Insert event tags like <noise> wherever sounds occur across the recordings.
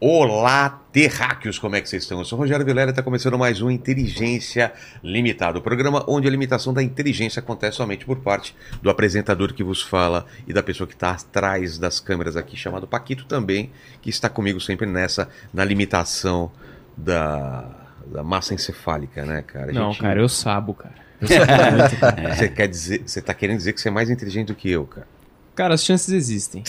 Olá, terráqueos, como é que vocês estão? Eu sou o Rogério Vilela e está começando mais um Inteligência Limitada, o programa onde a limitação da inteligência acontece somente por parte do apresentador que vos fala e da pessoa que está atrás das câmeras aqui, chamado Paquito também, que está comigo sempre nessa, na limitação da, da massa encefálica, né, cara? A Não, gente- cara, eu sabo, <laughs> cara. Eu sabo muito, cara. É. Você quer dizer, você tá querendo dizer que você é mais inteligente do que eu, cara. Cara, as chances existem.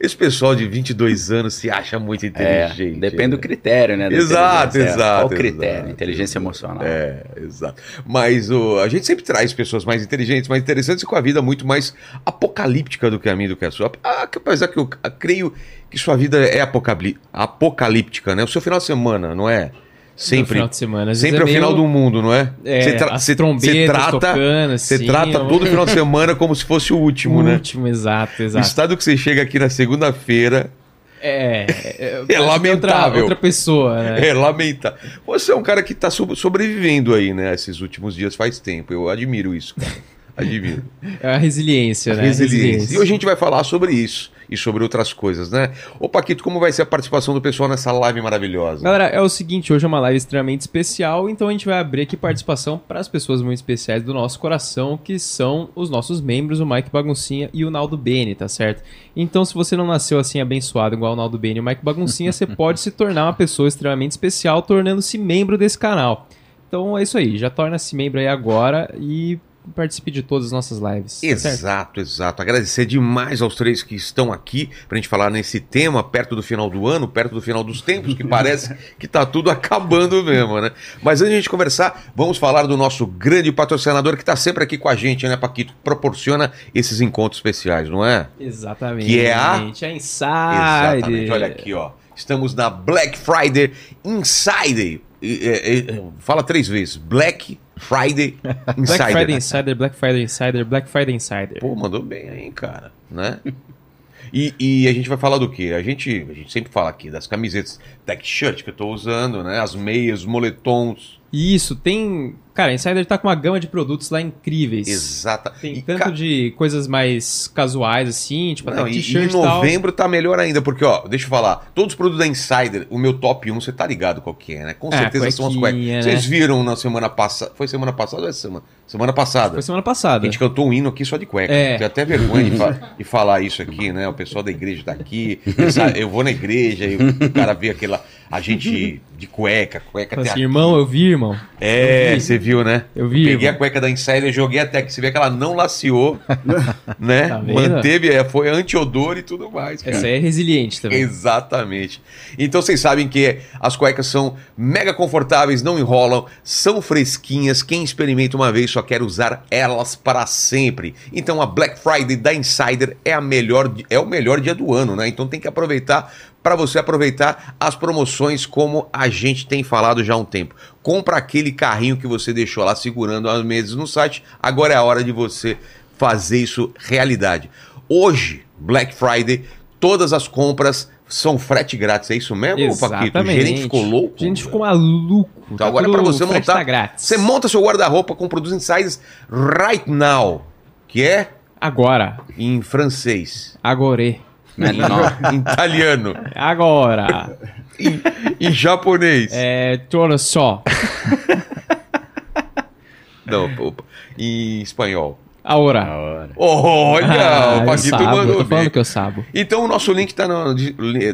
Esse pessoal de 22 anos se acha muito É, inteligente. depende do né? critério, né? da Exato, inteligência. exato, Qual o critério? exato. Inteligência emocional. É, exato. Mas o, a gente sempre traz pessoas mais inteligentes, mais interessantes e com a vida muito mais apocalíptica do que a minha, do que a sua. Ah, que- Apesar que eu c- creio que sua vida é apocabli- apocalíptica, né? O seu final de semana, não é? No final Sempre. de semana. Às vezes Sempre é o é meio- final do mundo, não é? É, Você tra- as você- você trombetas trata, tocando, você assim, trata é um- todo final de semana como se fosse o último, né? Último, exato, O exato. estado que você chega aqui na segunda-feira <laughs> É, é, parece que lamentável. Outra, outra pessoa, né? É, lamenta. Você é um cara que tá so- sobrevivendo aí, né? Esses últimos dias faz tempo. Eu admiro isso, <laughs> cara. Admiro. É a resiliência, né? Resiliência. E hoje a gente vai falar sobre isso e sobre outras coisas, né? Ô, Paquito, como vai ser a participação do pessoal nessa live maravilhosa? Galera, é o seguinte, hoje é uma live extremamente especial, então a gente vai abrir aqui participação para as pessoas muito especiais do nosso coração, que são os nossos membros, o Mike Baguncinha e o Naldo Bene, tá certo? Então, se você não nasceu assim abençoado igual o Naldo Bene e o Mike <laughs> Baguncinha, você pode se tornar uma pessoa extremamente especial, tornando-se membro desse canal. Então é isso aí, já torna-se membro aí agora e participe de todas as nossas lives. tá certo? Exato, exato. Agradecer demais aos três que estão aqui pra gente falar nesse tema perto do final do ano, perto do final dos tempos, que <laughs> parece que tá tudo acabando mesmo, né? Mas antes de a gente conversar, vamos falar do nosso grande patrocinador que tá sempre aqui com a gente, né, Paquito? Proporciona esses encontros especiais, não é? Exatamente. Que é a- É Inside. Exatamente. Olha aqui, ó. Estamos na Black Friday Insider. E, é, é, fala três vezes. Black Friday Insider. <laughs> né? Black Friday Insider, Black Friday Insider, Black Friday Insider. Pô, mandou bem aí, cara, né? E, e a gente vai falar do quê? A gente, a gente sempre fala aqui das camisetas tech shirt que eu tô usando, né? As meias, moletons. E Isso, tem. Cara, a Insider tá com uma gama de produtos lá incríveis. Exata. Tem E, tanto ca- de coisas mais casuais, assim, tipo Não, até e, e t-shirt em e tal. novembro tá melhor ainda, porque, ó, deixa eu falar, todos os produtos da Insider, o meu top 1, você tá ligado qual que é, né? Com Ah, certeza são as cuecas. cuequinha, né? Vocês viram na semana passada. Foi semana passada ou essa semana? Semana passada. Foi semana A passada. gente cantou um hino aqui só de cueca. É. Tenho até vergonha de, fa- de falar isso aqui, né? O pessoal da igreja tá aqui. essa- Eu vou na igreja e o cara vê aquela. A gente de cueca, cueca Fala até assim, aqui. irmão, eu vi, irmão. É, você viu, né? Eu vi, Peguei irmão. a cueca da Insider, joguei até aqui. Você vê que ela não laceou, <laughs> né? Tá vendo? Manteve, é, foi anti-odor e tudo mais. cara. Essa aí é resiliente também. Exatamente. Então vocês sabem que as cuecas são mega confortáveis, não enrolam, são fresquinhas. Quem experimenta uma vez só quer usar elas para sempre. Então a Black Friday da Insider é a melhor, é o melhor dia do ano, né? Então tem que aproveitar para você aproveitar as promoções como a gente tem falado já há um tempo. Compra aquele carrinho que você deixou lá segurando há meses no site. Agora é a hora de você fazer isso realidade. Hoje, Black Friday, todas as compras são frete grátis, é isso mesmo, Paquito? O gerente ficou louco? A gente ficou maluco. Então agora é pra tudo- você o frete montar- Tá grátis. Você monta seu guarda-roupa com produtos insiders right now, que é Agora. em francês, Agorê. é Mas <laughs> não- <laughs> em italiano, <laughs> Agora. em japonês. é. Olha só. Não, opa, em espanhol. Agora. Na hora. Olha, Ah, o eu Paquito sabo, eu mandou tô falando bem. que eu sabo. Então o nosso link tá na,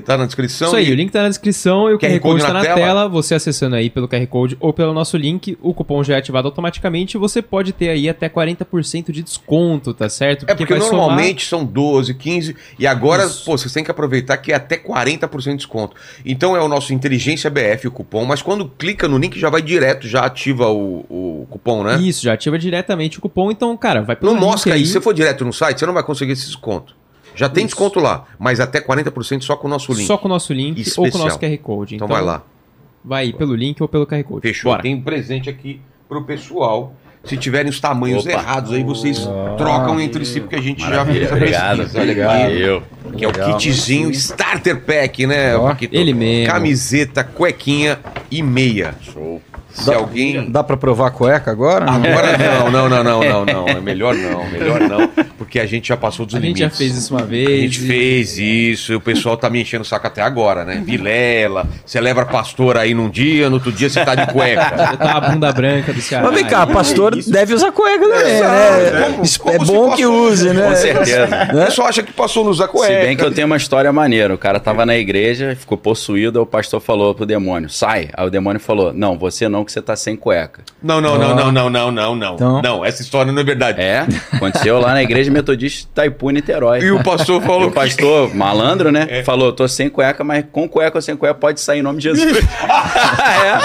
tá na descrição. Isso aí, e- o link tá na descrição e o QR QR Code Code tá na na tela. tela. Você acessando aí pelo QR Code ou pelo nosso link, o cupom já é ativado automaticamente. Você pode ter aí até 40% de desconto, tá certo? É porque vai somar- normalmente são 12, 15, e agora, Isso. pô, vocês têm que aproveitar que é até 40% de desconto. Então é o nosso Inteligência BF o cupom, mas quando clica no link já vai direto, já ativa o, o cupom, né? Isso, já ativa diretamente o cupom. Então, cara, vai pelo Não link mostra aí, aí. se você for direto no site, você não vai conseguir esse desconto. Já tem Isso. desconto lá, mas até 40% só com o nosso link. Só com o nosso link ou com o Especial. nosso QR Code. Então, vai lá. Vai aí pelo link ou pelo QR Code. Fechou. Bora. Tem um presente aqui pro pessoal. Se tiverem os tamanhos Opa. errados aí, vocês trocam entre si, porque a gente já Maravilha, fez a obrigado. pesquisa. tá Olha aqui. Valeu. Que é o Legal. kitzinho Starter Pack, né, Ó, Paquito? ele mesmo. Camiseta, cuequinha e meia. Show. Se <laughs> alguém. Dá pra provar a cueca agora? Agora não, não, não, não, não, não. É melhor não, melhor não. Porque a gente já passou dos A gente limites. já fez isso uma vez. A gente e- fez isso, e o pessoal tá me enchendo o saco até agora, né? Vilela, você leva pastor aí num dia, no outro dia você tá de cueca. Já <laughs> tá a bunda branca do Ceará. Mas vem É, cá, pastor deve usar cueca também, né? Isso Como é se bom que passou, use, né? Com certeza. O pessoal acha que passou a usar É. <laughs> cueca. Se bem que eu tenho uma história maneira. O cara tava na igreja, ficou possuído, aí o pastor falou pro demônio, sai. Aí o demônio falou, não, você não, que você tá sem cueca. Não, não, não, não, não, não, não, não. Então- Não, essa história não é verdade. É, aconteceu lá na igreja metodista Itaipu, Niterói. E o pastor E falou É. o <laughs> pastor, malandro, né? Falou, tô sem cueca, mas com cueca ou sem cueca pode sair em nome de <laughs> Jesus. é.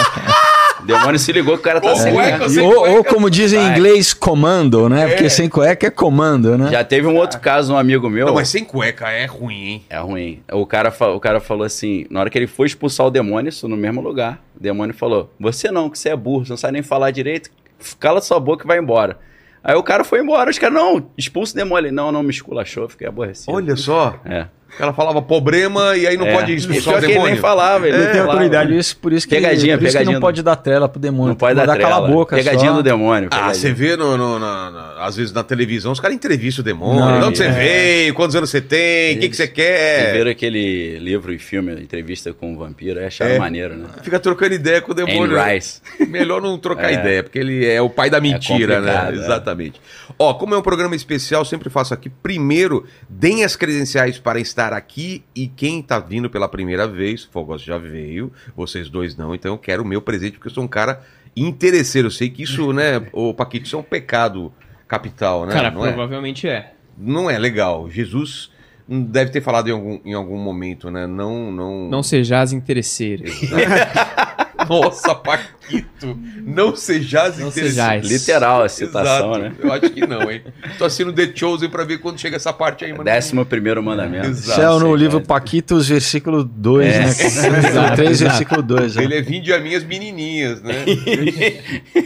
O demônio se ligou que o cara tá Ou sem cueca cueca. ou sem Ou, cueca. ou como dizem em inglês, comando, né? Porque sem cueca é comando, né? Já teve um outro caso, um amigo meu. Não, mas sem cueca é ruim, hein? É ruim. O cara, fa- o cara falou assim, na hora que ele foi expulsar o demônio, isso no mesmo lugar, o demônio falou, você não, que você é burro, você não sabe nem falar direito, cala sua boca e vai embora. Aí o cara foi embora, os caras, não, expulsa o demônio. Ele, não, não, me esculachou, fiquei aborrecido. Olha só. É. Ela falava problema e aí não É. pode E expulsar pior o que Ele nem demônio. É. falava, ele Não não tem falava. autoridade. Por isso, por isso que, Pegadinha, por isso que pegadinha não do- pode dar trela pro demônio. Não pode Tem dar que mandar trela. né? cala a boca. Pegadinha só. do demônio. Ah, pegadinha. você vê, no, no- na- na- às vezes, na televisão, os caras entrevistam o demônio. Não, de onde você é. veio? Quantos anos você tem? O que, que você Vocês quer? viram aquele livro e filme, entrevista com o vampiro, aí acharam É. maneiro, né? Fica trocando ideia com o demônio. né? Anne Rice. Melhor não trocar ideia, porque ele é o pai da mentira, né? complicado, é. Exatamente. Ó, como é um programa especial, sempre faço aqui. Primeiro, deem as credenciais para estar aqui e quem tá vindo pela primeira vez, Fogos já veio, vocês dois não, então eu quero o meu presente, porque eu sou um cara interesseiro. Eu sei que isso, né, o Paquito, isso é um pecado capital, né? Cara, não é? provavelmente é. não é legal. Jesus deve ter falado em algum, em algum momento, né? Não, não. Não sejais interesseiro. <laughs> Nossa, Paquito, não sejás Não interessante. sejais. Literal a citação, Exato. né? Eu acho que não, hein? Tô assinando The Chosen pra ver quando chega essa parte aí, mano. Décimo primeiro mandamento. Exato. é. Céu Não é no sei, livro cara. Paquitos, versículo 2, É. <laughs> né? Exato, Capítulo 3, exato. versículo né? 2. Ele é vinde a minhas menininhas, <laughs> né?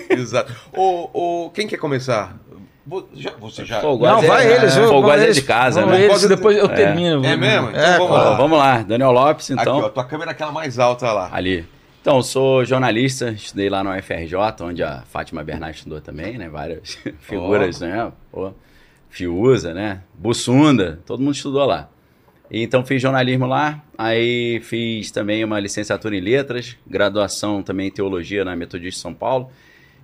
Exato. Ô, ô, quem quer começar? Vo- já- Você já... Fogos Não, é- vai eles. é, vou- Fogos vão é de eles- casa, vão né? eles, Fogos- depois eu É. termino. É mesmo? Então É, vamos claro. lá. Vamos lá, Daniel Lopes, Aqui, então. ó, tua câmera é aquela mais alta lá. Ali. Então, eu sou jornalista, estudei lá na UFRJ, onde a Fátima Bernardes estudou também, né? Várias <laughs> figuras, né? Pô, Fiuza, né? Bussunda, todo mundo estudou lá. E, Então, fiz jornalismo lá, aí fiz também uma licenciatura em letras, graduação também em teologia na Metodista de São Paulo.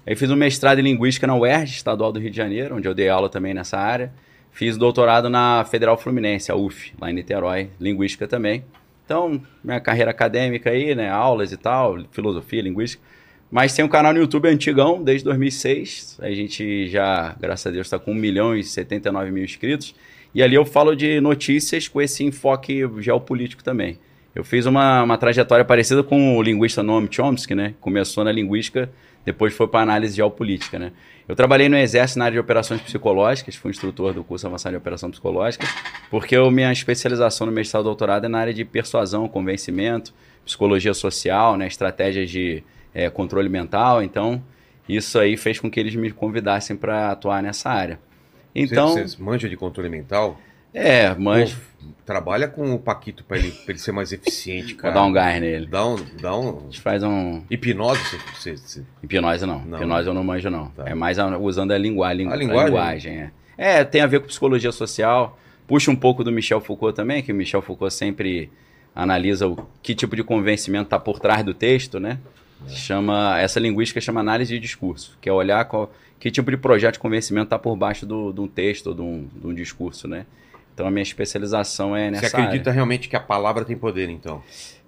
Aí fiz um mestrado em linguística na UERJ, Estadual do Rio de Janeiro, onde eu dei aula também nessa área. Fiz doutorado na Federal Fluminense, a UF, lá em Niterói, linguística também. Então, minha carreira acadêmica aí, né, aulas e tal, filosofia, linguística. Mas tem um canal no YouTube antigão, desde 2006. A gente já, graças a Deus, está com 1 milhão e 79 mil inscritos. E ali eu falo de notícias com esse enfoque geopolítico também. Eu fiz uma, uma trajetória parecida com o linguista Noam Chomsky, né? Começou na linguística, depois foi para análise geopolítica, né? Eu trabalhei no Exército na área de operações psicológicas, fui instrutor do curso avançado de operação psicológica, porque eu, minha especialização no mestrado e doutorado é na área de persuasão, convencimento, psicologia social, né? Estratégias de eh, controle mental. Então, isso aí fez com que eles me convidassem para atuar nessa área. Então, Vocês manjam de controle mental? é, mas Trabalha com o Paquito pra ele, pra ele ser mais eficiente, vou cara. dar um gás nele. Dá um... Dá um... A gente faz um. Hipnose, você... você- você- Hipnose não. Não. Hipnose eu não manjo, não. Tá. É mais a- usando a linguagem. A linguagem? é. É, tem a ver com psicologia social. Puxa um pouco do Michel Foucault também, que o Michel Foucault sempre analisa o que tipo de convencimento está por trás do texto, né? É. Chama, essa linguística chama análise de discurso, que é olhar qual, que tipo de projeto de convencimento está por baixo do- de um texto ou de um, de um discurso, né? Então a minha especialização é Você nessa área. acredita realmente que a palavra tem poder, então?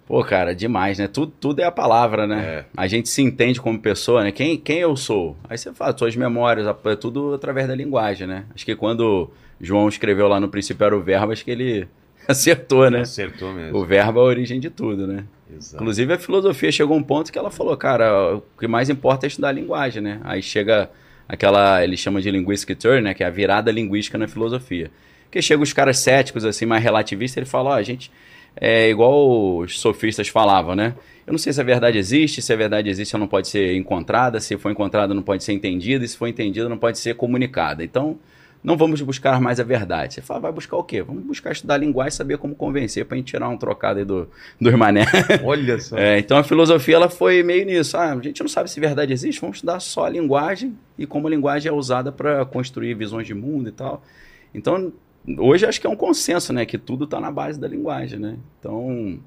Pô, cara, demais, né? Tudo, tudo é a palavra, né? É. A gente se entende como pessoa, né? Quem, quem eu sou? Aí você fala, suas memórias, a- é tudo através da linguagem, né? Acho que quando João escreveu lá no princípio era o verbo, acho que ele <laughs> acertou, né? É, Acertou mesmo. O verbo é a origem de tudo, né? Exato. Inclusive a filosofia chegou a um ponto que ela falou, cara, o que mais importa é estudar a linguagem, né? Aí chega aquela, eles chamam de linguistic turn, né? Que é a virada linguística na filosofia. Porque chega os caras céticos, assim, mais relativistas, ele fala, ó, a gente, é igual os sofistas falavam, né? Eu não sei se a verdade existe, se a verdade existe ela não pode ser encontrada, se for encontrada não pode ser entendida, e se for entendida não pode ser comunicada. Então, não vamos buscar mais a verdade. Você fala, vai buscar o quê? Vamos buscar estudar linguagem e saber como convencer para a gente tirar um trocado aí do, dos mané. Olha só. É, então a filosofia ela foi meio nisso. Ah, a gente não sabe se verdade existe, vamos estudar só a linguagem e como a linguagem é usada para construir visões de mundo e tal. Então, hoje acho que é um consenso, né? Que tudo está na base da linguagem, né? Então,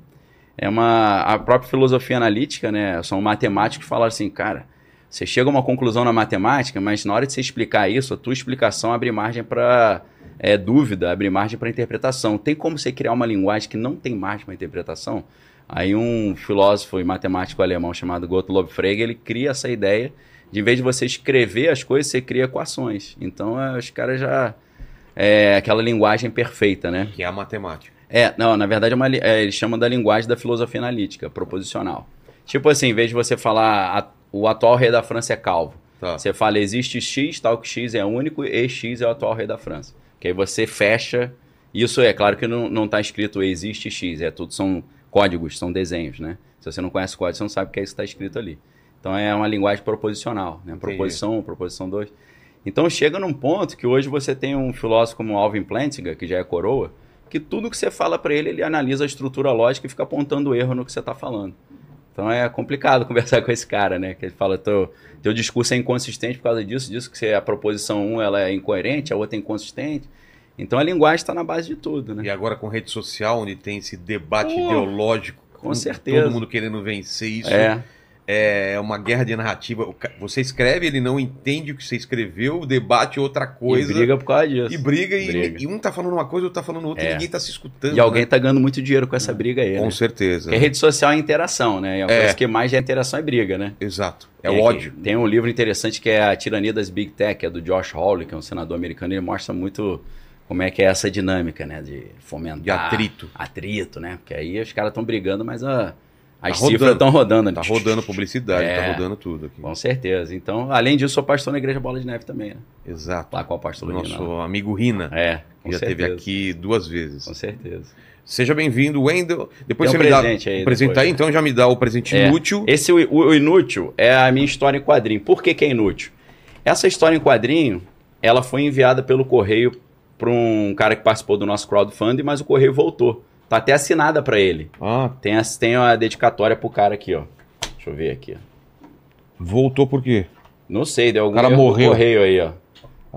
é uma... A própria filosofia analítica, né? São matemáticos que falaram assim, cara... Você chega a uma conclusão na matemática, mas na hora de você explicar isso, a tua explicação abre margem para é, dúvida, abre margem para interpretação. Tem como você criar uma linguagem que não tem margem para interpretação? Aí um filósofo e matemático alemão chamado Gottlob Frege, ele cria essa ideia de, em vez de você escrever as coisas, você cria equações. Então, é, os caras já... É aquela linguagem perfeita, né? Que é a matemática. É, não, na verdade é uma, li- é, eles chamam da linguagem da filosofia analítica, proposicional. Tipo assim, em vez de você falar a- o atual rei da França é calvo, Tá. você fala existe X, tal que X é único e X é o atual rei da França. Que aí você fecha. Isso é, claro que não, não tá escrito existe X, é tudo, são códigos, são desenhos, né? Se você não conhece o código, você não sabe o que é isso que está escrito ali. Então é uma linguagem proposicional, né? Proposição 1, proposição 2. Então chega num ponto que hoje você tem um filósofo como Alvin Plantinga, que já é coroa, que tudo que você fala para ele, ele analisa a estrutura lógica e fica apontando erro no que você está falando. Então é complicado <laughs> conversar com esse cara, né? Que ele fala, teu, teu discurso é inconsistente por causa disso, disso que você, a proposição 1 ela é incoerente, a outra é inconsistente. Então a linguagem está na base de tudo, né? E agora com rede social, onde tem esse debate Pô, ideológico, com certeza. todo mundo querendo vencer isso, É, é uma guerra de narrativa. O ca- Você escreve, ele não entende o que você escreveu, debate é outra coisa. e briga por causa disso. E briga, e- Briga. e um tá falando uma coisa, outro tá falando outra, É. e ninguém tá se escutando. E alguém né? tá ganhando muito dinheiro com essa briga aí, né? Com certeza. Porque rede social é interação, né? E a É. coisa que mais é interação é briga, né? Exato. É, Tem o aqui- ódio. Tem um livro interessante que é A Tirania das Big Tech, é do Josh Hawley, que é um senador americano, ele mostra muito como é que é essa dinâmica, né? De fomentar. De atrito. Atrito, né? Porque aí os caras estão brigando, mas a, Tá as rodando. cifras estão rodando. Tá rodando publicidade, É. tá rodando tudo aqui. Com certeza. Então, além disso, sou pastor na Igreja Bola de Neve também, né? Exato. Lá com o pastor Nosso original. amigo Rina, É, que com já certeza. esteve aqui duas vezes. Com certeza. Seja bem-vindo, Wendel. Depois Tem um você me dá. presente aí o presente tá depois, aí, então já me dá o presente É. inútil. Esse o, o inútil é a minha história em quadrinho. Por que, que é inútil? Essa história em quadrinho, ela foi enviada pelo correio para um cara que participou do nosso crowdfunding, mas o correio voltou. Tá até assinada para ele. Ah, Tem, as- tem a dedicatória pro cara aqui, ó. Deixa eu ver aqui. ó. voltou por quê? Não sei, deu algum O cara erro no morreu. correio aí, ó.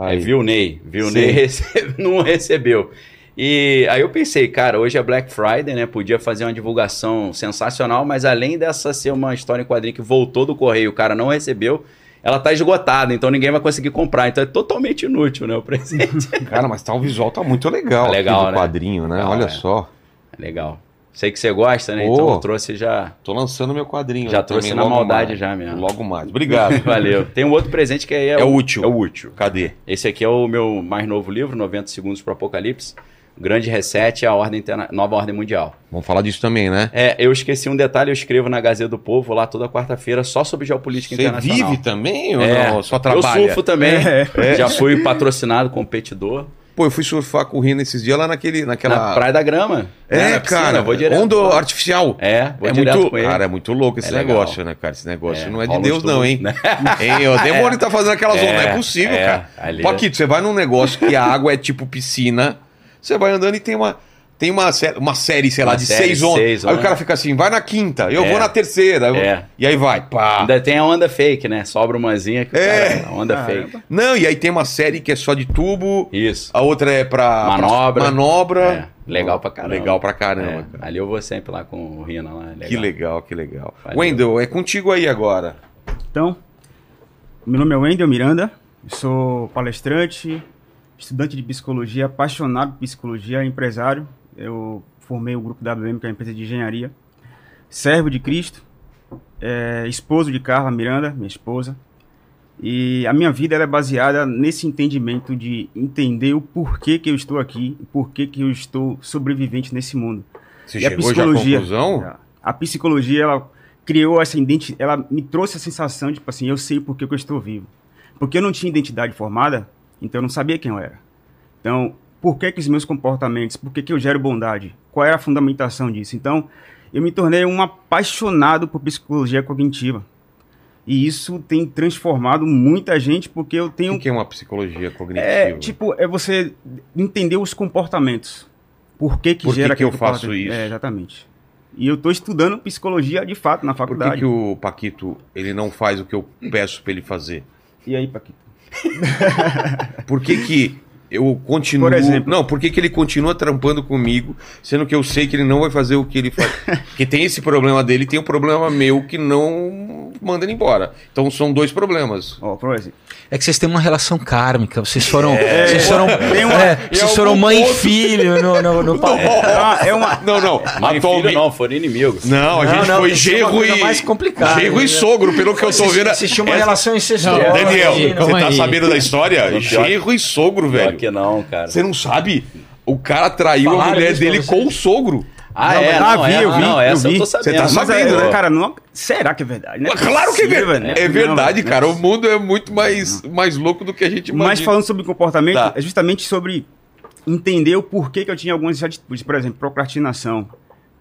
É Aí. Vilney. Vilney Sim. <laughs> recebe- não recebeu. E aí eu pensei, cara, hoje é Black Friday, né? Podia fazer uma divulgação sensacional, mas além dessa ser uma história em quadrinho que voltou do correio, o cara não recebeu, ela tá esgotada, então ninguém vai conseguir comprar. Então é totalmente inútil, né? O <laughs> presente. Cara, mas tá, o visual tá muito legal. Tá aqui legal, do né? quadrinho, né? Legal, Olha é. só. Legal. Sei que você gosta, né? Pô. Então eu trouxe já. Tô lançando meu quadrinho. Já né, trouxe também na logo maldade mais. já mesmo. Logo mais. Obrigado. <laughs> Valeu. Tem um outro presente que aí é, É o- útil. É o útil. Cadê? Esse aqui é o meu mais novo livro, 90 Segundos para o Apocalipse. O Grande Reset e a ordem Interna- Nova Ordem Mundial. Vamos falar disso também, né? É, eu esqueci um detalhe, eu escrevo na Gazeta do Povo lá toda quarta-feira só sobre geopolítica Você internacional. vive também ou É. não? Só trabalha? Eu surfo também. É. Já fui patrocinado, competidor. Pô, eu fui surfar com o Rina esses dias lá naquele, naquela... Na Praia da Grama. né, É, na piscina, cara, Vou direto. onda artificial. É, vou é direto muito, com ele. cara, é muito louco esse É legal. negócio, né, cara? Esse negócio É, não é de rola Deus, uns não, tubos. <laughs> hein? hein? O demônio tá fazendo aquela onda, não é É, possível, é, cara. ali é- Paquito, você vai num negócio que a água é tipo piscina, você vai andando e tem uma, tem uma, sé- uma série, sei lá, Uma de série, seis ondas. seis aí o ondas. cara fica assim, vai na quinta, eu É. vou na terceira. eu- É. E aí vai, pá. Ainda tem a onda fake, né? Sobra umazinha. Que É. cara, a onda fake. Não, e aí tem uma série que é só de tubo, Isso. a outra é pra... Manobra. pra- manobra. É, legal pra caramba. Legal pra caramba, É, cara. ali eu vou sempre lá com o Rina lá. Legal. Que legal, que legal. Valeu. Wendel, é contigo aí agora. Então, meu nome é Wendel Miranda, sou palestrante, estudante de psicologia, apaixonado por psicologia, empresário. Eu formei o grupo WM, que é uma empresa de engenharia, servo de Cristo, é, esposo de Carla Miranda, minha esposa. E a minha vida ela é baseada nesse entendimento de entender o porquê que eu estou aqui, o porquê que eu estou sobrevivente nesse mundo. Você E É. chegou já à conclusão? A psicologia, ela criou essa identidade, ela me trouxe a sensação de, tipo assim, eu sei por que que eu estou vivo. Porque eu não tinha identidade formada, então eu não sabia quem eu era. Então, por que que os meus comportamentos, por que que eu gero bondade? Qual era a fundamentação disso? Então, eu me tornei um apaixonado por psicologia cognitiva. E isso tem transformado muita gente, porque eu tenho. O que é uma psicologia cognitiva? um É, tipo, é você entender os comportamentos. Por que que Por que gera que eu aquele comportamento? faço isso? É, exatamente. E eu tô estudando psicologia de fato na Por que, faculdade. que o Paquito ele não faz o que eu peço pra ele fazer? E aí, Paquito? Por que, que eu continuo. Por exemplo. Não, por que, que ele continua trampando comigo, sendo que eu sei que ele não vai fazer o que ele faz? Porque tem esse problema dele e tem o problema meu que não manda ele embora. Então são dois problemas. Ó, por exemplo. É que vocês têm uma relação kármica, vocês foram. É. vocês foram, tem uma- é, um- em vocês foram algum mãe e ponto- filho no, no, no pau- É uma- é uma- Não, não. Mãe e filho Atualmente. não, foram inimigos. Não, a Não, gente não, foi tem que ser uma genro coisa e. mais complicada, Genro né? e sogro, pelo que eu tô Vocês- vendo. Vocês tinham uma essa- relação incestuosa. Não, Daniel, Calma aí, você calma tá aí. sabendo da história? Não, pior- Genro e sogro, Pior velho. que não, cara. Você não sabe? O cara traiu a Falaram mulher isso pra dele vocês? com o sogro. Ah, Não, é, mas- não, Ah, vi, é, eu vi, não, eu essa eu, vi. tô Você sabendo. tá mas sabendo, é- né? Cara, não... será que é verdade? Não é Claro que é, possível, ver- né? é Não, verdade, não é cara. O mundo é muito mais, mais louco do que a gente imagina. Mas falando sobre comportamento, Tá. é justamente sobre entender o porquê que eu tinha algumas atitudes. Por exemplo, procrastinação.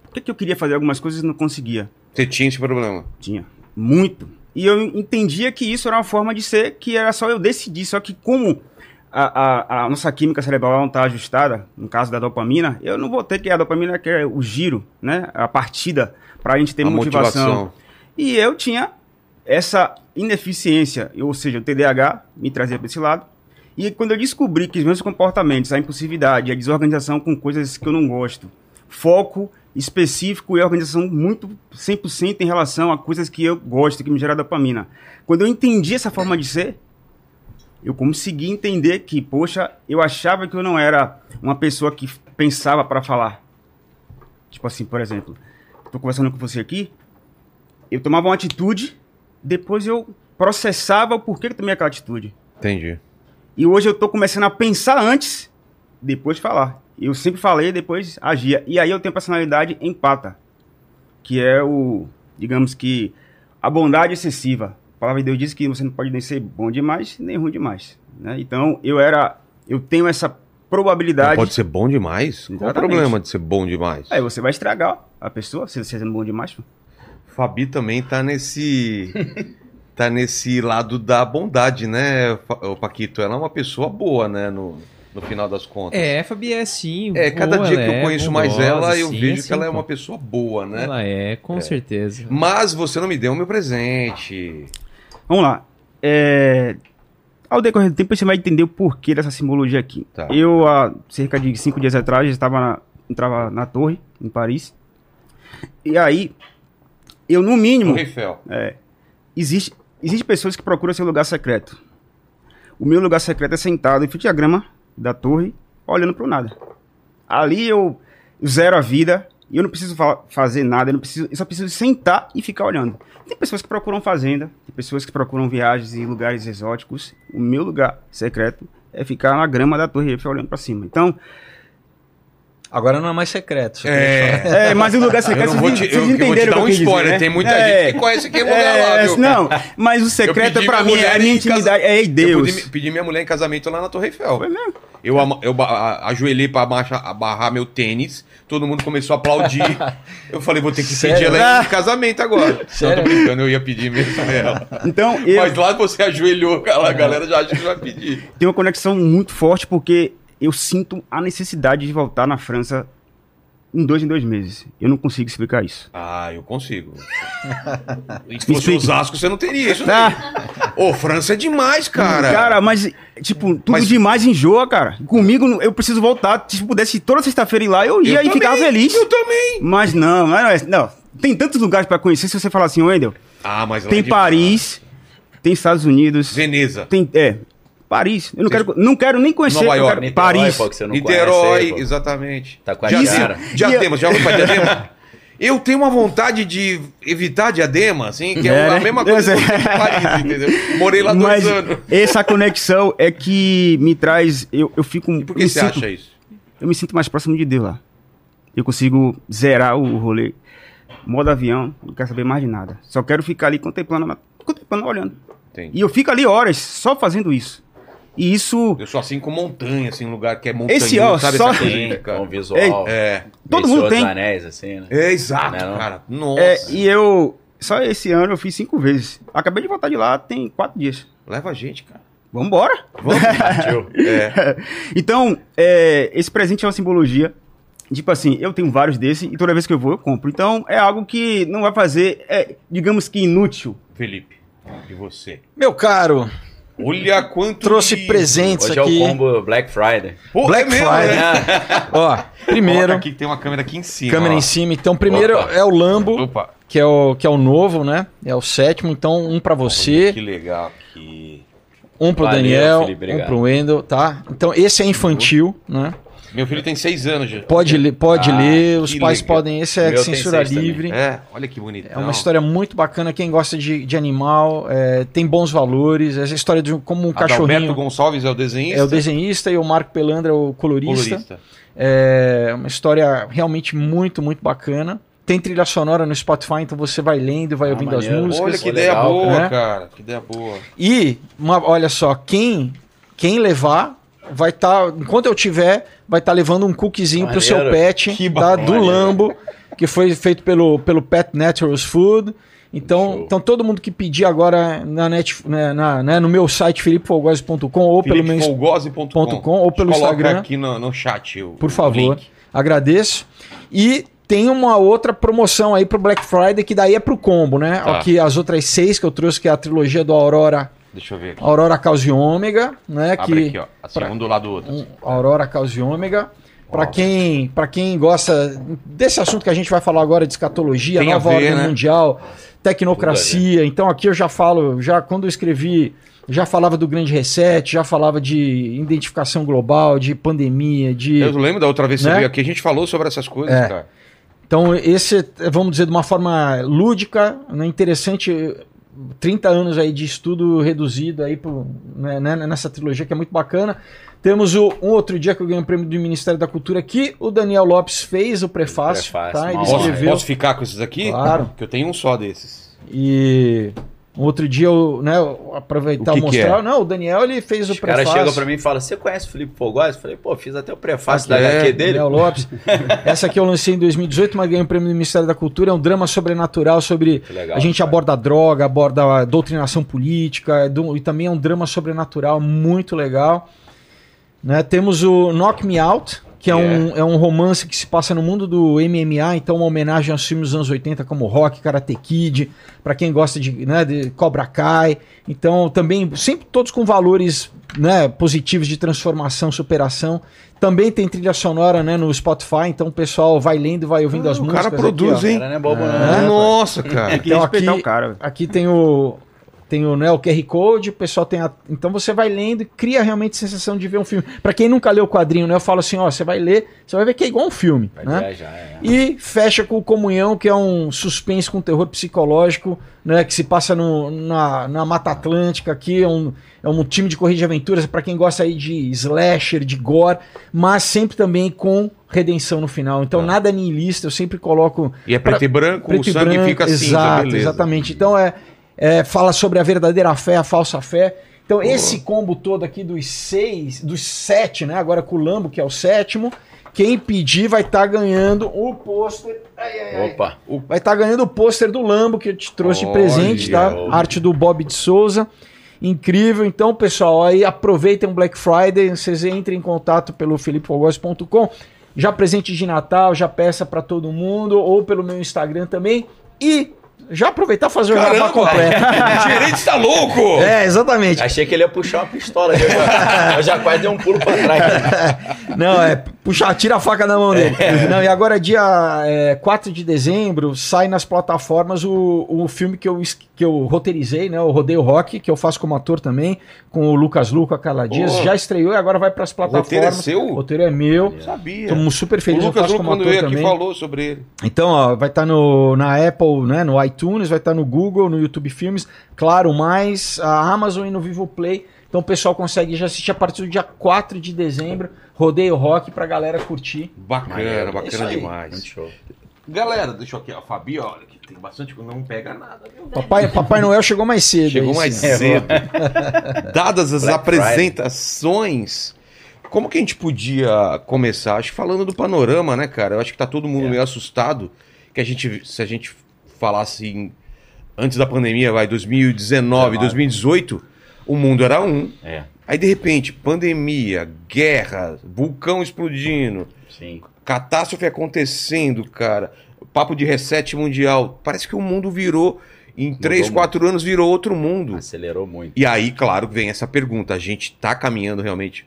Por que, que eu queria fazer algumas coisas e não conseguia? Você tinha esse problema. Tinha. Muito. E eu entendia que isso era uma forma de ser, que era só eu decidir. Só que como a, a- a nossa química cerebral não está ajustada, no caso da dopamina, eu não vou ter que a dopamina que é o giro, né? A partida para a gente ter a motivação. E eu tinha essa ineficiência, ou seja, o TDAH me trazia para esse lado. E quando eu descobri que os meus comportamentos, a impulsividade, a desorganização com coisas que eu não gosto, foco específico e organização muito 100% em relação a coisas que eu gosto, que me gera dopamina. Quando eu entendi essa forma de ser, eu consegui entender que, poxa, eu achava que eu não era uma pessoa que pensava para falar. Tipo assim, por exemplo, tô conversando com você aqui, eu tomava uma atitude, depois eu processava o porquê que eu tomei aquela atitude. Entendi. E hoje eu tô começando a pensar antes, depois de falar. Eu sempre falei, depois agia. E aí eu tenho a personalidade empata, que é o, digamos que, a bondade excessiva. A palavra de Deus diz que você não pode nem ser bom demais, nem ruim demais. Né? Então eu era, eu tenho essa Não probabilidade. Então pode ser bom demais? Qual o Exatamente. É, problema de ser bom demais? Aí você vai estragar a pessoa, se você é bom demais. Fabi também tá <laughs> nesse. tá nesse lado da bondade, né, Fa- ô, Paquito? Ela é uma pessoa boa, né, no, no final das contas. É, Fabi é sim. É, cada boa, dia ela que eu é conheço mais bondosa, ela, eu sim, vejo sim, que ela é pô. uma pessoa boa, né? Ela é, com certeza. Mas você não me deu meu presente. Vamos lá. É, Ao decorrer do tempo, você vai entender o porquê dessa simbologia aqui. Tá. Eu, há cerca de cinco dias atrás, já estava na, entrava na torre, em Paris. E aí, eu, no mínimo, O Eiffel. existe, existe pessoas que procuram seu lugar secreto. O meu lugar secreto é sentado em frente à grama da torre, olhando para o nada. Ali eu zero a vida, e eu não preciso fa- fazer nada, eu, não preciso, eu só preciso sentar e ficar olhando. Tem pessoas que procuram fazenda, tem pessoas que procuram viagens em lugares exóticos. O meu lugar secreto é ficar na grama da torre Eiffel olhando para cima. Então, Agora não é mais secreto. só que É. é, mas o lugar Eu secreto, não vocês, vou te, vocês eu, eu vou te entenderam dar o um que eu quis dizer, spoiler. né? Tem muita É. gente que conhece aquele lugar lá, É, viu? não, mas o secreto pedi pra minha mim é a mulher minha em casa- intimidade, é em Eu Deus. é. pedi- pedi minha mulher em casamento lá na Torre Eiffel. Foi mesmo. Eu, ama- eu ba- a- ajoelhei pra baixar- a barrar meu tênis, todo mundo começou a aplaudir. Eu falei, vou ter que Sério? pedir ela Ah. em casamento agora. Não, tô Sério? brincando, eu ia pedir mesmo dela. Então, eu Mas lá você ajoelhou, cara, a galera já acha que vai pedir. tenho uma conexão muito forte porque eu sinto a necessidade de voltar na França em dois em dois meses. Eu não consigo explicar isso. Ah, eu <laughs> consigo. Se Me fosse explica. Osasco, você não teria isso. né? Ah, Ô, França é demais, cara. cara, mas, tipo, tudo Mas- demais enjoa, cara. Comigo, eu preciso voltar. Se pudesse toda sexta-feira ir lá, eu ia Eu e ficava também, feliz. Eu também. Mas não, não, é- não. Tem tantos lugares pra conhecer. Se você falar assim, Wendel, Ah, mas lá é tem demais. Paris, tem Estados Unidos, Veneza. tem. É. Paris. Eu não Tem- quero, não quero nem conhecer. Nova eu York, quero- Niterói, tá Paris. pô, que você não Niterói, é, conhece aí, pô. exatamente. Tá com a Diadema, cara. Diadema, já ouviu pra <laughs> Diadema? Eu tenho uma vontade de evitar Diadema, assim, que é, É, a né? mesma coisa Eu que sei. eu em Paris, entendeu? Morei lá dois Mas anos. <laughs> essa conexão é que me traz. Eu, eu fico. E por que me você sinto, acha isso? Eu me sinto mais próximo de Deus lá. Eu consigo zerar o rolê. Modo avião, não quero saber mais de nada. Só quero ficar ali contemplando, contemplando, olhando. Entendi. E eu fico ali horas só fazendo isso. E isso. Eu sou assim com montanha, assim, um lugar que é montanha, Esse, ó, sabe só- essa coisa, Sim, cara? assim, com visual. É, Todo mundo Senhor dos tem. Anéis, assim, né? é exato, Não é não? cara. Nossa. É, e eu Só esse ano eu fiz cinco vezes. Acabei de voltar de lá tem quatro dias. Leva a gente, cara. Vambora! <laughs> Vamos, partiu. É. Então, é, esse presente é uma simbologia. Tipo assim, eu tenho vários desses e toda vez que eu vou, eu compro. Então, é algo que não vai fazer, é, digamos que inútil. Felipe, e você? Meu caro, Olha quanto. trouxe de- presentes Hoje é aqui. o combo Black Friday. Pô, Black mesmo, Friday. né? Ó, Coloca primeiro, Aqui que tem uma câmera aqui em cima. câmera ó. em cima. Então, primeiro Opa. é o Lambo, Opa. que é o, que é o novo, né? É o sétimo. Então, um pra você. Que legal aqui. Um pro Valeu, Daniel, Felipe, obrigado. um pro Wendel, tá? Então esse é infantil, né? Meu filho tem seis anos já. Pode, ler, pode Ah, ler, os que pais legal. podem, esse é Meu tem censura seis também. livre. É, olha que bonitão. É uma história muito bacana, quem gosta de, de animal, é, tem bons valores, essa história de um- como um Adalberto cachorrinho. Gonçalves é o desenhista. É o desenhista e o Marco Pelandra é o colorista. colorista. É uma história realmente muito, muito bacana. Tem trilha sonora no Spotify, então você vai lendo, vai Ah, ouvindo as maneiro. músicas. Olha Músicas, que pô, ideia legal, boa, né? cara. Que ideia boa. E, uma- olha só, quem quem levar vai estar, enquanto eu tiver, vai estar levando um cookiezinho pro seu Maneiro. pet Que tá, bacana. do Lambo, que foi feito pelo, pelo Pet Naturals Food. Então, Show. então, todo mundo que pedir agora na net, né, na- né, no meu site, felipefolgoz.com ou pelo meu Felipefolgose.com. .com ou pelo Coloca Instagram. aqui no, no chat. o- Por o favor. link. Agradeço. E tem uma outra promoção aí pro Black Friday, que daí é pro combo, né? Tá. Aqui as outras seis que eu trouxe, que é a trilogia do Aurora, Deixa eu ver aqui. Aurora Causa e Ômega, né? Abre que aqui, ó. Assim, um do lado do outro. um, assim. Aurora Causa e Ômega. Para Nossa. quem, pra quem gosta desse assunto que a gente vai falar agora de escatologia, Tem a nova ver, ordem né? mundial, tecnocracia. Então aqui eu já falo, já quando eu escrevi, já falava do grande reset, já falava de identificação global, de pandemia, de Eu lembro da outra vez que Né? você veio aqui, a gente falou sobre essas coisas, É. cara. Então, esse, vamos dizer, de uma forma lúdica, né, interessante, 30 anos aí de estudo reduzido aí pro, né, né, nessa trilogia que é muito bacana. Temos o Um Outro Dia que eu ganhei o prêmio do Ministério da Cultura, que o Daniel Lopes fez o prefácio. prefácio, tá? Ele uma honra. Posso, escreveu. posso ficar com esses aqui? Claro. Que eu tenho um só desses. E um outro dia eu, né, eu O aproveitar e que que mostrar. é? Não, o Daniel ele fez Os o prefácio. caras chegam pra mim e falam: Você conhece o Felipe Fogós? Eu falei: Pô, fiz até o prefácio Aqui, da é, HQ dele. Daniel <laughs> Lopes. Essa aqui eu lancei em 2018, mas ganhei o prêmio do Ministério da Cultura. É um drama sobrenatural sobre. Que legal, a gente cara. aborda a droga, aborda a doutrinação política, é do- e também é um drama sobrenatural muito legal. Né, Temos o Knock Me Out, que é, um, é um romance que se passa no mundo do MMA, então uma homenagem aos filmes dos anos 80, como Rock, Karate Kid, pra quem gosta de, né, de Cobra Kai. Então, também, sempre todos com valores né, positivos de transformação, superação. Também tem trilha sonora né, no Spotify, então o pessoal vai lendo e vai ouvindo Ah, as o músicas. cara produz, aqui, ó. hein? Cara, não é bobo, não. Ah, né, Nossa, Tem cara. que Então respeitar aqui- o cara. velho. Aqui tem o tem o, né, o QR Code, o pessoal tem a... Então você vai lendo e cria realmente a sensação de ver um filme. Pra quem nunca leu o quadrinho, né, eu falo assim, ó, você vai ler, você vai ver que é igual um filme, Vai né? viajar, é. E fecha com o Comunhão, que é um suspense com terror psicológico, né? Que se passa no- na, na Mata Atlântica aqui. É um, é um time de corrida de aventuras pra quem gosta aí de slasher, de gore, mas sempre também com redenção no final. Então, Tá. nada niilista, eu sempre coloco E é preto e branco, preto o e sangue branco. fica cinza, exato, beleza. exatamente. Então é, é, fala sobre a verdadeira fé, a falsa fé. Então esse combo todo aqui dos seis, dos sete, né? Agora com o Lambo que é o sétimo, quem pedir vai estar ganhando o pôster. ai, ai, ai. Opa, Vai estar ganhando o pôster do Lambo que eu te trouxe de Olha, presente, tá? olha. Arte do Bob de Souza. Incrível. Então, pessoal, aí aproveitem o Black Friday, vocês entrem em contato pelo felipefogos.com. Já presente de Natal, já peça para todo mundo ou pelo meu Instagram também e já aproveitar e fazer o jabá Caramba, completo. <laughs> o gerente tá louco! É, exatamente. achei que ele ia puxar uma pistola. Eu já, eu já quase dei um pulo pra trás. Não, é puxar, tira a faca da mão É. dele. Não, e agora, dia é, 4 de dezembro, sai nas plataformas o, o filme que eu, es- que eu roteirizei, né? O Rodeio Rock, que eu faço como ator também, com o Lucas Luca, Carla Dias. Boa. Já estreou e agora vai pras O roteiro é plataformas. O seu? roteiro é meu. Eu sabia. Estamos super O felizes, eu Lucas faço Lu, como quando ator veio aqui, também. falou sobre ele. Então, ó, vai estar no, na Apple, né, no iTunes, vai estar no Google, no YouTube Filmes, claro, mais a Amazon e no Vivo Play. Então o pessoal consegue já assistir a partir do dia 4 de dezembro, Rodeio Rock pra galera curtir. Bacana, Maneiro. É isso bacana aí. Muito demais. show. Galera, deixa eu aqui, ó. A Fabi, olha, que tem bastante coisa, não pega nada, viu? Papai, Papai Noel chegou mais cedo. Chegou aí, mais sim. cedo. <laughs> Dadas as Black Friday. apresentações, como que a gente podia começar? Acho que falando do panorama, né, cara? Eu acho que tá todo mundo meio assustado que a gente, se a gente falasse em antes da pandemia, vai, 2019, 2018, o mundo era um. É, Aí, de repente, pandemia, guerra, vulcão explodindo, sim. catástrofe acontecendo, cara. Papo de reset mundial. Parece que o mundo virou, em três muito. quatro anos, virou outro mundo. Acelerou muito. E aí, claro, vem essa pergunta. A gente tá caminhando realmente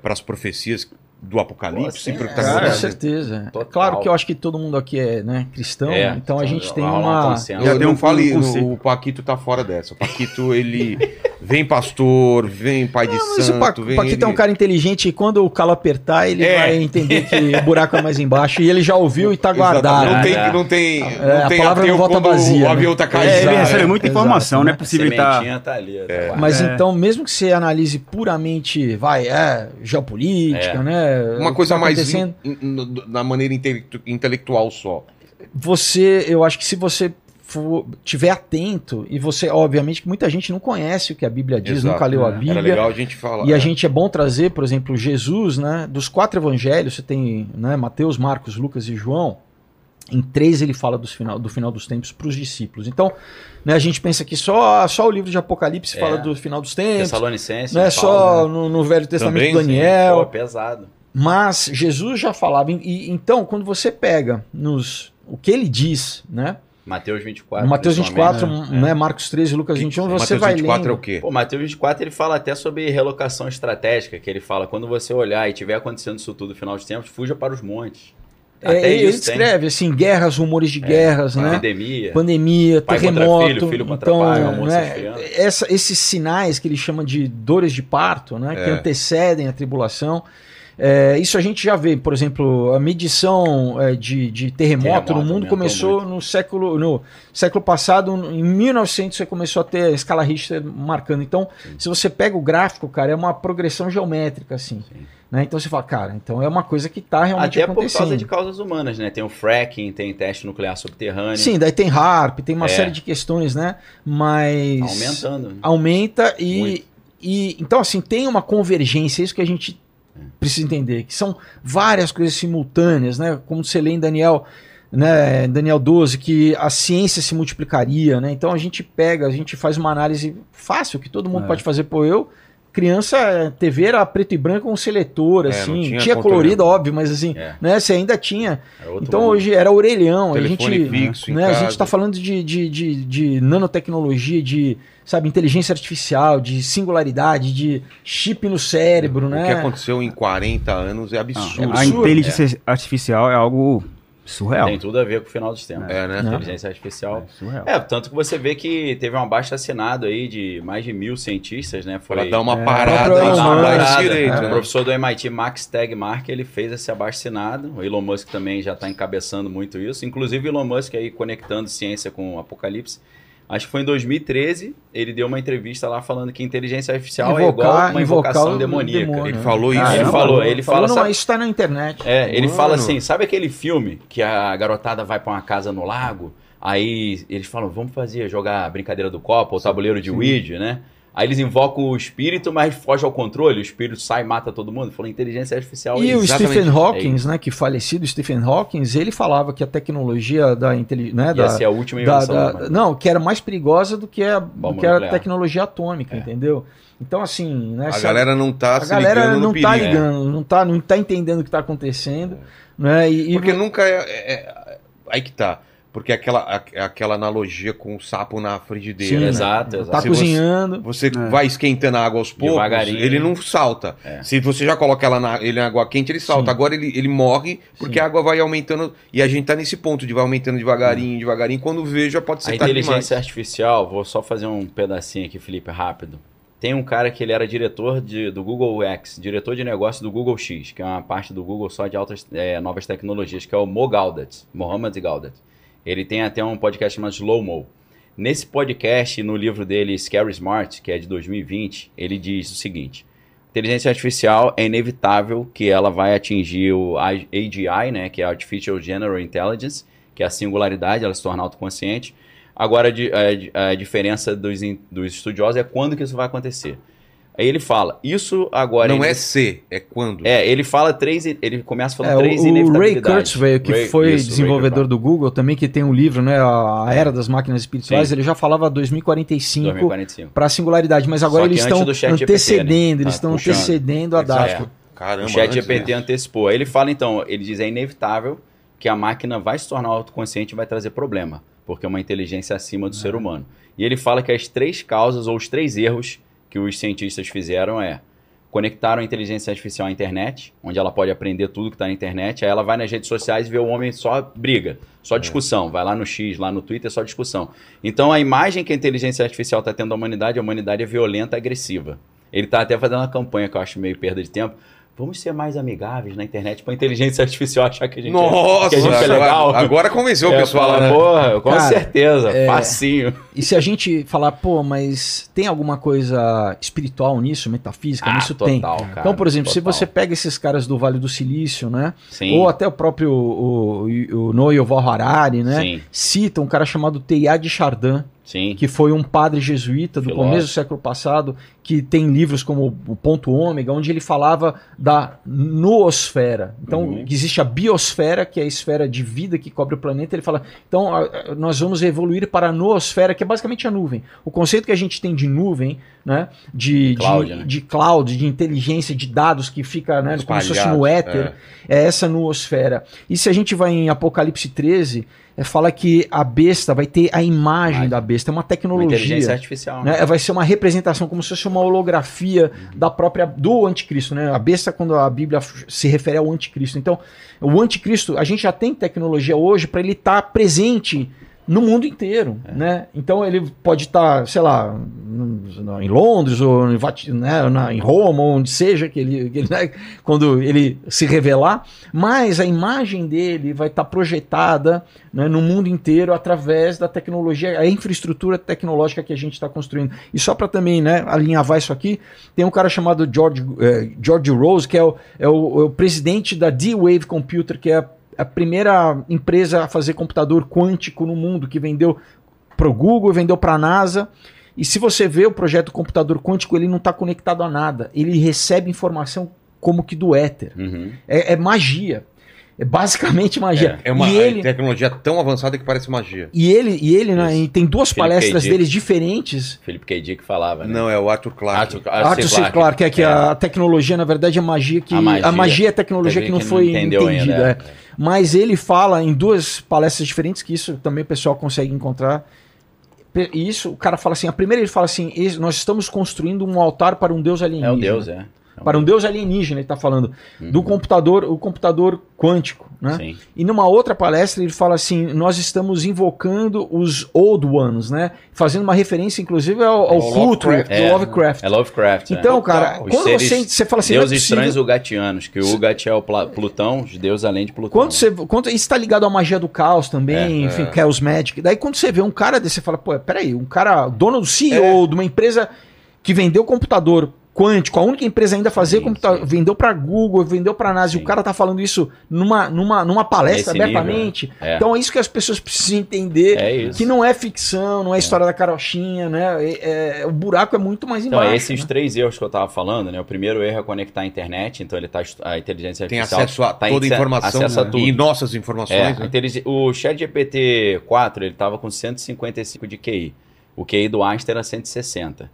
para as profecias do Apocalipse? Pô, pro que tá sim, com cara. acontecendo? certeza. É Total. Claro que eu acho que todo mundo aqui é né, cristão, É, então a gente tem rola um uma. consenso. Já Eu tem um não falo fale, com o- você. o Paquito tá fora dessa. O Paquito, ele <laughs> vem pastor, vem pai de Não, mas santo, o Pa- vem o Paquito ele... é um cara inteligente e quando o calo apertar, ele É. vai entender que o buraco é mais embaixo. E ele já ouviu e <laughs> tá Exatamente. guardado. Não né? tem, não tem, É, não a tem palavra ateu não volta quando vazia, o né? avião tá caindo. É, Exato, ele recebe né? muita Exato, informação, né? não é possível estar. Sementinha tá ali. tá guardada. Mas É. então, mesmo que você analise puramente, vai, é, geopolítica, É. né? o Uma que coisa tá mais acontecendo, in, in- na maneira intelectu- intelectual só. Você, eu acho que se você for, tiver atento, e você, obviamente, que muita gente não conhece o que a Bíblia diz, Exato, nunca leu a né? Era Era Bíblia. legal a gente falar. E a né? gente é bom trazer, por exemplo, Jesus, né? Dos quatro evangelhos, você tem né, Mateus, Marcos, Lucas e João. Em três ele fala dos final, do final dos tempos para os discípulos. Então, né, a gente pensa que só, só o livro de Apocalipse É. fala do final dos tempos. Tessalonicense. Não é Paulo, só né? no, no Velho Testamento Também, de sim. Daniel. Pô, pesado. Mas Jesus já falava. E, então, quando você pega nos o que ele diz, né? Mateus 24. No Mateus 24, principalmente, né? né, Marcos 13, Lucas 21, você É. Mateus vai 24 é o lendo. quê? Pô, Mateus 24 ele fala até sobre relocação estratégica, que ele fala, quando você olhar e tiver acontecendo isso tudo no final dos tempos, fuja para os montes. É, Até ele isso tem. descreve assim guerras, rumores É. de guerras, né? Epidemia. pandemia, Pai contra terremoto, filho, filho contra então, pai, almoço né, esfriando. essa- esses sinais que ele chama de dores de parto, né, que É. antecedem a tribulação. É, isso a gente já vê, por exemplo, a medição é, de, de terremoto, Terremoto no mundo aumentou começou muito. no século no século passado, em 1900 você começou a ter a escala Richter marcando. Então, se você pega o gráfico, cara, é uma progressão geométrica assim. Sim. né? Então você fala, cara, então é uma coisa que está realmente Até por acontecendo. causa de causas humanas, né? Tem o fracking, tem teste nuclear subterrâneo. Sim, daí tem harp, tem uma É. série de questões, né? Mas Tá Aumentando. né? aumenta e, Muito. e então assim tem uma convergência, é isso que a gente precisa entender, que são várias coisas simultâneas, né? Como você lê em Daniel, né, Daniel 12, que a ciência se multiplicaria, né? Então a gente pega, a gente faz uma análise fácil que todo mundo É. pode fazer, pô, eu criança, eh, TV era preto e branco com seletor, É, assim, não tinha, tinha controle. colorido, óbvio, mas assim, É, né, você ainda tinha. é outro Então mundo. hoje era orelhão, a gente Telefone fixo em né? A casa. gente está falando de, de, de, de nanotecnologia, de sabe, inteligência artificial, de singularidade, de chip no cérebro, O que né? Ah, aconteceu em 40 anos é absurdo. A absurdo. inteligência artificial é algo é. surreal. Tem tudo a ver com o final dos tempos. É, né? Não. Inteligência artificial. É surreal. É, tanto que você vê que teve um abaixo assinado aí de mais de mil cientistas, né? Foi Pra dar uma É, parada pra em dar uma estudar parada. esse direito, O né? professor do MIT, Max Tegmark, ele fez esse abaixo-assinado. O Elon Musk também já está encabeçando muito isso. Inclusive, o Elon Musk aí conectando ciência com o apocalipse. Acho que foi em 2013, ele deu uma entrevista lá falando que inteligência artificial é igual Invocar- uma invocar invocação o demoníaca. demônio. Ele falou isso. Ah, ele não, falou, ele fala, não, sabe- isso está na internet. É, ele Mano. fala assim, sabe aquele filme que a garotada vai pra uma casa no lago, aí eles falam, vamos fazer, jogar a brincadeira do copo, ou tabuleiro de Ouija, né? Aí eles invocam o espírito, mas foge ao controle, o espírito sai e mata todo mundo. Falou inteligência artificial. E é o isso. Então, exatamente. Stephen Hawking, né, que falecido Stephen Hawking, ele falava que a tecnologia da inteligência, né, da, é Ia ser é a última da- invenção. do da- né? humano. não, que era mais perigosa do que a, do que a nuclear. tecnologia atômica, É. entendeu? Então assim, né, A essa- galera não tá a se galera ligando não no está perigo. É. ligando, não está não tá entendendo o que está acontecendo, né? E, e Porque nunca é, é- é- Aí que tá. Porque é aquela, a- aquela analogia com o sapo na frigideira. Sim, né? Exato, tá exato. Se você- cozinhando. Você É. vai esquentando a água aos poucos, Devagarinho. ele não salta. É. Se você já coloca ela na, ele na água quente, ele salta. Sim. Agora ele, ele morre, porque Sim. a água vai aumentando. E a gente tá nesse ponto de vai aumentando É. devagarinho, devagarinho. Quando vê, já pode A ser tarde demais. inteligência artificial, vou só fazer um pedacinho aqui, Felipe, rápido. Tem um cara que ele era diretor de, do Google X, diretor de negócio do Google X, que é uma parte do Google só de altas, eh, novas tecnologias, que é o Mo Gaudat, Mohamed Gaudat. Ele tem até um podcast chamado Slow Mo. Nesse podcast e no livro dele, Scary Smart, que é de 2020, ele diz o seguinte: inteligência artificial é inevitável que ela vai atingir o AGI, né, que é Artificial General Intelligence, que é a singularidade, ela se torna autoconsciente. é, Agora, a di- a, di- a diferença dos, in- dos estudiosos é quando que isso vai acontecer. Aí ele fala, isso agora... Não ele- é se, é quando. É, ele fala três... e- Ele começa É, falando três o, o Ray inevitabilidades. Kurtz, velho, que Ray- foi isso, Ray É. desenvolvedor do Google também, que tem um livro, né? A a Era das Máquinas Espirituais, Sim. ele já falava 2045 2045. para a singularidade, mas agora Só que eles antes estão do ChatGPT, antecedendo, né? eles Tá estão puxando. antecedendo a Exato. data. Caramba, o chat antes, GPT né? antecipou. Aí ele fala, então, ele diz, é inevitável que a máquina vai se tornar autoconsciente e vai trazer problema, porque é uma inteligência acima do ser humano. E ele fala que as três causas ou os três erros que os cientistas fizeram é conectaram a inteligência artificial à internet, onde ela pode aprender tudo que está na internet, aí ela vai nas redes sociais e vê o homem só briga, É. só discussão, vai lá no X, lá no Twitter, é só discussão. Então a imagem que a inteligência artificial está tendo da humanidade, a humanidade é violenta, agressiva. Ele está até fazendo uma campanha que eu acho meio perda de tempo. Vamos ser mais amigáveis na internet para a inteligência <laughs> artificial achar que a gente Nossa, que a gente é legal. agora convenceu é, o pessoal, fala, né? Porra, com Cara, certeza, é- facinho. E se a gente falar, pô, mas tem alguma coisa espiritual nisso, metafísica, nisso tem. Ah, cara, Então, por exemplo, se total. você pega esses caras do Vale do Silício, né? Sim, Ou até o próprio o, o, o Noyoval Harari, né? sim, Cita um cara chamado Teilhard de Chardin, sim. que foi um padre jesuíta do Filósofo. começo do século passado, que tem livros como O Ponto Ômega, onde ele falava da noosfera. Então, Uhum. que existe a biosfera, que é a esfera de vida que cobre o planeta. Ele fala, então, a- a- nós vamos evoluir para a noosfera, que é basicamente a nuvem. O conceito que a gente tem de nuvem, né, de, de, Cloud, né? de cloud, de inteligência, de dados que fica né, como se fosse Espalhados, no éter, é essa noosfera. E se a gente vai em Apocalipse 13, é, fala que a besta vai ter a imagem Imagem. da besta, é uma Uma inteligência tecnologia. artificial. né? Né? Vai ser uma representação, como se fosse uma holografia da própria do anticristo, né? A besta, quando a Bíblia f- se refere ao anticristo. Então, o anticristo, a gente já tem tecnologia hoje para ele estar presente no mundo inteiro, né? Então ele pode estar, sei lá, n- em Londres ou em, Vati- né, na- em Roma, ou onde seja que ele, que ele, né, quando ele se revelar, mas a imagem dele vai estar projetada né, no mundo inteiro através da tecnologia, a infraestrutura tecnológica que a gente está construindo. E só para também né, alinhavar isso aqui, tem um cara chamado George, eh, George Rose, que é o, é o- é o presidente da D-Wave Computer, que é a, a primeira empresa a fazer computador quântico no mundo, que vendeu para o Google, vendeu para a NASA. E se você vê o projeto computador quântico, ele não está conectado a nada. Ele recebe informação como que do éter. Uhum. É, é magia. É basicamente magia. É uma e ele, tecnologia tão avançada que parece magia. e ele, e ele né, Isso. e tem duas Aquele palestras KD. deles diferentes. Felipe K. Dick falava, né? Não, é o Arthur Clarke. Arthur, Arthur Arthur C. Clarke, Clarke, é que É. a tecnologia, na verdade, é magia que. A A magia. magia, é tecnologia que não foi entendida. é. é. Mas ele fala em duas palestras diferentes, que isso também o pessoal consegue encontrar. Pe- E isso, o cara fala assim: a primeira ele fala assim, "Es- nós estamos construindo um altar para um deus É alienígena. o Deus, é. É Para um deus alienígena, ele está falando. Uhum. Do computador, o computador quântico, né? Sim. E numa outra palestra ele fala assim: nós estamos invocando os Old Ones, né? Fazendo uma referência, inclusive, ao, ao Ao culto Lovecraft. do É. Lovecraft. É Lovecraft, né? Então, cara, Os quando seres- você, você fala assim, não é Deuses possível. estranhos ugatianos, que o Ugat é o pla- Plutão, os deuses além de Plutão. Quando você, quando, isso está ligado à magia do caos também, É, enfim, é. Chaos Magic. Daí quando você vê um cara desse, você fala, pô, peraí, um cara, dono do É. CEO de uma empresa que vendeu computador quântico, a única empresa ainda a fazer Sim, computador, sim. vendeu para Google, vendeu para NASA, e Sim. o cara tá falando isso numa, numa, numa palestra Nesse nível, abertamente. É. Então é isso que as pessoas precisam entender. É isso. Que não é ficção, não é história da carochinha, né? É- é- o buraco é muito mais Então, embaixo. esses né? três erros que eu tava falando, né? O primeiro erro é conectar a internet, então ele tá estu- a inteligência Tem artificial acesso a tá toda a ince- informação acesso a né? tudo. e nossas É, informações. a né? inteligen- o ChatGPT 4, ele tava com 155 de QI. O QI do Einstein era 160.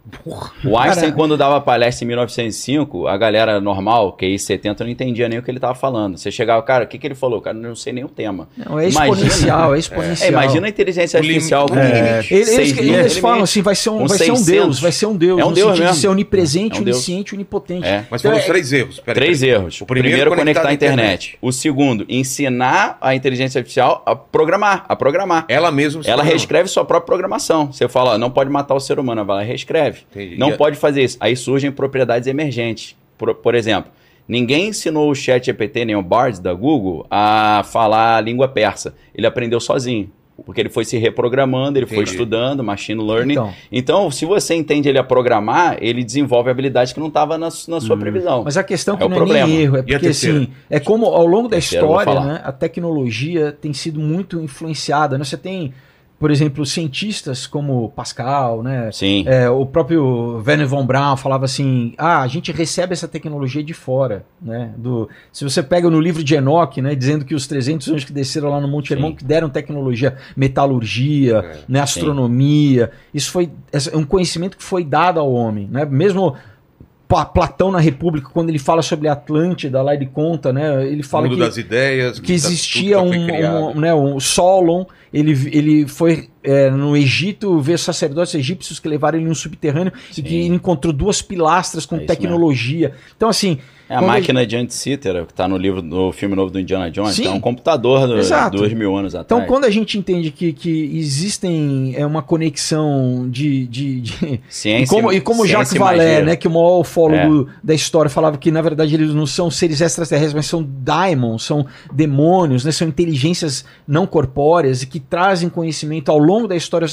o Einstein, Cara. quando dava palestra em 1905, a galera normal, QI 70, não entendia nem o que ele tava falando. Você chegava, cara, o que, que ele falou? Cara, não sei nem o tema. Não, é Imagina. exponencial, é É, exponencial. imagina a inteligência O lim- artificial o com limite. Eles, seis eles- mil, eles ele falam me- assim, vai ser um, Com vai ser um 600. deus, vai ser um deus, É um no deus sentido mesmo. de ser onipresente, É um deus. onisciente, onipotente. É. Mas foram Então, é- três erros. Peraí, Três erros. O primeiro, conectar a internet. O segundo, ensinar a inteligência artificial a programar, a programar. Ela mesma se Ela programa. reescreve sua própria programação. Você fala, ó, não pode matar o ser humano, ela vai lá e reescreve. Entendi. Não E- pode fazer isso. Aí surgem propriedades emergentes. Por, por exemplo, ninguém ensinou o chat GPT, nem o Bard da Google, a falar a língua persa. Ele aprendeu sozinho. Porque ele foi se reprogramando, ele foi Entendi. estudando, machine learning. Então, Então, se você entende ele a programar, ele desenvolve habilidades que não estava na, su- na sua previsão. mas a questão é que É o não é problema. nem erro, a é porque terceira? assim, é como ao longo da Terceira eu vou história, falar. né, a tecnologia tem sido muito influenciada, né? Você tem por exemplo, cientistas como Pascal, né? Sim. É, o próprio Werner von Braun falava assim: ah, a gente recebe essa tecnologia de fora, né? Do, se você pega no livro de Enoch, né, dizendo que os 300 anjos que desceram lá no Monte Hermon Sim. que deram tecnologia, metalurgia, É, né, astronomia, isso foi essa- é um conhecimento que foi dado ao homem, né? Mesmo Pa- Platão na República, quando ele fala sobre a Atlântida, lá ele conta, né? Ele fala mundo que das ideias, tá que das- existia tudo que foi um, criado. um, né, um Solon, ele, ele foi é, no Egito ver sacerdotes egípcios que levaram ele em um subterrâneo Sim. e que encontrou duas pilastras com É isso tecnologia. Então, assim, É a Quando a máquina de Anticitter, que tá no livro no filme novo do Indiana Jones, Sim. que é um computador do, Exato. dois mil anos então atrás. quando a gente entende que, que existem é, uma conexão de- de- de Ciência, e como, e como ciência Jacques e Vallée, magia. É. né, que o maior ufólogo da história, falava que, na verdade, eles não são seres extraterrestres, mas são daimons, são demônios, né, são inteligências não corpóreas e que trazem conhecimento ao longo da história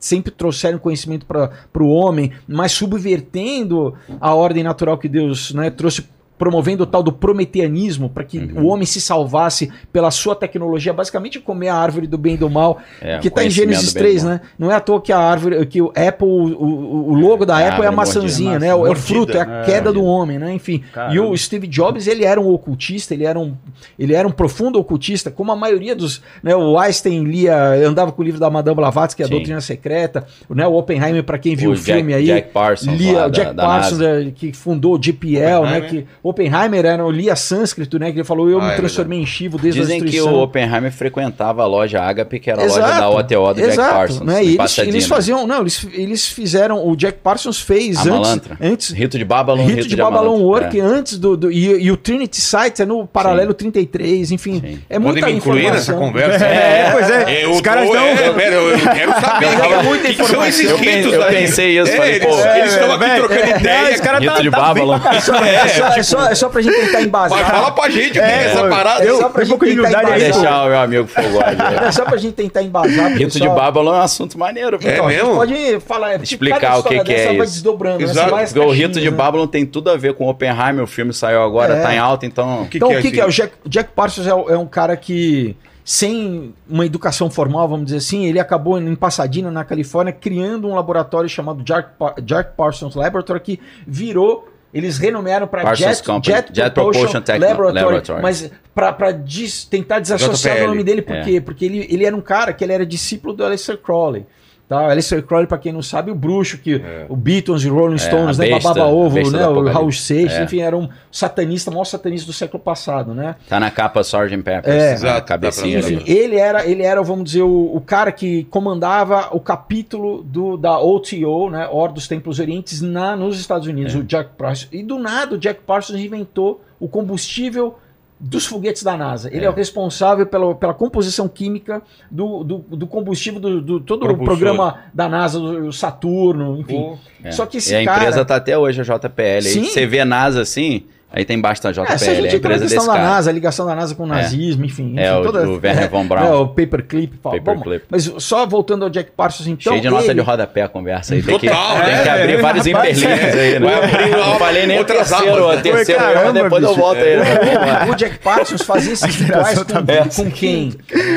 sempre trouxeram conhecimento para o homem, mas subvertendo a ordem natural que Deus né, trouxe, promovendo o tal do prometeanismo para que Uhum. o homem se salvasse pela sua tecnologia, basicamente comer a árvore do bem e do mal, É, que o tá em conhecimento Gênesis bem 3, bom. né? Não é à toa que a árvore, que o Apple, o, o- o logo da A Apple é a árvore mordida. maçãzinha, A né? É o mordida, fruto, é a né? queda do homem, né? Enfim. E o Caramba. Steve Jobs, ele era um ocultista, ele era um, ele era um profundo ocultista, como a maioria dos, né? O Einstein lia, andava com o livro da Madame Blavatsky, que é a Sim. doutrina secreta, né? O Oppenheimer, para quem viu o, Jack, filme aí, Jack Parsons. lia lá o Jack da, Parsons, Da NASA. eh, que fundou o GPL, né? Oppenheimer. Que Oppenheimer era, o lia sânscrito, né? Que ele falou, eu Ah, me é transformei em Chivo desde a Dizem que destruição. o Oppenheimer frequentava a loja Agape, que era a loja Exato, da OTO do Jack Parsons. né? em E eles, Pasadena. eles faziam, não, eles, eles fizeram, o Jack Parsons fez A antes, malantra. antes Rito de Babylon, Rito de Babylon Amalanta. Work, né? É, antes do, do- e, e o Trinity Site é no paralelo 33, enfim, sim. é Podem muita me incluir nessa informação. conversa? É, pois é. Eu Os caras tô- não. é, pera, eu, eu quero saber. cara, muita o que são informação. esses Eu pen- ritos eu aí? pensei isso, É, falei, eles pô, eles estão aqui velho, trocando é, ideia. os caras Rito tá de bem Babylon. pra <laughs> caramba. É só, é, tipo, só, é só pra gente tentar Mas fala embasar. pra gente o que é, É, essa eu- parada. eu- só pra tem um pouco de tentar humildade Vai aí, embasar. deixar o meu amigo <laughs> Fogode. aí. É só pra gente tentar embasar. Rito de pessoal. Então, Babylon é um assunto maneiro, É pessoal. A gente mesmo? Pode falar, é, Explicar cada o que história que é dessa vai isso. desdobrando, né? São Exato, várias Porque o Rito de caixinhas, né? Babylon tem tudo a ver com Oppenheimer, o filme saiu agora, É. tá em alta, então. que então, que é o que, que isso? é? O Jack, Jack Parsons é, o- é um cara que, sem uma educação formal, vamos dizer assim, ele acabou em Pasadena, na Califórnia, criando um laboratório chamado Jack, Pa- Jack Parsons Laboratory, que virou. Eles renomearam para Parsons Jet, Company, Jet, Jet Propulsion Propulsion Techno- Laboratory, Laboratory. mas para des, tentar desassociar JPL. o nome dele, por É. quê? Porque ele, ele era um cara que ele era discípulo do Aleister Crowley. Tá? O Aleister Crowley, para quem não sabe, o bruxo que o Beatles e Rolling Stones, É. a né, besta, babava a ovo, besta né, do o apocalipse. Raul Seixas, É. enfim, era um satanista, o maior satanista do século passado, né? Tá na capa Sgt. Peppers, É. na Exato, cabecinha dá pra Enfim, ver. ali. ele era, ele era, vamos dizer, o, o cara que comandava o capítulo do, da OTO, né, Ordem dos Templos Orientes, na, nos Estados Unidos, É. o Jack Parsons. E do nada o Jack Parsons inventou o combustível dos foguetes da NASA. Ele é, É. o responsável pela, pela composição química do, do, do combustível do, do- todo o Propulsor. programa da NASA, do Saturno, enfim. Pô, É. Só que esse e a cara- empresa tá até hoje a JPL. Sim. Aí você vê a NASA assim, aí tem embaixo tá a JPL, É, se a é, a gente entra na empresa questão desse da cara. NASA, a ligação da NASA com o nazismo, enfim. É, enfim, o, o Werner <laughs> von É, Braun. o paperclip. pá. Paperclip. Bom, Mas só voltando ao Jack Parsons, então. Cheio de nota ele- de rodapé a conversa aí. Tem que, Total, tem né? que abrir É, vários rapaz, interlinks aí, né? Vai abrir não falei nem o outras terceiro, abas, o né? terceiro, Foi, caramba, depois eu bicho. volto aí. <laughs> né? O Jack Parsons fazia esses rituais com, É. com quem?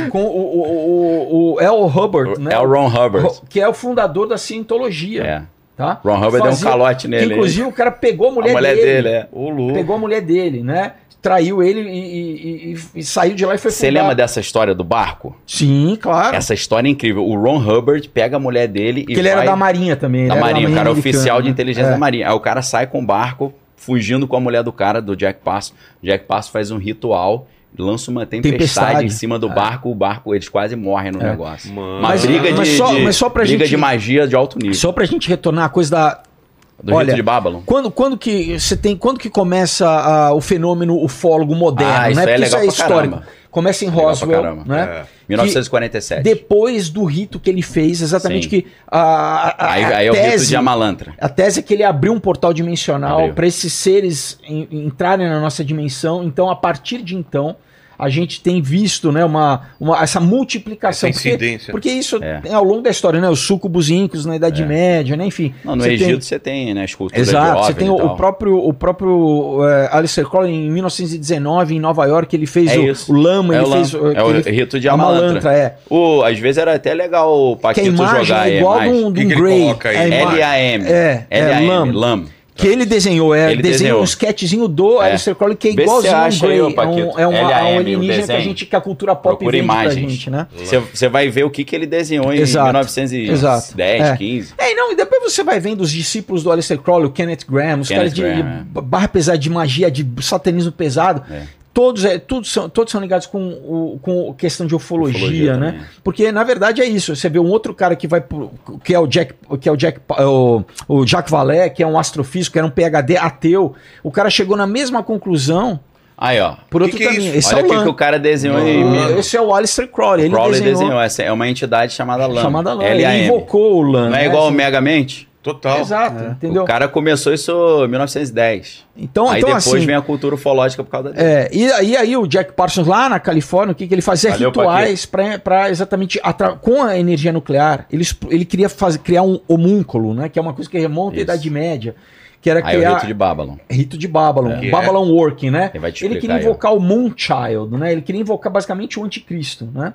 Com o, o, o, o L. Hubbard, né? É o Ron Hubbard. Que é o fundador da Cientologia. É. Tá? Ron Hubbard deu um calote que, nele. Inclusive, o cara pegou a A mulher, mulher dele. dele, é. Ô, louco. Pegou a mulher dele, né? Traiu ele e, e- e- e saiu de lá e foi Você fundar- lembra dessa história do barco? Sim, claro. Essa história é incrível. O Ron Hubbard pega a mulher dele e Ah. Porque ele era vai da Marinha também. da ele era Marinha, o cara é americana, oficial de né? inteligência É. da Marinha. Aí o cara sai com o barco, fugindo com a mulher do cara, do Jack Passo. O Jack Passo faz um ritual, lança uma tempestade, Tempestade. em cima do barco, o barco, eles quase morrem no É. negócio. Mano. Uma Mas- briga de, mas só- de- mas só pra briga gente- de magia de alto nível. Só pra gente retornar a coisa da. do olha, rito de Babylon. Quando, quando que você tem. Quando que começa ah, o fenômeno ufólogo moderno, Ah, isso né? aí é legal pra histórico. caramba. Começa em Legal pra Roswell, caramba. né? É. 1947. Depois do rito que ele fez, exatamente Sim. que. A, a, Aí, a aí é o rito tese, de Amalantra. a tese é que ele abriu um portal dimensional Abriu. para esses seres en- entrarem na nossa dimensão. Então, a partir de então. a gente tem visto né, uma, uma, essa multiplicação. Essa incidência. Porque, porque isso É. é ao longo da história, né? Os sucubos incos na Idade Média, né? Enfim. Não, no você tem- Egito você tem, né, escultura de Exato, óvulo você tem e o, tal. o próprio, o próprio eh, Alistair Crowley em 1919 em Nova York, ele fez É o, isso. o lama, É ele o fez lama. eh, É o ele- rito de a amalantra. é. O, às vezes era até legal o Que a Paquito imagem jogar é aí, igual de mas- um, de que um que ele Grey. coloca aí? a ima- L-A-M. É, é, L-A-M, lama. Lam. que ele desenhou, é, Ele desenhou desenhou. um sketchzinho do É. Alistair Crowley que é Vê se igualzinho você um acha aí, Grey. ô, é um, Paquito. é um, é um LAM, o alienígena que a desenho. gente, que a cultura pop Procura vende pra imagens. gente, né? Você- Você vai ver o que, que ele desenhou em Exato. 1910, Exato. É. 15. É, e não, e depois você vai vendo os discípulos do Aleister Crowley, o Kenneth Graham, os Kenneth caras de, Graham, é. de barra pesada, de magia, de satanismo pesado. É. Todos, é, todos, são, todos são ligados com, o, com questão de ufologia, Ufologia né? também. Porque, na verdade, é isso. Você vê um outro cara que vai pro, que é o Jack, que é o Jack, o, o Jacques Vallée, que é um astrofísico, era um PhD ateu. O cara chegou na mesma conclusão Aí, ó. por Que outro que é caminho. isso? Esse Olha é o o que, Lan. que o cara desenhou em Lan. Ah, Esse é o Aleister Crowley. Ele Crowley desenhou, desenhou. essa É uma entidade chamada Lam. chamada Lan. Ele L-A-M. invocou o Lan. Não né? é igual o Megamente? Total. Exato, entendeu? O cara começou isso em 1910. Então, aí então depois assim, vem a cultura ufológica por causa dele. É, e aí, aí o Jack Parsons lá na Califórnia, o que, que ele fazia? Valeu, Rituais para exatamente atra- com a energia nuclear. Ele, exp- ele queria fazer, criar um homúnculo, né? Que é uma coisa que remonta à Isso. Idade Média. Que é era aí criar o rito de Babylon. rito de Babylon, É. Babylon Working, né? Ele vai te Ele explicar queria aí, ó. invocar o Moonchild, né? Ele queria invocar basicamente o anticristo, né?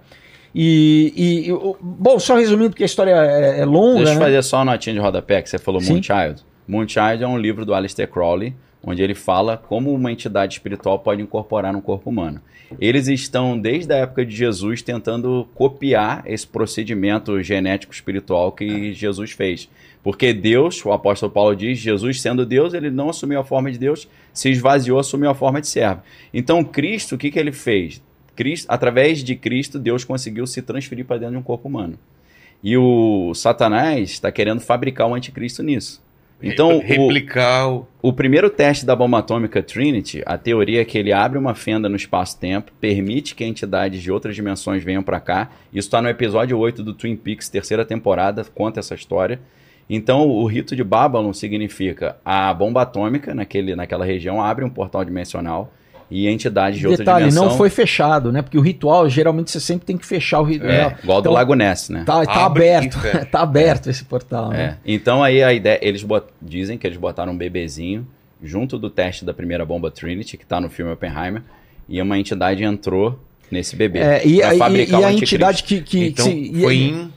E, e- e o- bom, só resumindo que a história é, é longa, Deixa eu né? fazer só uma notinha de rodapé que você falou Sim. Moonchild. Moonchild é um livro do Aleister Crowley, onde ele fala como uma entidade espiritual pode incorporar no corpo humano. Eles estão, desde a época de Jesus, tentando copiar esse procedimento genético espiritual que Jesus fez. Porque Deus, o apóstolo Paulo diz, Jesus sendo Deus, ele não assumiu a forma de Deus, se esvaziou, assumiu a forma de servo. Então, Cristo, o que, que ele fez? Cristo, através de Cristo, Deus conseguiu se transferir para dentro de um corpo humano. E o Satanás está querendo fabricar o anticristo nisso. Então, Re- o, replicar o... o primeiro teste da bomba atômica Trinity, a teoria é que ele abre uma fenda no espaço-tempo, permite que entidades de outras dimensões venham para cá. Isso está no episódio 8 do Twin Peaks, terceira temporada, conta essa história. Então, o rito de Babylon significa a bomba atômica naquele, naquela região abre um portal dimensional e entidades de outra Detalhe, dimensão. não foi fechado, né? Porque o ritual, geralmente, você sempre tem que fechar o ritual. É, igual Então, do Lago Ness, né? Tá, tá Abre e aberto, fecha. <laughs> tá aberto esse portal, É. né? Então aí a ideia, eles bot- dizem que eles botaram um bebezinho junto do teste da primeira bomba Trinity, que tá no filme Oppenheimer, e uma entidade entrou nesse bebê. É, e, pra e- fabricar e o a anticristo. entidade que. que- então, que se- foi e, é em...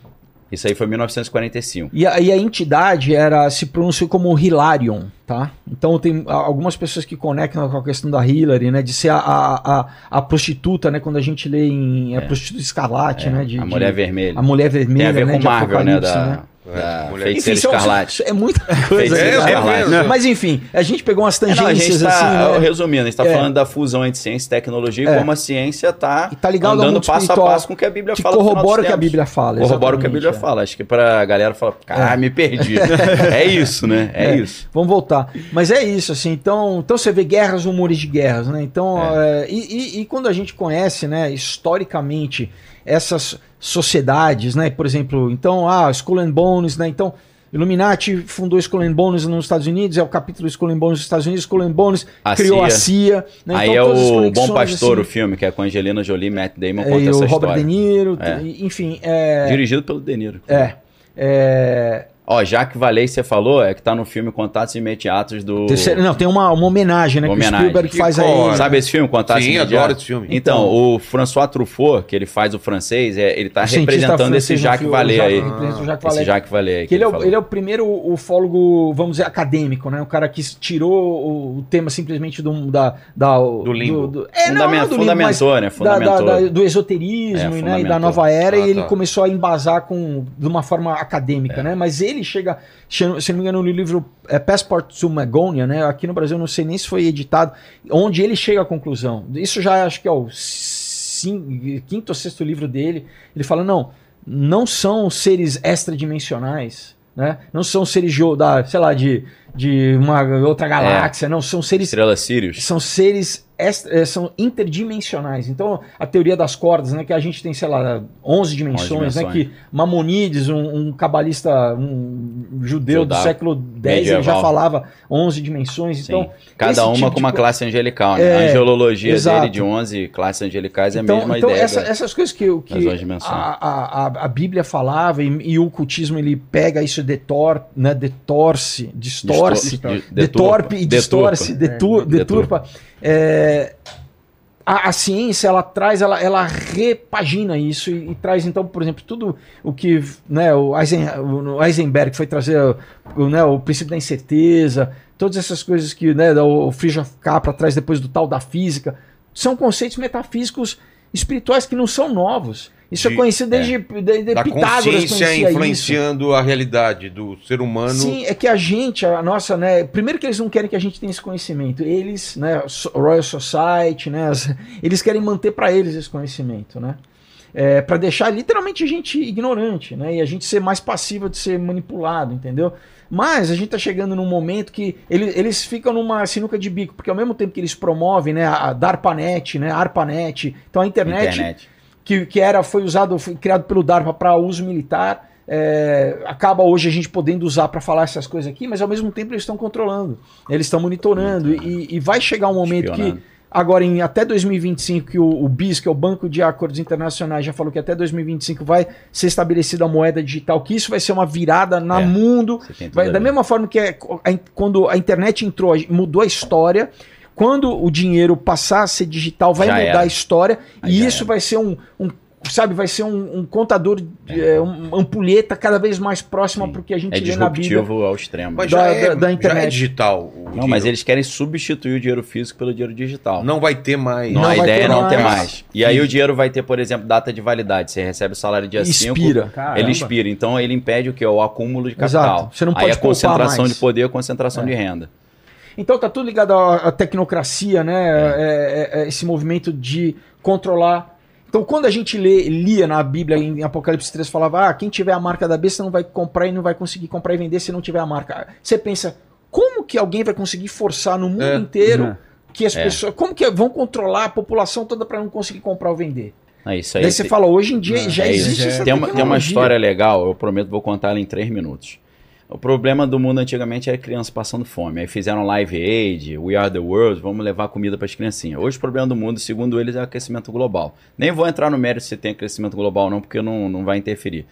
Isso aí foi em 1945. e a, e a entidade era se pronunciou como Hilarion, tá? Então tem a- algumas pessoas que conectam com a questão da Hillary, né? De ser a, a, a- a prostituta, né? Quando a gente lê em. A prostituta escarlate, né? De, É. a Mulher de- Vermelha. A mulher vermelha. Tem a ver né, com de Marvel, né? Apocalipse, Da, né? da Mulher- Feiticeira são- Escarlate. <laughs> é muita coisa. Feiticeira né? Escarlate. Não, Mas enfim, a gente pegou umas É, não, a gente tangências tá, assim. né? resumindo, a gente tá É. falando da fusão entre ciência e tecnologia e É. como a ciência tá, E tá ligado ao andando mundo passo a espiritual, passo com o que a Bíblia Que fala. no final dos corrobora o que a tempos. Bíblia fala. Corrobora o que a exatamente, Bíblia é. fala. Acho que pra galera falar, cara, me <laughs> perdi. é isso, né? É, É. isso. Vamos voltar. Mas é isso, assim. Então, então você vê guerras, rumores de guerras, né? Então, é, e, e- e quando a gente conhece, né, historicamente, essas sociedades, né? Por exemplo, então, ah, Skull and Bones, né? Então, Illuminati fundou Skull and Bones nos Estados Unidos, é o capítulo Skull and Bones nos Estados Unidos, Skull and Bones A criou a CIA. CIA. Né? Aí Então, todas as é o Bom conexões, Pastor, o assim, filme, que é com Angelina Jolie e Matt Damon, é, conta e essa o Robert De história. Niro, É. enfim, é, Dirigido pelo De Niro. é, é, Ó, já que Valei você falou, é que tá no filme Contatos Imediatos do... terceiro- não, tem uma, uma homenagem, né, Uma que o homenagem. Spielberg Que faz né? aí. cor- Sabe esse filme, Contatos Sim, Imediatos? adoro esse filme. Então, o François Truffaut, que ele faz o francês, é, ele tá O cientista representando francês esse no Jacques filme, Vallée o aí. Jacques- representa o Jacques Esse Vallée. Jacques Vallée aí Que ele, é o, falou. ele é o primeiro ufólogo, vamos dizer, acadêmico, né? O cara que tirou o, o tema simplesmente do, da, da- Do limbo. é, não, Fundamenta- não do limbo, mas fundamentou, né? da- da- Fundamentou. da- do esoterismo É, e, né, e fundamentou. da nova era, Ah, e ele tá. começou a embasar com, de uma forma É. acadêmica, né? Mas ele chega, se eu não se não me engano, no livro é, Passport to Magonia, né? Aqui no Brasil, eu não sei nem se foi editado, onde ele chega à conclusão. Isso já acho que é o cin- quinto ou sexto livro dele. Ele fala, não, não são seres extradimensionais, né? Não são seres de, o- da, sei lá, de, de uma outra galáxia, não, são seres Estrela Sirius. são seres extra- eh, são interdimensionais. Então, a teoria das cordas, né, que a gente tem, sei lá, 11 dimensões, né, dimensões. que Mamonides, um, um cabalista um judeu do Judá. século X, ele já Medieval. falava 11 dimensões. Sim. Então, esse Cada uma tipo com de uma co- classe angelical, né? É, a angelologia exato. dele de 11 classes angelicais é a então, mesma então ideia. essa- da- essas coisas que, o- das que duas dimensões. a, a, a- a Bíblia falava e, e o cultismo ele pega isso e detor, né, detorce, distorce, Distor- de- detorpe e deturpa. distorce, detur, É, deturpa. É, a, a ciência ela traz, ela, ela repagina isso e, e traz então, por exemplo, tudo o que né, o, Eisen, o Heisenberg foi trazer o, né, o princípio da incerteza, todas essas coisas que né, o Friedrich Capra traz depois do tal da física, são conceitos metafísicos espirituais que não são novos. Isso é De- conhecido desde, desde da Pitágoras consciência conhecia isso. né? influenciando a realidade do ser humano. Sim, é que a gente, a nossa, né? Primeiro que eles não querem que a gente tenha esse conhecimento. Eles, né? so- Royal Society, né? as- Eles querem manter para eles esse conhecimento, né? É, para deixar literalmente a gente ignorante, né? E a gente ser mais passivo de ser manipulado, entendeu? Mas a gente tá chegando num momento que eles, eles ficam numa sinuca de bico, porque ao mesmo tempo que eles promovem, né, a a DARPANET, né, ARPANET, então a internet Internet. que, que era foi usado, foi criado pelo DARPA para uso militar, é, acaba hoje a gente podendo usar para falar essas coisas aqui, mas ao mesmo tempo eles estão controlando, eles estão monitorando e, e vai chegar um momento que Espionando. agora em até 2025 que o, o BIS, que é o Banco de Acordos Internacionais, já falou que até 2025 vai ser estabelecida a moeda digital, que isso vai ser uma virada no É. mundo Você tem tudo Vai- a da ver. mesma forma que é co- a in- quando a internet entrou, a gen- mudou a história. Quando o dinheiro passar a ser digital, vai Já mudar era. a história. Aí e já isso era. vai ser um, um- sabe, vai ser um, um contador, de- é, um- uma ampulheta cada vez mais próxima Sim. pro que a gente É lê na Bíblia. disruptivo ao extremo. Mas da- já, é, da- da já é internet. digital. o dinheiro. não, mas eles querem substituir o dinheiro físico pelo dinheiro digital. Não vai ter mais. Não, Não a vai ideia ter é não ter mais. mais. E aí o dinheiro vai ter, por exemplo, data de validade. Você recebe o salário dia 5, Inspira. ele expira. Então ele impede o que? O acúmulo de capital. Exato. Você não aí pode a poupar concentração mais. de poder, a concentração É. de renda. Então tá tudo ligado à, à tecnocracia, né? É, é, é, esse movimento de controlar. Então, quando a gente lê, lia na Bíblia, em Apocalipse 3, falava: ah, quem tiver a marca da besta não vai comprar e não vai conseguir comprar e vender se não tiver a marca. Você pensa, como que alguém vai conseguir forçar no mundo É. inteiro É. que as É. pessoas. Como que vão controlar a população toda para não conseguir comprar ou vender? É isso aí. Daí você fala: hoje em dia É, já é isso. existe É. essa tem, uma, tem uma tecnologia. história legal, eu prometo, vou contar ela em três minutos. O problema do mundo antigamente era criança passando fome. Aí fizeram Live Aid, We Are the World, vamos levar comida para as criancinhas. Hoje o problema do mundo, segundo eles, é o aquecimento global. Nem vou entrar no mérito se tem aquecimento global ou não, porque não, não vai interferir.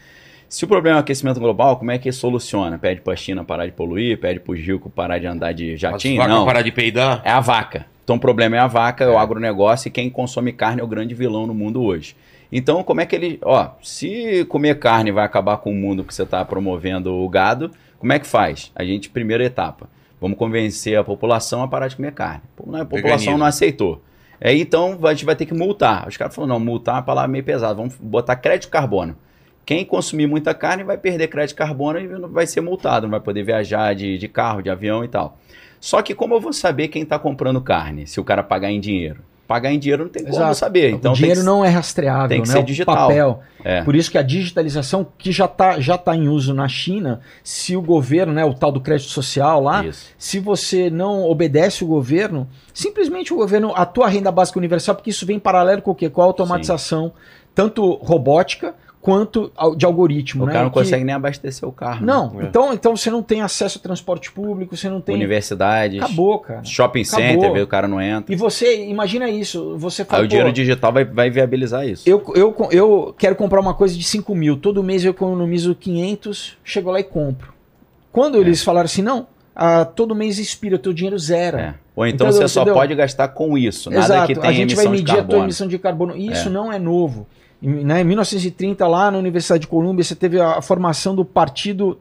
Se o problema é o aquecimento global, como é que soluciona? Pede para a China parar de poluir? Pede para o Gilco parar de andar de As jatinho? vacas Não. parar de peidar. É a vaca. Então o problema é a vaca, é o agronegócio e quem consome carne é o grande vilão no mundo hoje. Então como é que ele, ó, se comer carne vai acabar com o mundo que você está promovendo o gado, como é que faz? A gente primeira etapa, vamos convencer a população a parar de comer carne. Pô, né, A população Veganismo. não aceitou. Aí então a gente vai ter que multar. Os caras falaram, não, multar é uma palavra meio pesada, vamos botar crédito carbono. Quem consumir muita carne vai perder crédito carbono e não vai ser multado, não vai poder viajar de, de carro, de avião e tal. Só que como eu vou saber quem está comprando carne se o cara pagar em dinheiro? Pagar em dinheiro não tem como Exato. eu saber. Então o tem dinheiro que- não é rastreável, tem que né? ser O digital. papel. É. Por isso que a digitalização, que já está já tá em uso na China, se o governo, né, o tal do crédito social lá, Isso. se você não obedece o governo, simplesmente o governo, a tua renda básica universal, porque isso vem em paralelo com o quê? Com a automatização, tanto robótica quanto ao- de algoritmo. O né? cara não Que- consegue nem abastecer o carro. né? Não, É. então, então você não tem acesso a transporte público, você não tem. Universidades, Acabou, cara. shopping Acabou. center, aí o cara não entra. E você, imagina isso, você fala. Aí o "Pô, dinheiro digital vai, vai viabilizar isso. Eu, eu, eu quero comprar uma coisa de 5 mil. Todo mês eu economizo 500, chego lá e compro. É. Quando eles falaram assim, não, ah, todo mês expira, o teu dinheiro zera. É. Ou então Entendeu? você só Entendeu? pode gastar com isso. Nada que Exato, tenha a gente vai emissão de medir a tua carbono. emissão de carbono. E isso não é novo. Em, né, em 1930, lá na Universidade de Colômbia, você teve a formação do Partido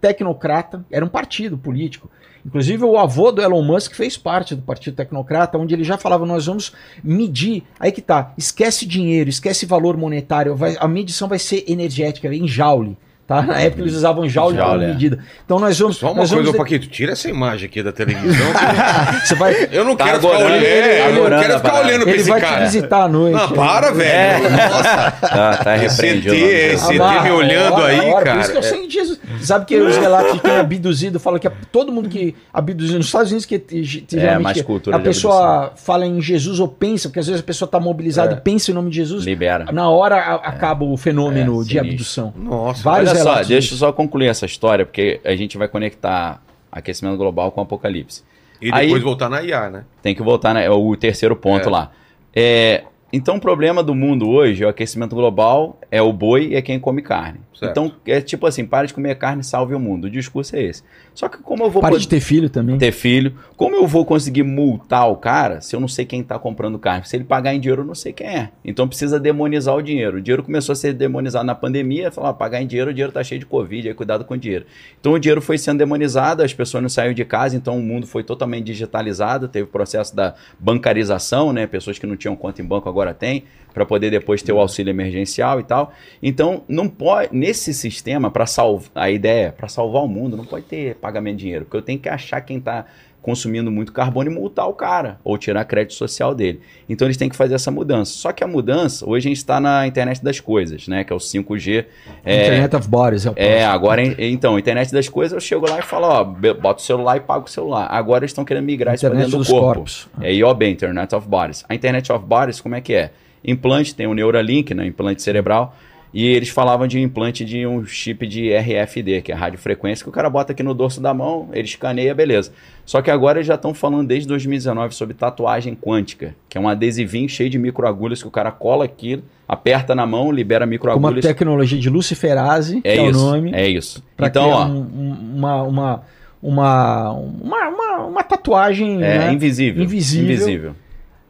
Tecnocrata, era um partido político. Inclusive, o avô do Elon Musk fez parte do Partido Tecnocrata, onde ele já falava: nós vamos medir. Aí que tá, esquece dinheiro, esquece valor monetário, vai- a medição vai ser energética, em joule. Tá? Na época eles usavam joule Joule, para é. medida. Então nós vamos. Só uma nós coisa, vamos de- Paquito, tira essa imagem aqui da televisão. que <laughs> Você vai, Eu não Tá quero ficar agorando, olhando. ele- É, eu agorando não quero a ficar parada. É. olhando pra ele esse vai te cara. visitar à noite. né? Não, para, velho. Nossa. Ah, <laughs> tá repreendido. CT, Ah, CT. barra, me olhando hora, aí, hora, cara. Por isso que eu É. sei disso. Sabe que os relatos de quem é abduzido falam que é todo mundo que abduzido nos Estados Unidos que te- te- É, geralmente mais que cultura a de pessoa fala em Jesus ou pensa, porque às vezes a pessoa está É. mobilizada e pensa em nome de Jesus. Libera. Na hora a- acaba o fenômeno É, de sinistro. abdução. Nossa. Vários Olha só, relatos deixa disso. eu só concluir essa história, porque a gente vai conectar aquecimento global com apocalipse. E depois Aí- voltar na IA, né? Tem que voltar, né? É o terceiro ponto É. lá. É, então, o problema do mundo hoje é o aquecimento global, é o boi e é quem come carne. Certo. Então, é tipo assim, para de comer carne, salve o mundo. O discurso é esse. Só que como eu vou Para poder de ter filho também. ter filho, como eu vou conseguir multar o cara se eu não sei quem tá comprando carne? Se ele pagar em dinheiro, eu não sei quem é. Então, precisa demonizar o dinheiro. O dinheiro começou a ser demonizado na pandemia, falar, "Ah, pagar em dinheiro, o dinheiro tá cheio de Covid, aí cuidado com o dinheiro. Então o dinheiro foi sendo demonizado, as pessoas não saíram de casa, então o mundo foi totalmente digitalizado, teve o processo da bancarização, né? Pessoas que não tinham conta em banco agora têm, para poder depois ter o auxílio emergencial e tal. Então, não pode nesse sistema para salvar, a ideia é para salvar o mundo, não pode ter pagamento de dinheiro, porque eu tenho que achar quem está consumindo muito carbono e multar o cara ou tirar crédito social dele. Então eles têm que fazer essa mudança. Só que a mudança, hoje a gente está na internet das coisas, né, que é o 5G. é, Internet of Bodies é o é, próximo. agora, en- então, internet das coisas, eu chego lá e falo, ó, be- bota o celular e pago o celular. Agora eles estão querendo migrar isso pra Internet dentro do dos corpo. corpos. É IOB, Internet of Bodies. A Internet of Bodies, como é que é? Implante, tem o Neuralink, né, implante cerebral, e eles falavam de implante de um chip de RFD, que é radiofrequência, que o cara bota aqui no dorso da mão, ele escaneia, beleza. Só que agora eles já estão falando desde 2019 sobre tatuagem quântica, que é um adesivinho cheio de microagulhas que o cara cola aqui, aperta na mão, libera Com uma microagulhas. tecnologia de luciferase, que É, é o isso, nome. é isso. Pra então, criar ó, um- um- uma, uma, uma, uma, uma, uma tatuagem É, né? invisível. Invisível.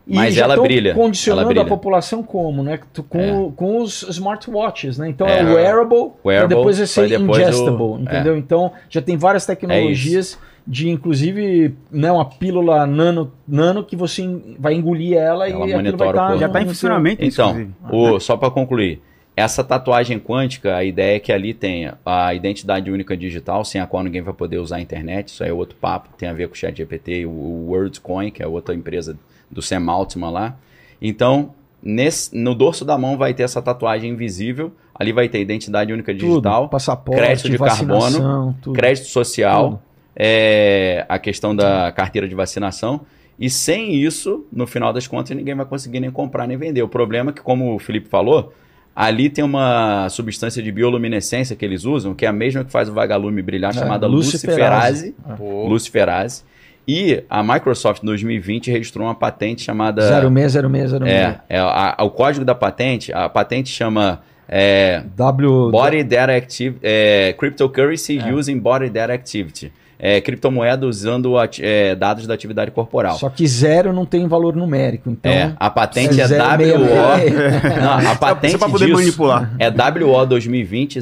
Mas ela tão brilha, ela condicionando brilha. a população como, né? Tu- Com, É. com os smartwatches, né? Então é, É. wearable, pra Wearable, depois é ser pra depois o- é. ingestible, entendeu? Então já tem várias tecnologias de, inclusive, né, uma pílula nano, nano que você en- vai engolir ela, Ela e aquilo vai tá monitora o estar... corpo. Já está em funcionamento isso, Então, inclusive. Né? o- só para concluir, essa tatuagem quântica, a ideia é que ali tenha a identidade única digital, sem a qual ninguém vai poder usar a internet, isso aí é outro papo, tem a ver com o ChatGPT e o- o WorldCoin, que é outra empresa do Sam Altman lá. Então, nesse- no dorso da mão vai ter essa tatuagem invisível, ali vai ter identidade única digital, Tudo, passaporte, crédito de carbono, vacinação, tudo. crédito social, Tudo. é, a questão da carteira de vacinação. E sem isso, no final das contas, ninguém vai conseguir nem comprar nem vender. O problema é que, como o Felipe falou, ali tem uma substância de bioluminescência que eles usam, que é a mesma que faz o vagalume brilhar, É, chamada luciferase. luciferase. Pô. Luciferase. E a Microsoft, em 2020, registrou uma patente chamada... 060606. É, é, a- a- o código da patente, a patente chama... é, W Body Data Activity, é, Cryptocurrency using Body Data Activity. É, criptomoeda usando ati- é, dados da atividade corporal. Só que zero não tem valor numérico, então. é, a patente é zero, meia, <laughs> WO. meia. <laughs> Não, a patente Só para poder disso manipular. é WO 2020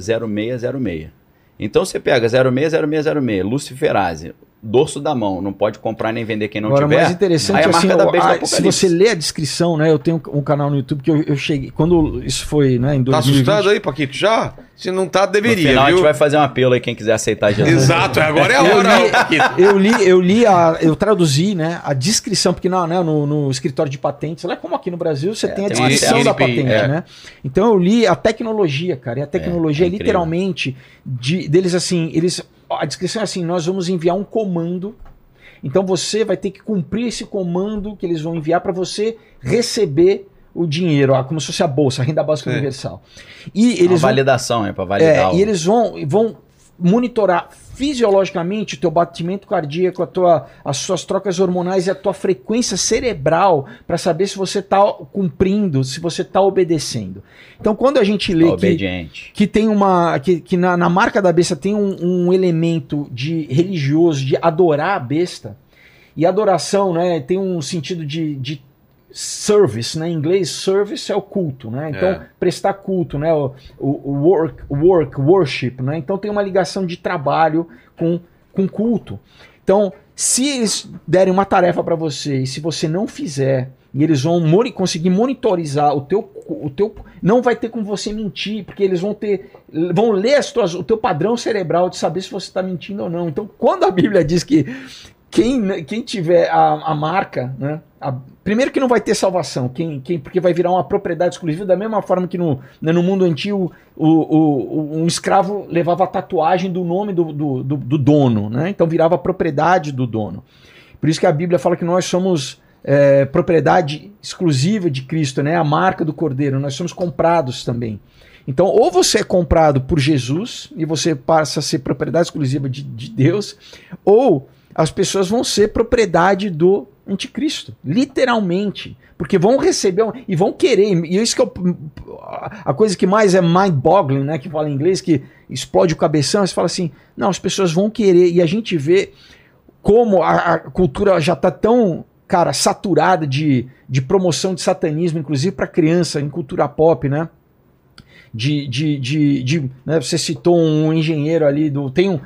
060606. Então você pega 060606, Luciferase, dorso da mão, não pode comprar nem vender quem não Agora, o tiver. mais interessante Aí a assim, marca da o- besta a- do se apocalipse. você lê a descrição, né? Eu tenho um canal no YouTube que eu, eu cheguei. Quando isso foi, né, em Tá 2020. assustado aí, Paquito? Já? Se não tá, no deveria, final a viu? gente vai fazer um apelo aí, quem quiser aceitar Jesus. Exato, agora é a hora, Paquito. Eu li, eu li a, eu traduzi, né, a descrição, porque na, né, no, no escritório de patentes, lá como aqui no Brasil, você tem a É, tem uma descrição da CNPI, patente, é. né? Então eu li a tecnologia, cara, e a é tecnologia é incrível. literalmente de, deles assim, eles a descrição é assim, nós vamos enviar um comando. Então você vai ter que cumprir esse comando que eles vão enviar para você receber o dinheiro, ó, como se fosse a bolsa, a renda básica Sim. universal. E Uma eles vão validação, é para é, validar. o- e eles vão, vão monitorar fisiologicamente o teu batimento cardíaco, a tua, as suas trocas hormonais e a tua frequência cerebral para saber se você está cumprindo, se você está obedecendo. Então, quando a gente lê que, Tá obediente. que tem uma que, que na, na marca da besta tem um, um elemento de religioso de adorar a besta e adoração, né, tem um sentido de, de service, né? Em inglês, service é o culto, né? Então, É. prestar culto, né? O, o- o work, work, worship, né? Então tem uma ligação de trabalho com, com culto. Então, Se eles derem uma tarefa para você e se você não fizer, e eles vão moni- conseguir monitorizar o teu, o teu. Não vai ter como você mentir, porque eles vão ter. vão ler as tuas, o teu padrão cerebral de saber se você está mentindo ou não. Então, quando a Bíblia diz que quem, quem tiver a, a marca, né? a- primeiro que não vai ter salvação, quem, quem, porque vai virar uma propriedade exclusiva, da mesma forma que no, né, no mundo antigo o, o- o- um escravo levava a tatuagem do nome do, do, do- do dono, né? então virava propriedade do dono. Por isso que a Bíblia fala que nós somos é, propriedade exclusiva de Cristo, né? a marca do Cordeiro, nós somos comprados também. Então, ou você é comprado por Jesus e você passa a ser propriedade exclusiva de, de Deus, ou as pessoas vão ser propriedade do anticristo, literalmente, porque vão receber um- e vão querer, e isso que é o- a coisa que mais é mind-boggling, né, que fala em inglês, que explode o cabeção, você fala assim, não, as pessoas vão querer, e a gente vê como a, a cultura já está tão, cara, saturada de, de promoção de satanismo, inclusive para criança, em cultura pop, né, de, de, de, de- né, você citou um engenheiro ali do tem um,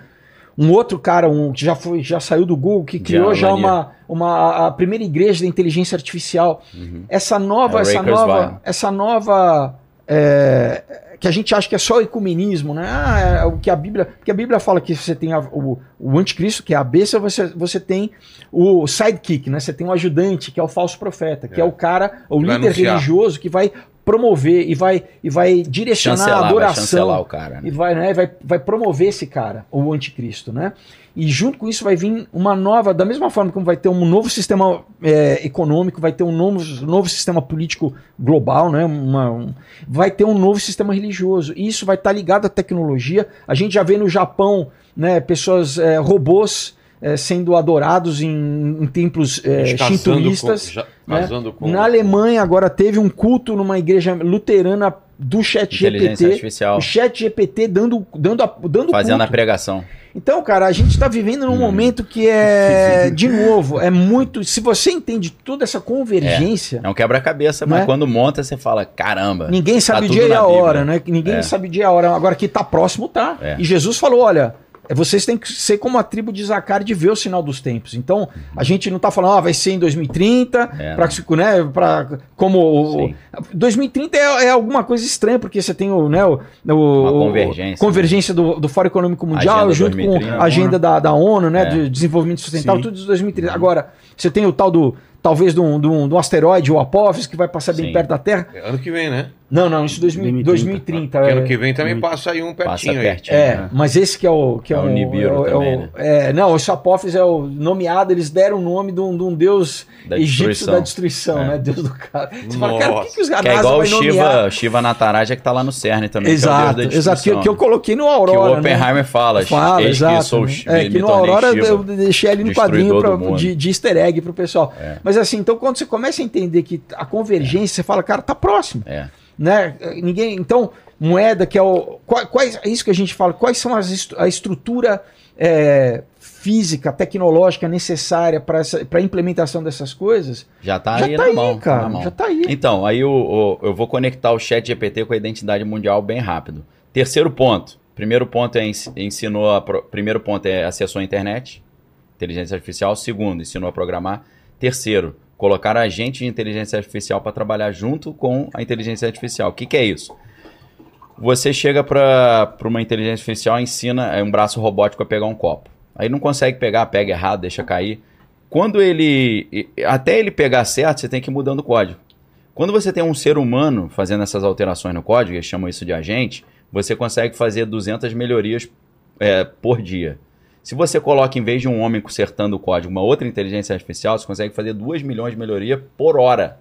um outro cara um que já foi já saiu do Google que De criou já Alania. uma, uma a primeira igreja da inteligência artificial Uhum. essa nova É, essa Rakersville. nova essa nova é, que a gente acha que é só ecumenismo né ah, é o que a Bíblia porque a Bíblia fala que você tem a- o, o anticristo que é a besta você você tem o sidekick né você tem o ajudante que é o falso profeta que é, É. o cara o Que vai líder anunciar. religioso que vai promover e vai e vai direcionar Chancelar, a vai adoração chancelar o cara. e Né? vai, né, vai, vai promover esse cara, o anticristo, né? E junto com isso vai vir uma nova, da mesma forma como vai ter um novo sistema é, econômico, vai ter um novo, novo sistema político global, né? Uma- um- vai ter um novo sistema religioso. E isso vai estar ligado à tecnologia. A gente já vê no Japão, né? Pessoas, é, robôs é, sendo adorados em, em templos é, Eles casando shintoístas. com- já- né? casando com- Na Alemanha agora teve um culto numa igreja luterana do chat Inteligência GPT. artificial O chat GPT dando, dando, a- dando fazendo a culto. pregação. Então, cara, a gente está vivendo num Hum. momento que é, de novo, é muito. Se você entende toda essa convergência, É um quebra-cabeça, mas Né? quando monta, você fala, caramba. ninguém sabe o É. Tá tudo dia e na a Bíblia. hora, né? Que Ninguém É. sabe o dia e a hora. Agora que tá próximo, tá. É. E Jesus falou: olha. Vocês têm que ser como a tribo de Zacar de ver o sinal dos tempos. Então, a gente não tá falando, ah, vai ser em 2030, Uhum. É, pra, né, pra, como o- Sim. 2030 é, é alguma coisa estranha, porque você tem o, né, o, o- Uma o- convergência, né? convergência do, do Fórum Econômico Mundial, Agenda junto 2030, com a agenda da, da ONU, É. né, Uhum. de desenvolvimento sustentável, Sim. tudo de 2030. Agora, você tem o tal do, talvez, de um, de um- de um asteroide, o Apophis, que vai passar bem Sim. perto da Terra. Ano que vem, né? Não, não, isso 2000, 2030. Tá, Porque é, ano que vem também Hum. passa aí um Passa pertinho aí. pertinho. é, né? mas esse que é o... Que é, É o o- Nibiru é o- é também, o- né? é, não, esse Apophis é o nomeado, eles deram o nome de um, de um deus Da egípcio destruição. da destruição, É. né? Deus do cara. Você fala, cara, o que, que os Que é caras igual vão o nomear? Shiva, o Shiva Nataraja que tá lá no CERN também. Exato, que é o Deus da exato. Que, destruição, que eu né? coloquei no Que Aurora. o Oppenheimer fala. né? fala, ex exato. que sou o né? Shiva, é, que me no tornei Aurora Shiva. eu deixei ali no quadrinho Destruidor pra- do mundo. de, de easter egg pro pessoal. É. Mas assim, então quando você começa a entender que a convergência, você fala, cara, tá próximo. É. Né? Ninguém. Então, moeda que é o. qua- Quais, é isso que a gente fala, quais são as est- a estrutura é, física, tecnológica necessária para a implementação dessas coisas? Já tá já aí tá na aí, mão. cara. na mão. Já tá aí. Então, aí o- o- eu vou conectar o chat GPT com a identidade mundial bem rápido. Terceiro ponto. Primeiro ponto é ens- ensinou a pro- primeiro ponto é acessou a internet, inteligência artificial. Segundo, ensinou a programar. Terceiro, colocar agente de inteligência artificial para trabalhar junto com a inteligência artificial. O que, que é isso? Você chega para uma inteligência artificial, ensina é, um braço robótico a pegar um copo. Aí não consegue pegar, pega errado, deixa cair. Quando ele. e- Até ele pegar certo, você tem que ir mudando o código. Quando você tem um ser humano fazendo essas alterações no código, eles chamam isso de agente, você consegue fazer 200 melhorias é, por dia. Se você coloca, em vez de um homem consertando o código, uma outra inteligência artificial, você consegue fazer 2 milhões de melhorias por hora.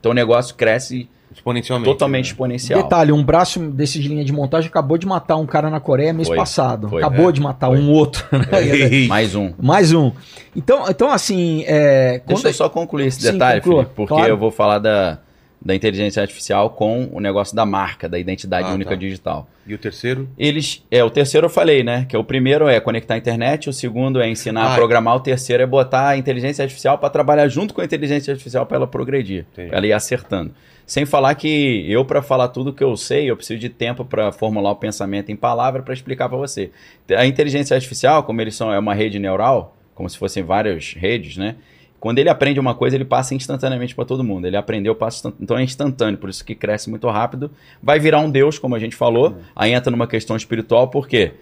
Então o negócio cresce Exponencialmente. totalmente né? exponencial. Detalhe, um braço desse de linha de montagem acabou de matar um cara na Coreia mês Foi, passado. foi, acabou é, de matar foi. um outro. É. <laughs> Mais um. Mais um. Então, então assim, é, Deixa quando- eu só concluir esse Sim, detalhe, conclua, Felipe, porque claro. eu vou falar da, da inteligência artificial com o negócio da marca, da identidade Ah, única tá. digital. E o terceiro? Eles, é, o terceiro eu falei, né? Que o primeiro é conectar a internet, o segundo é ensinar Ah, a é. programar, o terceiro é botar a inteligência artificial para trabalhar junto com a inteligência artificial para ela progredir, Entendi. pra ela ir acertando. Sem falar que eu para falar tudo que eu sei, eu preciso de tempo para formular o pensamento em palavra para explicar para você. A inteligência artificial, como eles são é uma rede neural, como se fossem várias redes, né? Quando ele aprende uma coisa, ele passa instantaneamente para todo mundo. Ele aprendeu, passa instan- então é instantâneo, por isso que cresce muito rápido. Vai virar um Deus, como a gente Uhum. falou, aí entra numa questão espiritual, por quê?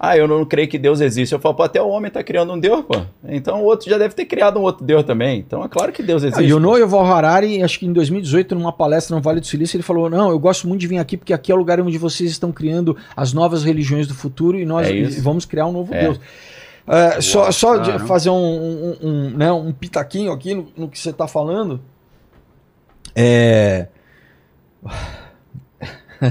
Ah, eu não creio que Deus existe. Eu falo, pô, até o homem tá criando um Deus, pô. Então o outro já deve ter criado um outro Deus também. Então é claro que Deus Ah, E existe. o Noeval Harari, acho que em 2018, numa palestra no Vale do Silício, ele falou: Não, eu gosto muito de vir aqui porque aqui é o lugar onde vocês estão criando as novas religiões do futuro e nós É isso. vamos criar um novo É. Deus. Ah, Uau, só só de caramba. fazer um, um, um, né, um pitaquinho aqui no, no que você está falando. É. <laughs>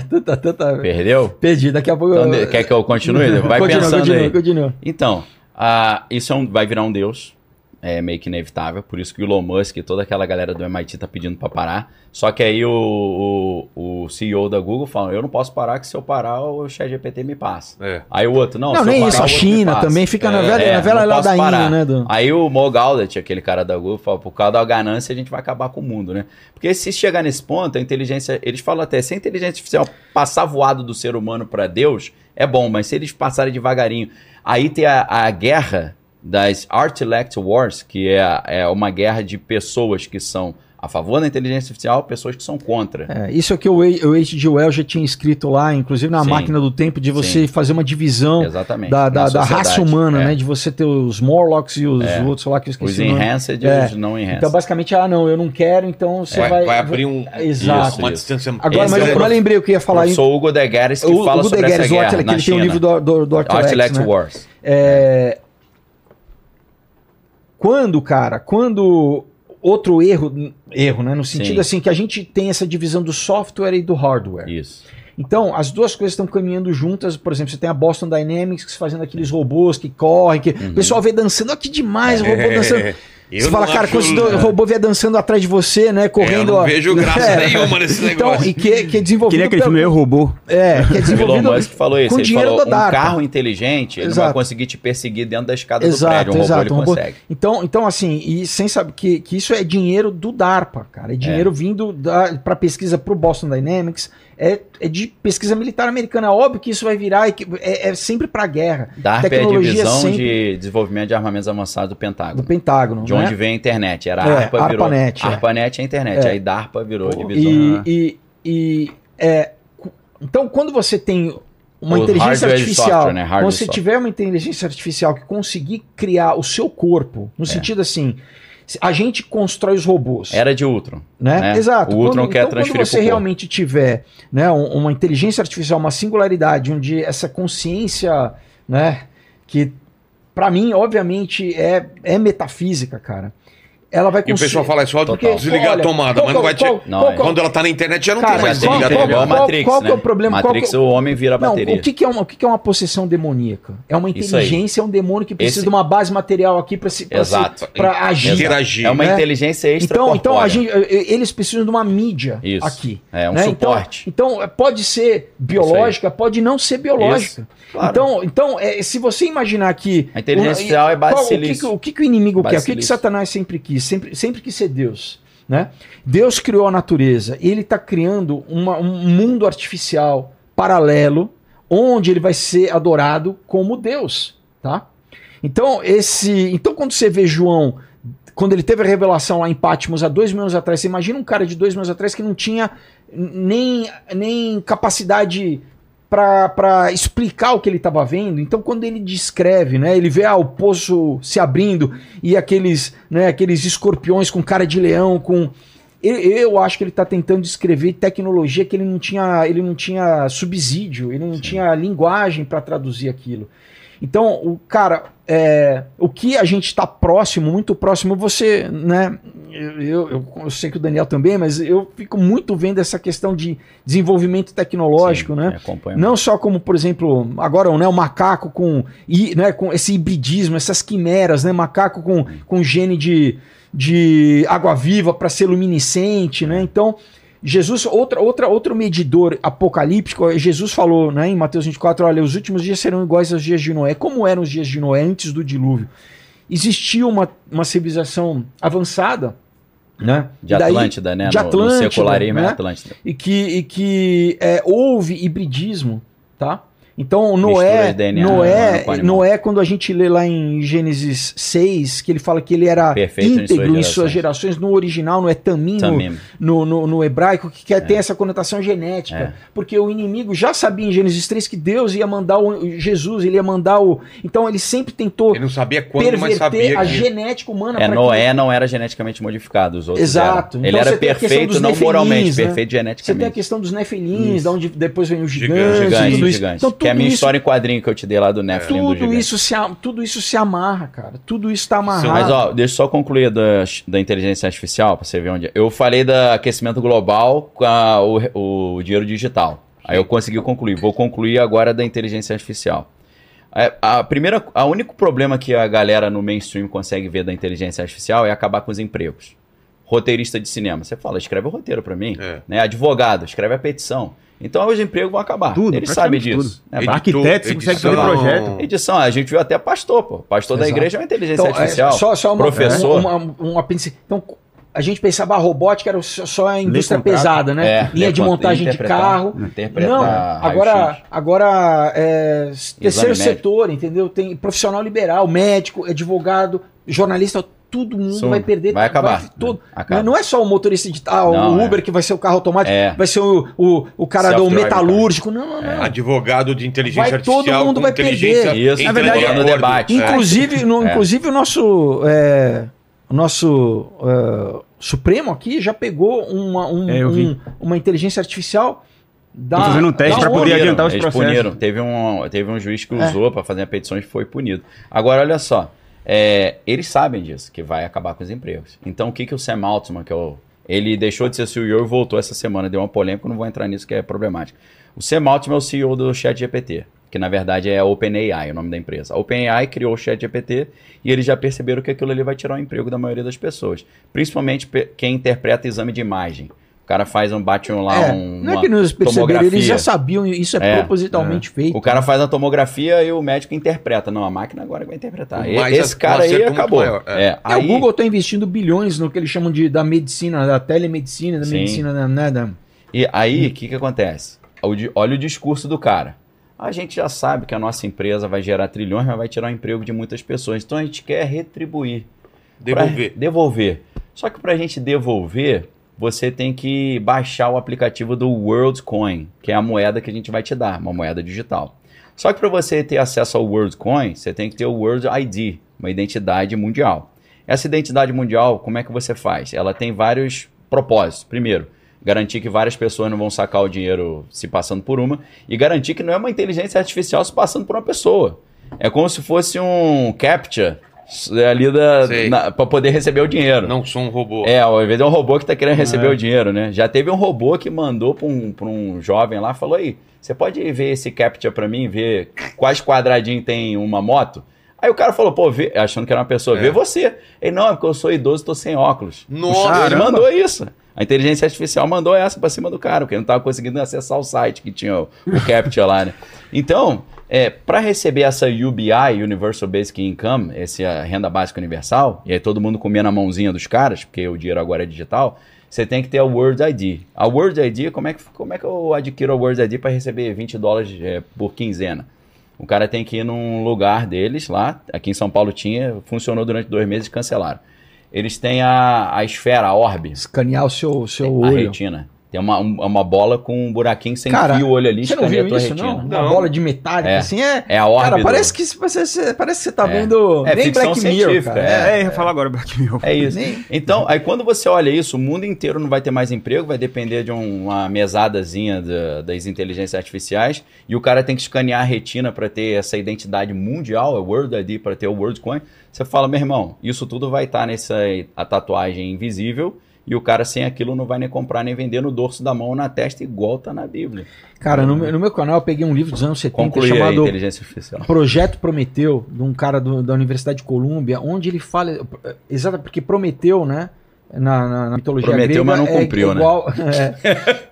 tanta, tanta... Perdeu? Perdi, daqui a pouco. Então, eu- de- quer que eu <laughs> continue? Vai Continua, pensando continua, aí. continua. Então, ah, isso é um- vai virar um deus. É meio que inevitável. Por isso que o Elon Musk e toda aquela galera do MIT tá pedindo pra parar. Só que aí o, o, o CEO da Google fala: Eu não posso parar, que se eu parar, o ChatGPT me passa. É. Aí o outro, não, se Não, eu nem parar, isso. o A outro me China passa." também fica na É, velha, é, na velha não posso ladainha, parar. né? Do... Aí o Mo Gaudet, aquele cara da Google, falou, por causa da ganância a gente vai acabar com o mundo, né? Porque se chegar nesse ponto, a inteligência, eles falam até, se a inteligência artificial passar voado do ser humano para Deus, é bom, mas se eles passarem devagarinho, aí tem a, a guerra das Artilect Wars, que é, é uma guerra de pessoas que são a favor da inteligência artificial, pessoas que são contra. É, isso é o que o H- o H.G. Wells já tinha escrito lá, inclusive na Sim. máquina do tempo, de você fazer uma divisão Exatamente. Então, da, na da- da sociedade. raça humana, É. né? De você ter os Morlocks e os outros lá que eu Os esqueci. o nome. enhanced e É. os não enhanced. Então, basicamente, ah, não, eu não quero, então você Vai, vai. É, vai abrir um, Exato. uma Isso. distância Agora, É, Esse mas é eu o agora prof- lembrei o que eu ia falar. Eu hein? sou o Hugo de Guedes que O- fala o Hugo sobre de Gueres, essa o guerra Atila, que na ele tem um China. livro do, do, do Artilex, Artilect né? Wars. É, Quando, cara, quando outro erro, erro, né? No sentido Sim. assim, que a gente tem essa divisão do software e do hardware. Isso. Então, as duas coisas estão caminhando juntas. Por exemplo, você tem a Boston Dynamics fazendo É. aqueles robôs que correm. Que... Uhum. O pessoal vê dançando, ó, que demais, o É. robô dançando. você fala, cara, quando esse do- robô vier dançando atrás de você, né? Correndo. É, Eu não ó. vejo graça <laughs> É. nenhuma nesse Então, negócio. e que, que é desenvolvido. Queria aquele pelo- filme Eu Robô. É, que é O Elon desenvolvido. Musk falou isso. com Ele dinheiro falou, da um DARPA." carro inteligente, ele não Exato. vai conseguir te perseguir dentro da escada do Exato, prédio. Um robô exato, ele um robô- consegue. Então, então, assim, e sem saber que, que isso é dinheiro do DARPA, cara. É dinheiro vindo para pesquisa para o Boston Dynamics. É, é de pesquisa militar americana. É Óbvio que isso vai virar. equi- É, é sempre para guerra. DARPA é a Tecnologia divisão sempre- de desenvolvimento de armamentos avançados do Do Pentágono. Pentágono. De né? onde vem a internet. Era É, a ARPA, Tá, virou. ARPANET, é. ARPANET é a internet. É. Aí DARPA virou a divisão. E, né? e, e, é, cu- então, quando você tem uma O inteligência hardware e artificial, software, né? Hardware quando e você software. tiver uma inteligência artificial que conseguir criar o seu corpo, É. no sentido assim, se- a gente constrói os robôs, Era de Ultron. né? É, né? Exato. O Ultron quando, quer então, transferir quando pro você corpo. realmente tiver né, um- uma inteligência artificial, uma singularidade, onde essa consciência, né, que pra mim, obviamente, é, é metafísica, cara. Ela vai E o conseguir. pessoal fala, é só Total. desligar Olha, a tomada, qual- mas não vai te... qual- Não, qual- é. qual- Quando ela tá na internet, já não Cara, tem mais Já tem, qual- já desligar tem, a qual- igual tomada. a Matrix, qual né? que é o problema? Qual Matrix, que- o homem vira a Não, tá bateria. o que, que é uma, o que, que é uma possessão demoníaca? É uma Isso aí. inteligência, é um demônio que precisa Esse- de uma base material aqui para se pra se- Exato. pra agir. Interagir. É uma né? inteligência Então, extracorpórea. então a gente- eles precisam de uma mídia Isso. aqui. É um né? Então- suporte. Então, eh, pode ser biológica, pode não ser biológica. Claro. Então, então eh, se você imaginar que. um, a inteligência o- artificial é base qual- de o, que que, silício. o que que o inimigo Base quer? O que, que silício. Satanás sempre quis? Sempre, sempre quis ser Deus. Né? Deus criou a natureza. Ele está criando uma- um mundo artificial paralelo, onde ele vai ser adorado como Deus. Tá? Então, esse, então, quando você vê João, quando ele teve a revelação lá em Patmos há dois mil anos atrás, você imagina um cara de dois mil anos atrás que não tinha nem, nem capacidade para explicar o que ele estava vendo. Então, quando ele descreve, né, ele vê ah, o poço se abrindo e aqueles, né, aqueles escorpiões com cara de leão, com eu, eu acho que ele está tentando descrever tecnologia que ele não tinha, ele não tinha subsídio, ele não tinha linguagem para traduzir aquilo. Então, o cara, é, o que a gente está próximo, muito próximo, você, né? Eu, eu- eu sei que o Daniel também, mas eu fico muito vendo essa questão de desenvolvimento tecnológico, Sim, é. né? acompanha Não só como, por exemplo, agora né, o macaco com, hi- né, com esse hibridismo, essas quimeras, né? Macaco com, com gene de, de água-viva para ser luminescente, né? Então, Jesus, outra, outra, outro medidor apocalíptico, Jesus falou né, em Mateus 24, olha, os últimos dias serão iguais aos dias de Noé. Como eram os dias de Noé antes do dilúvio? Existia uma, uma civilização avançada, né? De E daí- Atlântida, né? de No- Atlântida, no secularismo é né? Atlântida. e que, e que é, houve hibridismo, tá? Então, Mistura Noé, de DNA Noé, com animal. Noé, quando a gente lê lá em Gênesis 6, que ele fala que ele era Perfeito em suas íntegro em suas gerações. gerações, no original, no Etamim, no, Tamim. no, no- no hebraico, que quer, tem essa conotação genética. É. Porque o inimigo já sabia em Gênesis 3 que Deus ia mandar o Jesus, ele ia mandar o. Então ele sempre tentou Ele não sabia quando, mas perverter sabia a que... genética humana É, pra Noé não era geneticamente modificado, os outros Exato. eram. Então Ele você era tem a questão dos perfeito, não nefelins, moralmente, né? perfeito que... Você tem a geneticamente. questão dos nefelins, da onde depois vem o Gigante, gigante, Gigante, tudo isso. gigante. Então, que tudo é a minha isso, história em quadrinho que eu te dei lá do Nephilim do tudo gigante. isso, se, a- tudo isso se amarra, cara. Tudo isso tá amarrado. Mas ó, deixa eu só concluir da, da inteligência artificial pra você ver onde. é. Eu falei do aquecimento global com a- o, o dinheiro digital. Aí eu consegui concluir. Vou concluir agora da inteligência artificial. É, A, primeira, a único problema que a galera no mainstream consegue ver da inteligência artificial é acabar com os empregos. Roteirista de cinema, você fala, escreve o roteiro pra mim. É. Né? Advogado, escreve a petição. Então os empregos vão acabar. Tudo, Ele sabe praticamente disso. né? Editor, Arquiteto, você consegue edição, fazer projeto. Edição, a gente viu até pastor, pô. Pastor da Exato. igreja é uma inteligência Então, é, artificial. só, só uma, é, professor. Uma, uma, uma apêndice. Então, a gente pensava a robótica era só só a indústria contrato. pesada, né? É, Linha de levanta- montagem de interpretar- carro. Interpretar. Não, agora, raio-x. agora é, terceiro médico. setor, entendeu? Tem profissional liberal, médico, advogado, jornalista, todo mundo Suma. vai perder. Vai acabar. né? vai- todo- Acaba. Não é só o motorista de ah, Não, o é. Uber que vai ser o carro automático, É. vai ser o, o, o cara do Self-driving car. É. metalúrgico. Não, não, não. é. Advogado de inteligência Vai- todo artificial mundo com vai inteligência... perder. Isso, entra na verdade, acordo. no debate. É. Inclusive, no, É. inclusive o nosso, é, o nosso é, Supremo aqui já pegou uma, um- É, eu vi. um- uma inteligência artificial da. Tô fazendo um teste da pra ONU. poder Puniram, adiantar os eles processos. puniram. Teve um, teve um juiz que É. usou pra fazer a petição e foi punido. Agora, olha só. é, eles sabem disso, que vai acabar com os empregos. Então, o que, que o Sam Altman, que é o, ele deixou de ser CEO e voltou essa semana, deu uma polêmica, não vou entrar nisso que é problemático. O Sam Altman é o CEO do ChatGPT, que na verdade é a OpenAI, o nome da empresa. A OpenAI criou o ChatGPT e eles já perceberam que aquilo ali vai tirar o emprego da maioria das pessoas. Principalmente pe- quem interpreta exame de imagem. O cara faz um, bate um lá, É, um... não é uma- que não eles perceberam, eles tomografia. já sabiam, isso é, É, propositalmente feito. O cara faz a tomografia e o médico interpreta. Não, a máquina agora vai interpretar. E- Mas Esse a- cara um aí acerto muito acabou. maior, é. É, É, aí- o Google está investindo bilhões no que eles chamam de da medicina, da telemedicina, da Sim. medicina, da- né, da- E aí, o que, que acontece? O di- Olha o discurso do cara. A gente já sabe que a nossa empresa vai gerar trilhões, mas vai tirar o emprego de muitas pessoas. Então a gente quer retribuir. Pra- Devolver. devolver. Só que para a gente devolver, você tem que baixar o aplicativo do WorldCoin, que é a moeda que a gente vai te dar, uma moeda digital. Só que para você ter acesso ao WorldCoin, você tem que ter o World ID, uma identidade mundial. Essa identidade mundial, como é que você faz? Ela tem vários propósitos. Primeiro, garantir que várias pessoas não vão sacar o dinheiro se passando por uma e garantir que não é uma inteligência artificial se passando por uma pessoa. É como se fosse um captcha é, ali da, Sei. na- <laughs> pra poder receber o dinheiro. Não é. sou um robô. É, ao invés de um robô que tá querendo receber o dinheiro, né? Já teve um robô que mandou pra um, pra um jovem lá, falou aí, você pode ver esse captcha pra mim, ver quais quadradinhos tem uma moto? Aí o cara falou, pô, vê, achando que era uma pessoa, É. Hum. vê você. Ele, não, é porque eu sou idoso, tô sem óculos. Nossa, Ele Caramba. mandou isso. A inteligência artificial mandou essa pra cima do cara, porque ele não tava conseguindo acessar o site que tinha o, o captcha lá, né? Então, é, para receber essa UBI, Universal Basic Income, essa renda básica universal, e aí todo mundo comia na mãozinha dos caras, porque o dinheiro agora é digital, você tem que ter a World ID. A World ID, como é que, como é que eu adquiro a World ID para receber 20 dólares é, por quinzena? O cara tem que ir num lugar deles lá, aqui em São Paulo tinha, funcionou durante dois meses e cancelaram. Eles têm a, a esfera, a orbe, escanear o seu, o seu a olho. retina. Tem uma, um- uma bola com um buraquinho sem Cara, fio, o olho ali, Você não escaneia viu tá a tua isso, retina. né? não? Uma Não. bola de metálica, É. assim, é... É a orbe. Cara, do- parece que, isso- parece, você- parece que você tá É. vendo É nem ficção Black Mirror, científica, cara. é. É, eu ia falar agora, <laughs> Black Mirror. É isso. Nem- Então, aí quando você olha isso, o mundo inteiro não vai ter mais emprego, vai depender de um- uma mesadazinha da- das inteligências artificiais, e o cara tem que escanear a retina para ter essa identidade mundial, a World ID, para ter o WorldCoin. Você fala, meu irmão, isso tudo vai estar nessa a tatuagem invisível, e o cara sem aquilo não vai nem comprar nem vender no dorso da mão ou na testa, igual tá na Bíblia. Cara, Uhum. no, meu- no meu canal eu peguei um livro dos anos 70 Concluir a chamado inteligência artificial. Projeto Prometeu, de um cara do- da Universidade de Colômbia, onde ele fala. Exato, porque Prometeu, né? Na, na- na mitologia Prometeu, grega. mas não é- cumpriu, é <laughs> né? igual, né?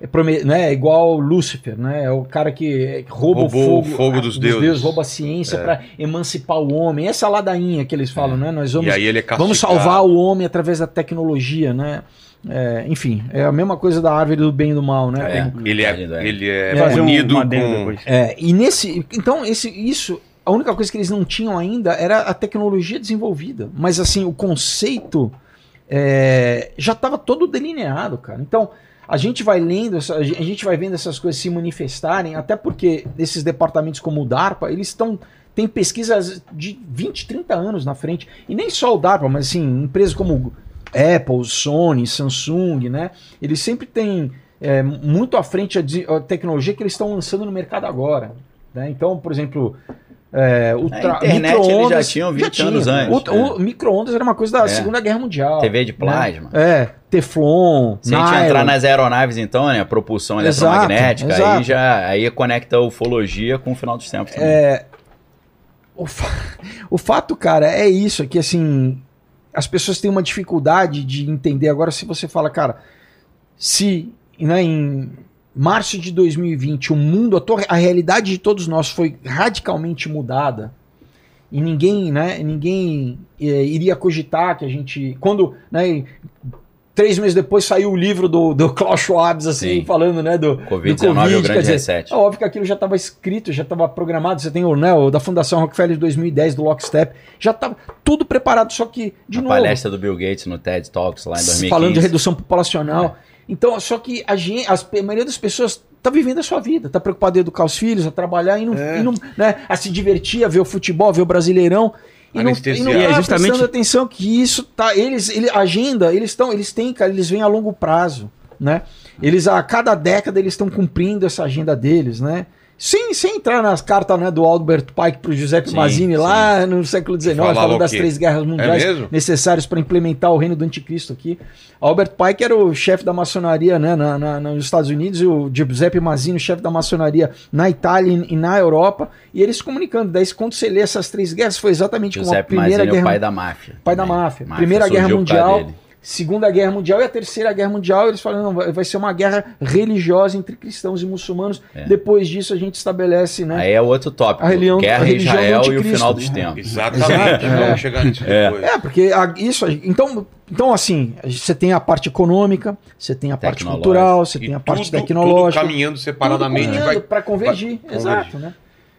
É, prome- né, é igual Lúcifer, né? É o cara que rouba Roubou o o fogo, fogo ah, dos deuses. É. rouba a ciência pra emancipar o homem. Essa ladainha que eles falam, né? Nós vamos e aí ele é Vamos salvar o homem através da tecnologia, né? É, enfim, é a mesma coisa da árvore do bem e do mal, né? É. Ele é, Verdade, é. ele é, É. unido um adendo com. depois. É, e nesse. Então, esse, isso. A única coisa que eles não tinham ainda era a tecnologia desenvolvida. Mas, assim, o conceito é, já estava todo delineado, cara. Então, a gente vai lendo, essa- a gen- a gente vai vendo essas coisas se manifestarem, até porque esses departamentos como o DARPA, eles estão. Tem pesquisas de 20, 30 anos na frente. E nem só o DARPA, mas, assim, empresas como Apple, Sony, Samsung, né? Eles sempre têm é, muito à frente a, de- a tecnologia que eles estão lançando no mercado agora. né? Então, por exemplo, é, o A tra- internet eles já micro-ondas- tinham 20 anos antes, né? O, o micro-ondas era uma coisa da É. Segunda Guerra Mundial. TV de plasma. É, Teflon, Se a gente nylon. entrar nas aeronaves, então, né? Propulsão Exato, eletromagnética, exato. aí já aí conecta a ufologia com o final dos tempos também. É, O, fa- o fato, cara, é isso, é que assim, as pessoas têm uma dificuldade de entender. Agora, se você fala, cara, se né, em março de 2020 o mundo, a, tua- a realidade de todos nós foi radicalmente mudada, e ninguém, né, ninguém eh, iria cogitar que a gente. Quando, né, e três meses depois saiu o livro do, do Klaus Schwab, assim, Sim. falando, né, do, Covid-19 é Covid, o quer grande dizer, reset. é óbvio que aquilo já estava escrito, já estava programado. Você tem o, né, o da Fundação Rockefeller de 2010, do Lockstep. Já estava tudo preparado, só que, de a novo, palestra do Bill Gates no TED Talks lá em 2015. falando de redução populacional. Então, só que a, gente, as, a maioria das pessoas está vivendo a sua vida, está preocupada em educar os filhos, a trabalhar, e não, e não, né, a se divertir, a ver o futebol, a ver o Brasileirão. E não, e não Anestesiado. E tá é justamente- prestando atenção que isso tá. Eles, ele, a agenda, eles estão, eles têm, cara, eles vêm a longo prazo, né? Eles a cada década eles estão cumprindo essa agenda deles, né? Sem, sem entrar nas cartas né, do Albert Pike para o Giuseppe Sim, Mazzini sim. lá no século XIX, Falava falando o das quê? três guerras mundiais mesmo? necessários para implementar o reino do anticristo aqui. Albert Pike era o chefe da maçonaria né, na, na- nos Estados Unidos e o Giuseppe Mazzini, o chefe da maçonaria na Itália e- e na Europa, e eles se comunicando. Daí, quando você lê essas três guerras, foi exatamente como a Giuseppe Primeira Mazzini é o Guerra pai da máfia. Pai da também. máfia. Primeira Guerra surgiu por causa Mundial. dele. Segunda Guerra Mundial e a Terceira Guerra Mundial, eles falam, não, vai- vai ser uma guerra religiosa entre cristãos e muçulmanos. É. Depois disso, a gente estabelece, né? Aí é outro tópico. A religião- Guerra a em religião do Israel e o anticristo. né? final dos tempos. Exatamente. É. Vamos chegar nisso Ah. É. depois. É, porque a- isso. Então, então, assim, você tem a parte econômica, você tem a parte Tecnológica. cultural, você E tem a parte tudo- tecnológica. Tudo caminhando separadamente. vai- para convergir, vai exato, né?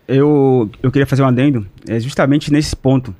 Eu, eu queria fazer um adendo é justamente nesse ponto.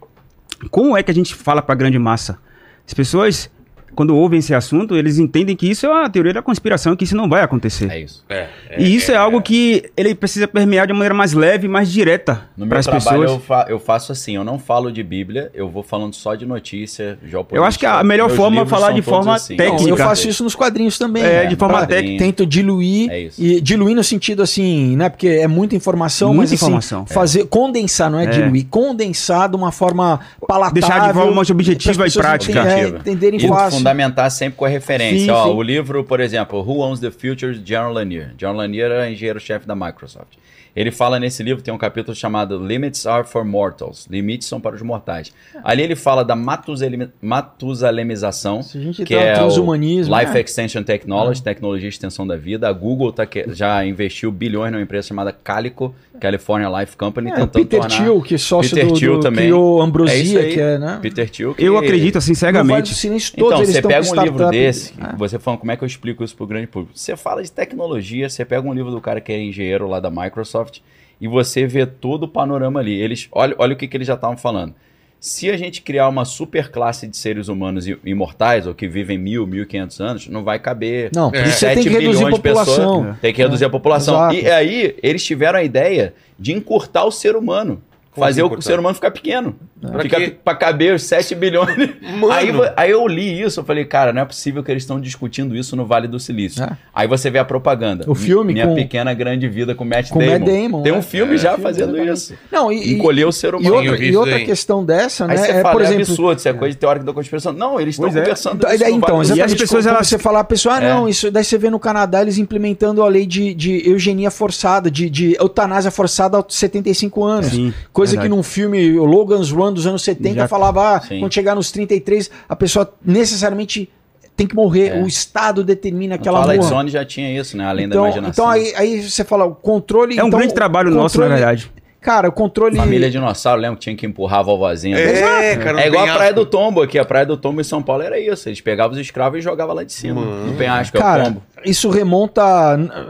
Como é que a gente fala para a grande massa? As pessoas, quando ouvem esse assunto, eles entendem que isso é uma teoria da conspiração, que isso não vai acontecer. É isso. é, é, e isso é, algo que ele precisa permear de uma maneira mais leve, mais direta No meu para as trabalho pessoas. eu, fa- eu faço assim, eu não falo de Bíblia, eu vou falando só de notícia, geopolítica. Eu acho que a melhor Meus forma é livros falar são de todos assim. forma Não, eu técnica. faço isso nos quadrinhos também. Então, É, né? de forma Pra- técnica. Tento diluir É isso. e diluir no sentido assim, né? Porque é muita informação, Muita mas assim, informação. fazer condensar, não é, É. diluir, condensar de uma forma palatável, Deixar de forma mais objetiva pras e pessoas prática. enten- é, Objetiva. entenderem E fácil. fundamentar sempre com a referência. Sim, Ó, sim. O livro, por exemplo, Who Owns the Future, de John Lanier. John Lanier era engenheiro-chefe da Microsoft. Ele fala nesse livro, tem um capítulo chamado Limits are for Mortals. Limites são para os mortais. Ali ele fala da matusele- matusalemização, Se a gente que tá no é o transhumanismo, Life né? Extension Technology, tecnologia de extensão da vida. A Google tá que- já investiu bilhões numa empresa chamada Calico, California Life Company, É, o tentando Peter tornar... Thiel, que é sócio Peter do, do Thiel que também. criou É isso Ambrosia, aí. que é, né? Peter Thiel, que- Eu acredito assim No Vale do cegamente. Silêncio, todos Então, eles você estão pega com um livro startup. desse, Ah. você falando como é que eu explico isso pro grande público. Você fala de tecnologia, você pega um livro do cara que é engenheiro lá da Microsoft e você vê todo o panorama ali. Eles, olha, olha o que, que eles já estavam falando. Se a gente criar uma super classe de seres humanos i- imortais, ou que vivem mil, mil e quinhentos anos, não vai caber. Não, É. você tem que 7 reduzir a bilhões de né? população. É. pessoas, Tem que reduzir a população. Exato. E aí, eles tiveram a ideia de encurtar o ser humano. Como fazer assim o ser humano ficar pequeno. Pra Ficar quê? pe- Pra caber os 7 <laughs> bilhões. Mano, Aí, vo- aí eu li isso, eu falei, cara, não é possível que eles estão discutindo isso no Vale do Silício. É. Aí você vê a propaganda. O filme Minha com- Pequena Grande Vida com Matt com Damon. Matt Damon, Tem né? um filme É, já filme, fazendo exatamente. isso. Não, e, e, Encolher o ser e humano. eu outra, vi e isso outra aí. questão dessa, né? Aí você é, fala, por é exemplo, absurdo, isso é coisa de teórica da conspiração. Não, eles estão Pois é. conversando Então, isso daí, no então, Vale do E as exatamente. pessoas, como elas- você falar, pessoal, ah, É. não, isso daí você vê no Canadá eles implementando a lei de, de eugenia forçada, de, de eutanásia forçada aos 75 anos. Sim, Coisa verdade. que num filme, o Logan's Run dos anos 70, Já- falava, ah, Sim. quando chegar nos 33, a pessoa necessariamente tem que morrer. É. O Estado determina que Silício. ela Fala de morra. Sony já tinha isso, né? Além da Então, imaginação. então aí, aí você fala, o controle... É um então, grande trabalho nosso, na controle- verdade. Cara, o controle. Família Dinossauro, lembra que tinha que empurrar a vovozinha. É, cara, É igual a a Praia do Tombo aqui. A Praia do Tombo em São Paulo era isso. Eles pegavam os escravos e jogavam lá de cima. Mano. No penhasco, é o Cara, tombo. isso remonta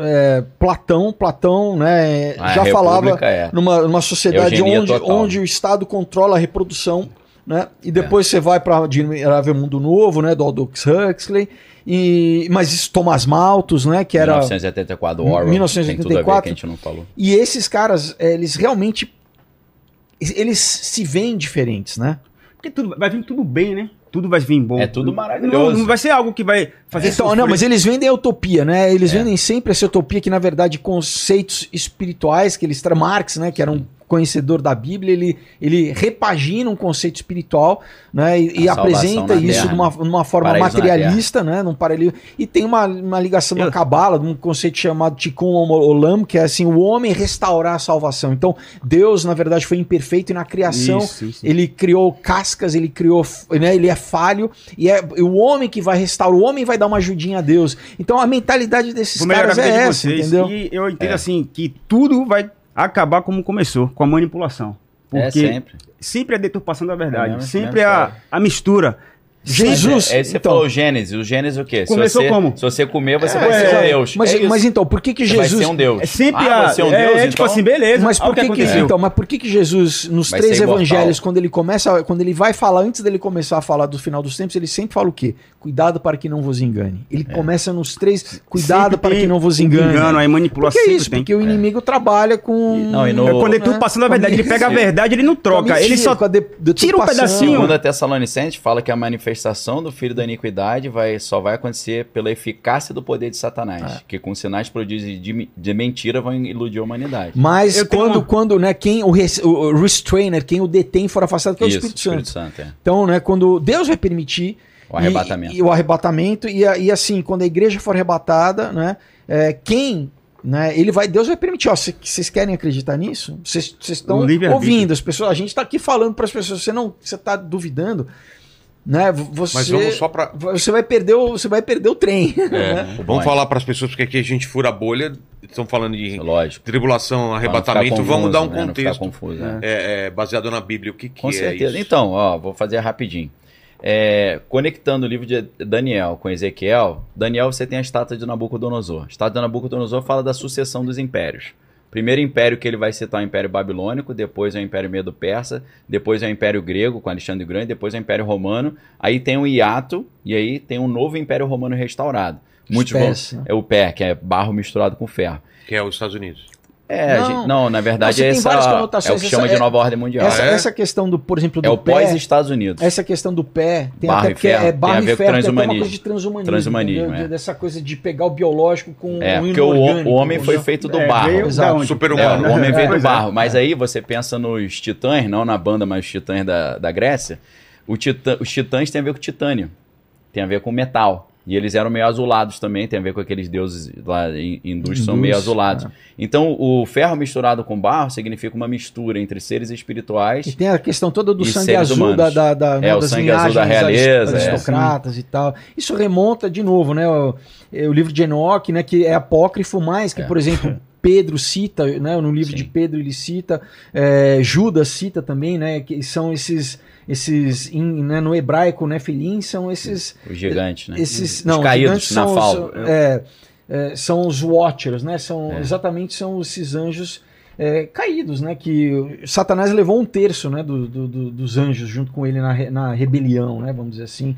é, Platão, Platão, né? Ah, já a falava República é. numa, numa sociedade Eugenia onde, total. né? onde o Estado controla a reprodução, né? E É. depois você vai para Admirável Mundo Novo, né? Do Aldous Huxley. E, mas isso, Thomas Malthus, né? Que era 1984, Orwell. 1984. Tem tudo a ver que a gente não falou. E esses caras, eh, eles realmente. Eles se veem diferentes, né? Porque tudo, vai vir tudo bem, né? Tudo vai vir bom. É tudo Não, maravilhoso. não vai ser algo que vai fazer Então, sofrer. não, mas eles vendem a utopia, né? Eles É. vendem sempre essa utopia que, na verdade, conceitos espirituais que eles tra... Marx, né? Que era um conhecedor da Bíblia, ele, ele repagina um conceito espiritual, né? E, e A salvação apresenta na isso Terra, de uma, numa forma Paraíso na materialista, né? Num paralelo. E tem uma, uma ligação da Eu- cabala, de um conceito chamado Tikkun Olam, que é assim, o homem restaurar a salvação. Então, Deus, na verdade, foi imperfeito e na é criação Isso, isso. ele criou cascas, ele criou, né, ele é falho e é o homem que vai restaurar, o homem vai dar uma ajudinha a Deus. Então a mentalidade desses Vou melhorar a caras vida é de essa, vocês. entendeu? E eu É. entendo assim que tudo vai acabar como começou, com a manipulação. Porque É sempre. sempre é a deturpação da verdade, É mesmo, sempre mesmo, é a, cara. a mistura. Jesus, Mas É, é, você então. falou Gênesis. O Gênesis é o quê? Se Começou você- como? Se você comer, você É, vai ser um é. Deus. Mas, é isso. mas então, por que que Você vai Jesus ser um Deus. É sempre ah, a você é um é, Deus, é, tipo então? assim, beleza. Mas olha por o que que, que aconteceu. então, mas por que que Jesus nos Vai três ser imortal. evangelhos quando ele começa, quando ele vai falar antes dele começar a falar do final dos tempos, ele sempre fala o quê? Cuidado para que não vos engane. Ele começa nos três, cuidado É. Sempre para tem que não vos um engane. Engano, aí manipula Porque é sempre isso, tem. porque o inimigo trabalha com Não, e no- É quando ele né? tudo passando a verdade, ele pega a Sim. verdade, ele não troca, ele só com a de- tira um deturpação. pedacinho. Segunda Tessalonicense fala que a manifestação do filho da iniquidade vai, só vai acontecer pela eficácia do poder de Satanás, que com sinais prodígios de, mi- de mentira vão iludir a humanidade. Mas é Eu tenho quando, uma- quando, né, quem o, res, o- o restrainer, quem o detém for afastado, que é o Espírito, Santo. é. Então, né, quando Deus vai permitir O arrebatamento. E, e o arrebatamento e, a- e assim, quando a igreja for arrebatada, né, é, quem, né, ele vai, Deus vai permitir, ó, cê- vocês querem acreditar nisso? Vocês vocês estão Livre-arbítrio. ouvindo as pessoas, a gente tá aqui falando para as pessoas, você não, você tá duvidando, né? v- Você Mas vamos só pra. você vai perder o, você vai perder o trem. <laughs> É, vamos falar pras pessoas, porque aqui a gente fura a bolha, estão falando de Lógico. tribulação, Pra não ficar arrebatamento, vamos confuso, dar um né? Não ficar contexto confuso, né? é, é, baseado na Bíblia. O que, que Com é certeza. isso? então, ó, vou fazer rapidinho. É, conectando o livro de Daniel com Ezequiel, Daniel você tem a estátua de Nabucodonosor. A estátua de Nabucodonosor fala da sucessão dos impérios. Primeiro império que ele vai citar é o Império Babilônico, depois é o Império Medo-Persa, depois é o Império Grego com Alexandre o Grande, depois é o Império Romano, aí tem um hiato e aí tem um novo Império Romano restaurado. Muitos vão, Espécie, né? é o pé, que é barro misturado com ferro. Que é os Estados Unidos. É, Não. não, gente, não na verdade Nossa, é, tem essa, várias é o conotações, que chama essa- de nova ordem mundial. Essa, é? essa questão do, por exemplo, do Ah, é o pé, pós-Estados Unidos. Essa questão do pé tem Barro até e porque ferro, é tem barro a ver e com ferro, tem até uma transhumanismo. coisa de transhumanismo. Transhumanismo, entendeu? é. Dessa coisa de pegar o biológico com É, o porque o, inorgânico, o homem foi um entendeu? feito do É, barro. veio Exato. da onde? Super-humano. É, o homem veio do Pois é. barro. Mas aí você pensa nos titãs, não na banda, mas os titãs da, da Grécia. O titã, os titãs têm a ver com titânio, tem a ver com metal. E eles eram meio azulados também, tem a ver com aqueles deuses lá em- hindus, são Hindus, meio azulados. é. Então, o ferro misturado com barro significa uma mistura entre seres E espirituais. tem a questão toda do E sangue seres azul humanos. da, da, da, né, É, o sangue azul da arist- realeza, é. aristocratas e tal. Isso remonta de novo, né? O, é, o livro de Enoch, né? Que é apócrifo, mas que, É. por <laughs> exemplo, Pedro cita, né? No livro Sim. de Pedro ele cita, é, Judas cita também, né? Que são esses, esses em- né, no hebraico, né? Filim, são esses Os gigantes, né? Esses, Os não, caídos gigantes na são, falda. são- é, é, são os Watchers, né? São, É. Exatamente são esses anjos é, caídos, né? Que o- Satanás levou um terço né, do- do- do- dos anjos junto com ele na, re- na rebelião, né? Vamos dizer assim.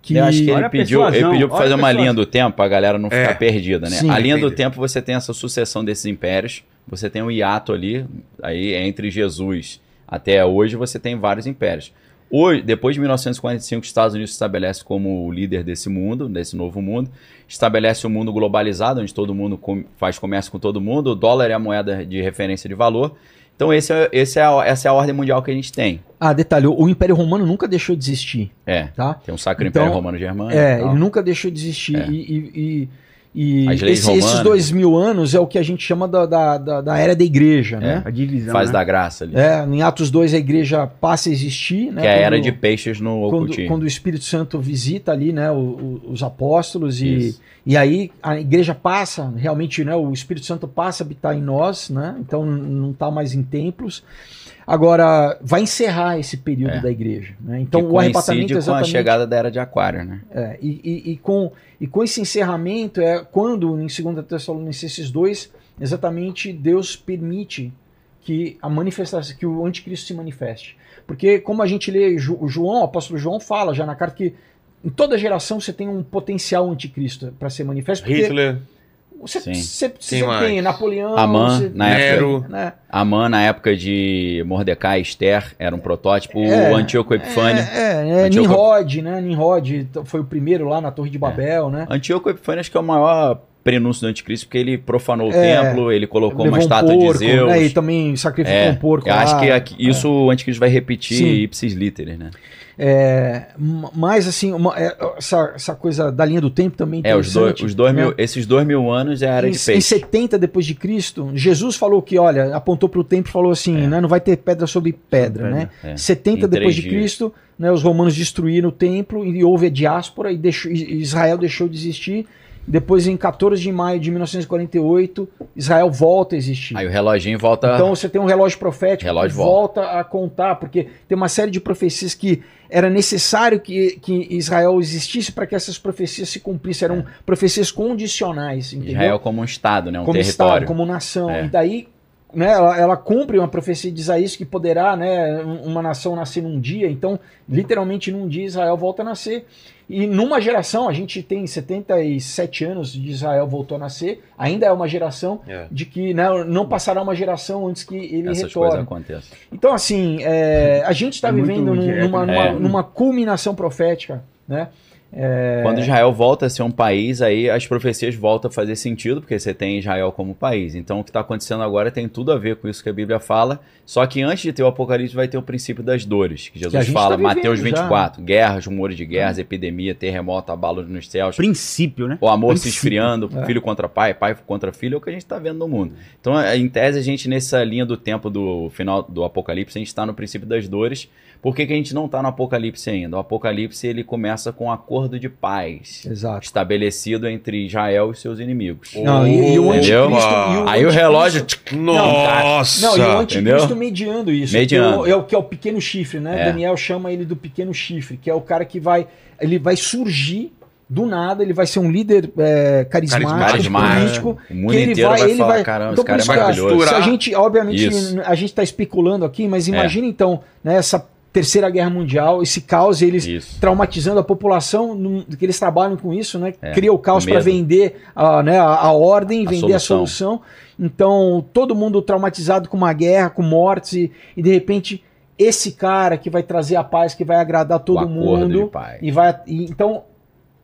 Que, Eu acho que Olha ele a pediu, ele persuasão, pediu pra olha fazer a uma persuasão. linha do tempo pra galera não É. ficar perdida, né? Sim. a linha do Entendi. tempo você tem essa sucessão desses impérios, você tem um hiato ali, aí é entre Jesus até hoje você tem vários impérios. Hoje, depois de 1945, os Estados Unidos se estabelece como o líder desse mundo, desse novo mundo, estabelece um mundo globalizado, onde todo mundo com- faz comércio com todo mundo, o dólar é a moeda de referência de valor. Então esse é, esse é a- essa é a ordem mundial que a gente tem. Ah, detalhou, o Império Romano nunca deixou de existir, É, tá? tem um Sacro Então, Império Romano-Germânico. É, e tal. ele nunca deixou de existir. É. E, e- e- E As leis esse- esses romanas. dois mil anos é o que a gente chama da, da, da, da era da igreja, né? É. A divisão. Faz né? da graça ali. É, em Atos 2 a igreja passa a existir, né? que é a era Quando- de peixes no quando, ocultismo. quando o Espírito Santo visita ali, né, o- o- os apóstolos e, Isso. e aí a igreja passa, realmente, né, o Espírito Santo passa a habitar em nós, né? Então n- não está mais em templos. Agora vai encerrar esse período É. da igreja, né? Que Então o coincide arrebatamento é com a exatamente chegada da era de aquário, né? é, e, e- e com, e com esse encerramento é quando, em 2 Tessalonicenses 2, exatamente Deus permite que a manifestação, que o anticristo se manifeste. Porque como a gente lê Ju- o João, o apóstolo João fala já na carta que em toda geração você tem um potencial anticristo para ser manifesto. Porque Hitler, você, Sim. você, você Quem mais? tem Napoleão, Amã, você- na Nero. época. né? Amã, na época de Mordecai e Esther, era um protótipo. É, o Antíoco Epifânio. É, é, é Antíoco- Nimrod, né? Nimrod t- foi o primeiro lá na Torre É. de Babel, né? Antíoco Epifânio acho que é o maior prenúncio do anticristo, porque ele profanou o É. templo, ele colocou uma Levou um estátua porco, de Zeus. né? E também sacrificou É, um porco. Eu acho lá. É, que aqui- isso o anticristo vai repetir Sim. ipsis literis, né? É, m- mas assim, uma- é, essa, essa coisa da linha do tempo também né? É, os dois, os dois mil, esses dois mil anos é a era em, de em peixe. 70 depois de Cristo, Jesus falou que, olha, apontou para o templo e falou assim, né, não vai ter pedra sobre pedra, né? É. 70 Em depois três de dias. Cristo, né, os romanos destruíram o templo e houve a diáspora e deixou- e Israel deixou de existir. Depois, em 14 de maio de 1948, Israel volta a existir. Aí o reloginho volta. Então você tem um relógio profético Relógio que volta. a contar, porque tem uma série de profecias que era necessário que, que Israel existisse para que essas profecias se cumprissem. Eram profecias condicionais, entendeu? É. Israel como um estado, né? Um como Estado, território. como nação. É. E daí né, ela, ela cumpre uma profecia de Isaías que poderá né, um- uma nação nascer num dia. Então, literalmente, num dia Israel volta a nascer. E numa geração, a gente tem 77 anos de Israel voltou a nascer, ainda é uma geração É. de que né, não passará uma geração antes que ele Essas coisas é retorne. acontecem. Então, assim, é, a gente está É muito vivendo num- direto, numa, né? numa, É. numa culminação profética, né? Quando É. Israel volta a ser um país, aí as profecias voltam a fazer sentido, porque você tem Israel como país. Então o que está acontecendo agora tem tudo a ver com isso que a Bíblia fala. Só que antes de ter o Apocalipse, vai ter o princípio das dores, que Que a Jesus gente fala, tá vivendo Mateus já. Uhum. 24. Guerras, rumores de guerras, epidemia, terremoto, abalo nos céus. Princípio, né? O amor se Princípio. esfriando, É. filho contra pai, pai contra filho, é o que a gente está vendo no mundo. Então, é, em tese, a gente, nessa linha do tempo do final do Apocalipse, a gente está no princípio das dores. Por que, que a gente não está no Apocalipse ainda? O Apocalipse ele começa com um acordo de paz Exato. estabelecido entre Israel e seus inimigos. Não, e- e o Entendeu? Ah, anticristo- e o Aí o anticristo- relógio tch, Nossa! Não, e o anticristo entendeu? mediando isso. Mediando. Que É o, é o que é o pequeno chifre, né? É. Daniel chama ele do pequeno chifre, que é o cara que vai. Ele vai surgir do nada, ele vai ser um líder é, carismático, Carismático. né? político. o mundo que ele inteiro vai- vai, ele falar: vai- caramba, Então, esse cara é por isso que eu acho- maravilhoso. Se a gente, obviamente, Isso. a gente está especulando aqui, mas É. imagina então, né, essa terceira guerra mundial, esse caos, eles Isso. traumatizando a população, num- que eles trabalham com isso, né? É, Cria o caos o para medo. vender a, né, a, a ordem, A vender a solução. solução. Então, todo mundo traumatizado com uma guerra, com mortes, e, e de repente, esse cara que vai trazer a paz, que vai agradar O todo acordo de mundo. paz. E vai, e, então,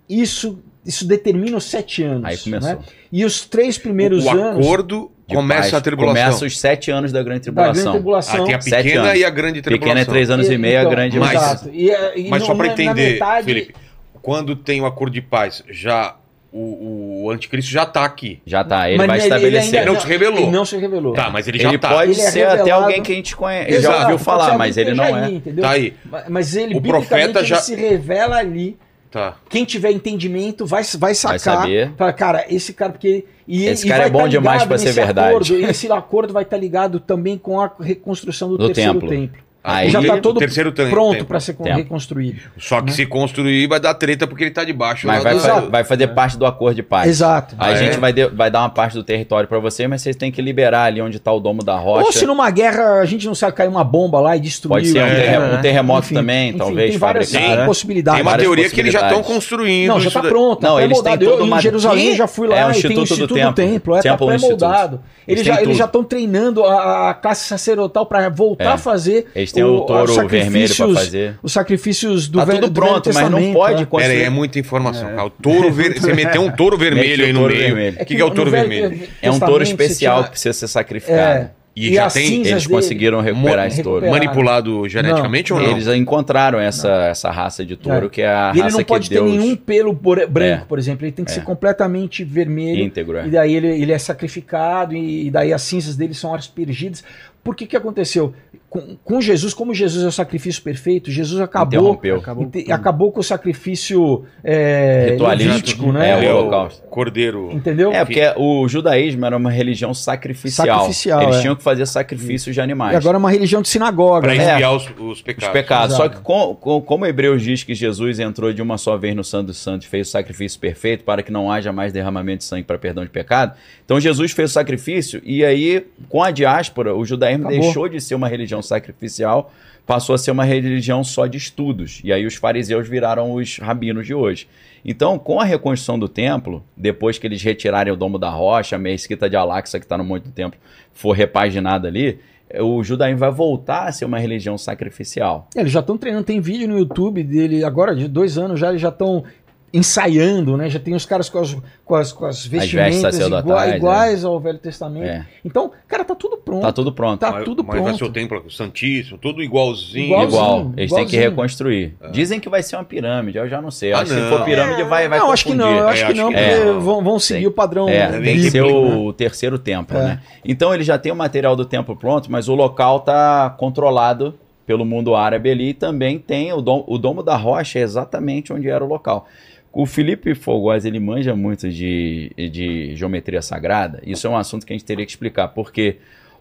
isso, isso determina os sete anos. Aí né? começou. E os três primeiros o anos acordo De começa paz. a tribulação. Começa os sete anos da grande da grande tribulação. Ah, tribulação. tem a Sete pequena anos. e a grande tribulação. Pequena é três anos e meio, a Então, grande é mais. exato. E, e Mas no- só para na- na entender, metade- Felipe, quando tem o acordo de paz, já o, o anticristo já tá aqui. Já tá, ele Mas vai ele- ele estabelecer. Ele não se revelou. Ele não se revelou. Tá, mas ele Ele, já tá. pode Ele é ser até revelado. alguém que a gente conhece. Exato. Já ouviu Pode ser falar, alguém mas que ele não esteja ali, é. entendeu? Tá aí. Ma- Mas ele, O biblicamente, profeta ele já- se revela ali. Tá. Quem tiver entendimento vai, vai sacar. saber. Fala, cara, esse cara, porque. E, Esse e cara vai é bom tá demais ligado pra ser nesse verdade. Acordo, e esse acordo vai estar ligado também com a reconstrução do, Do terceiro templo. templo. Aí já tá o todo terceiro tem- pronto tem- para ser con- Tempo. reconstruído. Só que né? se construir vai dar treta porque ele tá debaixo. Mas lá vai, do- fa- vai fazer parte do acordo de paz. Exato. Aí Ah, a é? gente vai, de- vai dar uma parte do território pra você, mas vocês têm que liberar ali onde tá o domo da rocha. Ou se numa guerra a gente não sabe cair uma bomba lá e destruir. Pode ser um, né? terre- um terremoto Enfim, também, enfim, talvez. Tem várias fabricado. Tem possibilidades. uma várias teoria que eles já estão possibilidades. construindo. Não, já isso tá daí. pronto. Não, Não, eles têm moldado. Eu toda uma- em Jerusalém Que? já fui lá É, o e tem o Instituto do Instituto do Templo. Templo. É, tá Temple Institute. pré-moldado. Eles, Eles já- têm eles já tudo. estão treinando a, a classe sacerdotal para voltar É. a fazer. Eles têm o, os touro vermelho pra sacrifícios- fazer. Os sacrifícios do Tá Velho- tudo do Velho pronto, mas não Testamento, pode Pera aí, é. é construir. muita informação, cara. O touro <laughs> ver... Você meteu um touro vermelho Meteu aí o no touro meio. vermelho. O que, que é o no touro Velho vermelho? É um touro Testamento você É, especial tinha- que precisa ser sacrificado. E, já as tem cinzas Eles dele- conseguiram recuperar esse touro. recuperar. manipulado geneticamente ou não? Eles encontraram essa, essa raça de touro, que é a E ele raça não pode que ter Deus nenhum pelo bor- branco, É. por exemplo. Ele tem que É. ser completamente vermelho. íntegro. é. E daí ele, ele é sacrificado, e, e daí as cinzas dele são aspergidas. Por que que aconteceu? Com, com Jesus, como Jesus é o sacrifício perfeite, Jesus acabou, Interrompeu. Acabou. inte- acabou com o sacrifício é, Ritualístico. levítico, né? É, o o holocausto. Cordeiro. Entendeu? É, porque o judaísmo era uma religião sacrificial. Sacrificial, Eles é. tinham que fazer sacrifícios de e animais. agora é uma religião de sinagoga. Pra né? expiar os, os os pecados. pecados. Exato. Só que com- com- como Hebreus diz que Jesus entrou de uma só vez no Santo dos Santos, fez o sacrifício perfeito para que não haja mais derramamento de sangue para perdão de pecado. Então Jesus fez o sacrifício e aí com a diáspora o judaísmo Acabou. deixou de ser uma religião sacrificial, passou a ser uma religião só de estudos. E aí os fariseus viraram os rabinos de hoje. Então, com a reconstrução do templo, depois que eles retirarem o domo da rocha, a mesquita de Alaxa que está no monte do templo, for repaginada ali, o judaísmo vai voltar a ser uma religião sacrificial. É, Eles já estão treinando, tem vídeo no YouTube dele, agora de dois anos já, eles já estão ensaiando, né? Já tem os caras com as, com as, com as vestimentas igua- sacerdotais, iguais ao Velho Testamento. É, Então, cara, tá tudo pronto. tá tudo pronto. Tá mas, tudo mas vai pronto. ser o templo santíssimo, tudo igualzinho. Igualzinho. Igual, eles têm que igualzinho. reconstruir. Dizem que vai ser uma pirâmide, eu já não sei. Eu Ah, acho que se não. for pirâmide, vai, vai não, acho que não, eu confundir. acho É, que acho não, que porque é. vão, vão seguir Tem- o padrão. né? É, Tem tem que que ser implicar. o terceiro templo, É. né? Então ele já tem o material do templo pronto, mas o local tá controlado pelo mundo árabe ali e também tem o, dom, o Domo da Rocha, é exatamente onde era o local. O Felipe Fogós, ele manja muito de, de geometria sagrada. Isso é um assunto que a gente teria que explicar, porque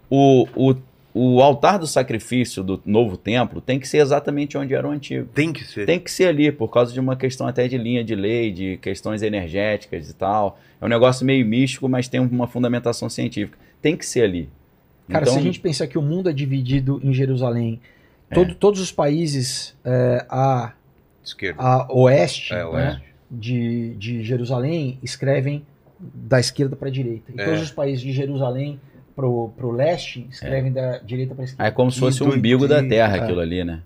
o, o, o altar do sacrifício do novo templo tem que ser exatamente onde era o antigo. Tem que ser. Tem que ser ali, por causa de uma questão até de linha de lei, de questões energéticas e tal. É um negócio meio místico, mas tem uma fundamentação científica. Tem que ser ali. Cara, então, É. se a gente pensar que o mundo é dividido em Jerusalém, todo- todos os países é, a, Esquerda. a oeste é, oeste. de, de Jerusalém escrevem da esquerda para a direita. E É. todos os países de Jerusalém pro, pro leste escrevem da direita para esquerda. É como se Que fosse o umbigo da doideira, terra cara. aquilo ali, né?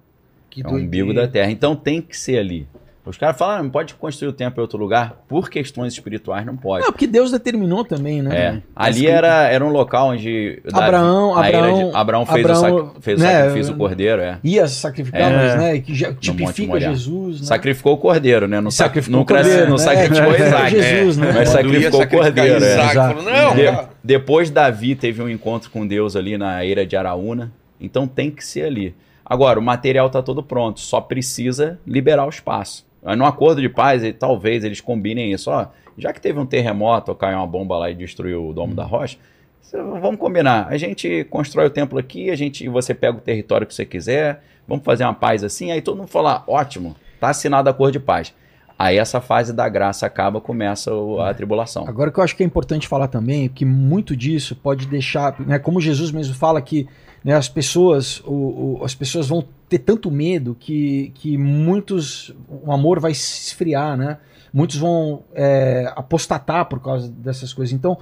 Que é o umbigo da terra. Então tem que ser ali. Os caras falam, "Ah, não pode construir o templo em outro lugar. Por questões espirituais, não pode. Não, porque Deus determinou também, né? É. Ali escrito. era, era um local onde Davi- Abraão, a ira de- Abraão, Abraão fez o, Abraão, sac- fez o né, sacrifício do cordeiro, é. ia sacrificar, É. mas, né? Que já tipifica Moriá. Jesus, né? Sacrificou o cordeiro, né? Não, sac- Sacrificou não o cordeiro, cresce- não né? sacrificou É, tipo, Isaac. Jesus, né? Mas Quando ia sacrificou o sacrificar cordeiro, é. Isaac, Exato. falou, não, De- cara. depois Davi teve um encontro com Deus ali na eira de Araúna, então tem que ser ali. Agora, o material está todo pronto, só precisa liberar o espaço. Aí, Num acordo de paz, e talvez eles combinem isso. Ó, já que teve um terremoto, ou caiu uma bomba lá e destruiu o domo da rocha, cê- vamos combinar. A gente constrói o templo aqui, a gente, você pega o território que você quiser, vamos fazer uma paz assim. Aí todo mundo fala, ótimo, tá assinado o acordo de paz. Aí essa fase da graça acaba, começa o- a tribulação. Agora o que eu acho que é importante falar também, é que muito disso pode deixar, né, como Jesus mesmo fala que né, as pessoas, o, o- as pessoas vão ter tanto medo que, que muitos, o amor vai se esfriar, né? Muitos vão é, apostatar por causa dessas coisas. Então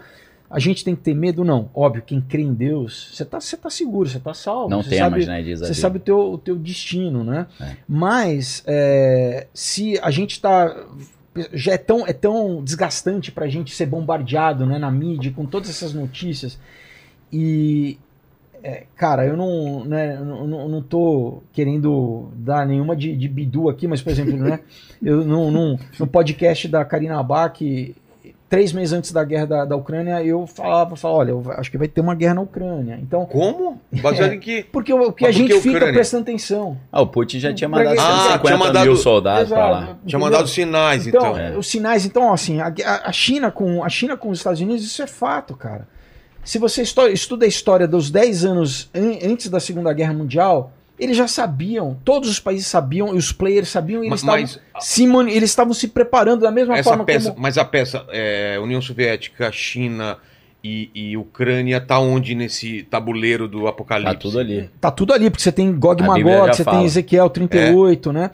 a gente tem que ter medo, não. Óbvio, quem crê em Deus, você tá, você tá seguro, você tá salvo. Não você temas, sabe- né? Diz a Você Bíblia. sabe o teu, o teu destino, né? É. Mas é, se a gente tá. Já é tão, é tão desgastante pra gente ser bombardeado né, na mídia com todas essas notícias. E. é, cara, eu não, né, eu não, não- não tô querendo dar nenhuma de, de bidu aqui, mas, por exemplo, <laughs> né, eu não, não- no podcast da Karina Abac, três meses antes da guerra da, da Ucrânia, eu falava, falava, olha, eu acho que vai ter uma guerra na Ucrânia. Então, Como? Baseado em que? porque o que Mas por a gente que a fica Ucrânia? prestando atenção. Ah, o Putin já tinha mandado Ah, tinha 150 mil mandado- soldados pra lá. Exato, Tinha entendeu? mandado sinais, então. Então, é. os sinais, então, assim, a, a China com, a China com os Estados Unidos, isso é fato, cara. Se você esto- estuda a história dos 10 anos an- antes da Segunda Guerra Mundial, eles já sabiam, todos os países sabiam, e os players sabiam, e eles Mas, estavam mas se, mani- eles estavam se preparando da mesma essa forma peça, como... mas a peça é, União Soviética, China e, e Ucrânia tá onde nesse tabuleiro do apocalipse? Tá tudo ali. Tá tudo ali, porque você tem Gog A Bíblia já Magog, você fala. tem Ezequiel 38, né?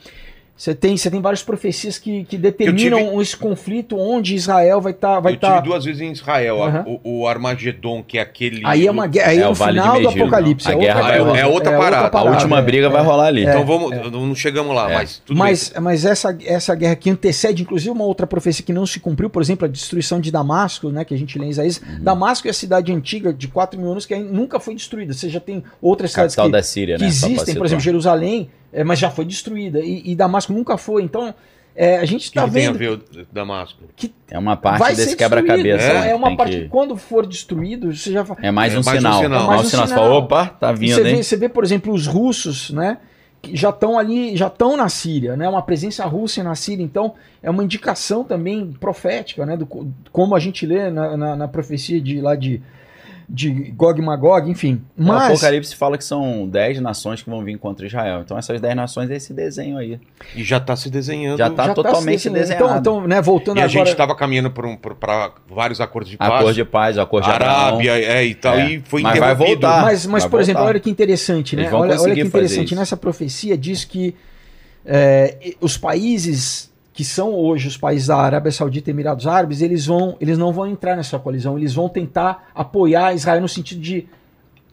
Você tem, você tem várias profecias que, que determinam Eu tive- esse conflito onde Israel vai estar. vai eu tá... tive duas vezes em Israel, a- Aham. o, o Armagedon, que é aquele. Aí é uma guerra, aí É é, o o Vale de final do Megiddo, Apocalipse. não. A guerra é outra- é outra parada. A A última é. briga vai rolar ali. Então vamos. Não chegamos lá, É. mas tudo mas mas essa, essa guerra que antecede, inclusive, uma outra profecia que não se cumpriu, por exemplo, a destruição de Damasco, né? Que a gente lê em Isaías. Uhum. Damasco é a cidade antiga de 4 mil anos que ainda nunca foi destruída. Você já tem outras cidades Capital que, da Síria, que né? Só pra existem, por situar. exemplo, Jerusalém, é, mas já foi destruída. E, e Damasco nunca foi. Então, é, a gente bem. O que, está que tem a vendo ver o Damasco? É uma parte vai desse ser destruído. quebra-cabeça. É, né? uma Tem parte que... que- quando for destruído, você já fa- É mais É um mais um sinal. sinal. É Mais mais um um sinal. Você sinal. fala, opa, tá você, vindo, vê, hein? você vê, por exemplo, os russos, né? Que já estão ali, já estão na Síria, né? Uma presença russa na Síria, então é uma indicação também profética, né? Do, co- como a gente lê na, na- na profecia de lá de, de Gog e Magog, enfim. O Mas Apocalipse fala que são 10 nações que vão vir contra Israel. Então essas 10 nações é esse desenho aí. E já está se desenhando. Já tá se totalmente Então, desenhado. então, né? Voltando E a agora. gente tá estava caminhando para vários acordos de paz. Acordo de paz, acordo de Abraão. Arábia, é, e tal, É. e foi Mas vai interrompido. voltar. mas, mas Ah, vai por exemplo, voltar. olha que interessante, né? Eles vão Olha, olha que conseguir fazer interessante. isso. Nessa profecia diz que é, e- os países que são hoje os países da Arábia Saudita e Emirados Árabes, eles, vão, eles não vão entrar nessa coalizão, eles vão tentar apoiar Israel no sentido de,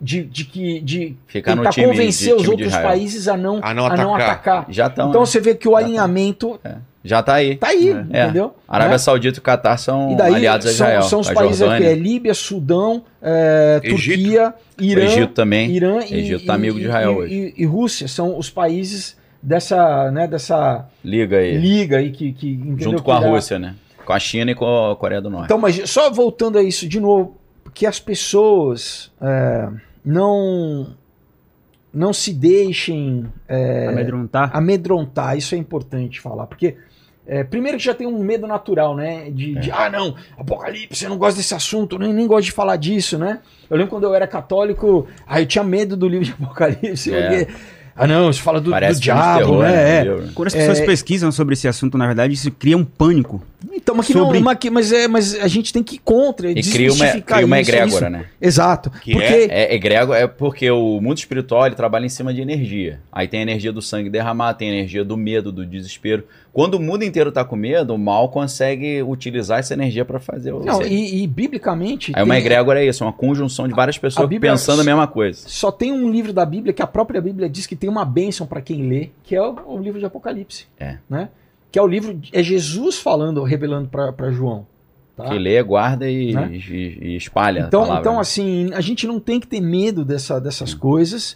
de, de que, de Ficar no tentar time, convencer de, os time de outros Israel. países a não, A não atacar. atacar. Já estão. então você vê que o Já tá. alinhamento Já tá aí. tá aí, É. entendeu? Arábia Né? Saudita e o Catar são E daí aliados a são- Israel. são, os a países aqui, Jordânia, é Líbia, Sudão, é, Egito. Turquia, o Irã, Egito também. Irã e, Egito tá e- amigo de Israel e- hoje. e- e Rússia são os países dessa, né, dessa Liga aí. liga aí que, que entendeu? Junto que com a dá- Rússia, né? Com a China e com a Coreia do Norte. Então, mas só voltando a isso de novo, que as pessoas é, não não se deixem é, Amedrontar. amedrontar, isso é importante falar, porque é, primeiro que já tem um medo natural, né? De, É. de, ah, não, apocalipse, eu não gosto desse assunto, nem, nem gosto de falar disso, né? Eu lembro quando eu era católico, ah, eu tinha medo do livro de apocalipse, É. porque, ah, não, isso fala do, do Parece filme de diabo, terror, né? É. Entendeu? Quando as pessoas É. pesquisam sobre esse assunto, na verdade, isso cria um pânico. Então, mas, que Sobre- não, mas, que- mas é, mas a gente tem que ir contra, E cria uma, desmistificar cria uma isso, egrégora, isso. né? Exato, Que porque... É, egrégora é porque o mundo espiritual ele trabalha em cima de energia. Aí tem a energia do sangue derramado, tem a energia do medo, do desespero. Quando o mundo inteiro tá com medo, o mal consegue utilizar essa energia para fazer o. Não, ser. e, e biblicamente... Aí uma tem- egrégora é isso, é uma conjunção de várias pessoas Bíblia- pensando a mesma coisa. Só tem um livro da Bíblia que a própria Bíblia diz que tem uma bênção para quem lê, que é o, o livro de Apocalipse. É. Né? Que é o livro, é Jesus falando, revelando para João. tá? Que lê, guarda e, Né? e- e espalha. a Então, palavra, então né? assim, a gente não tem que ter medo dessa, dessas coisas.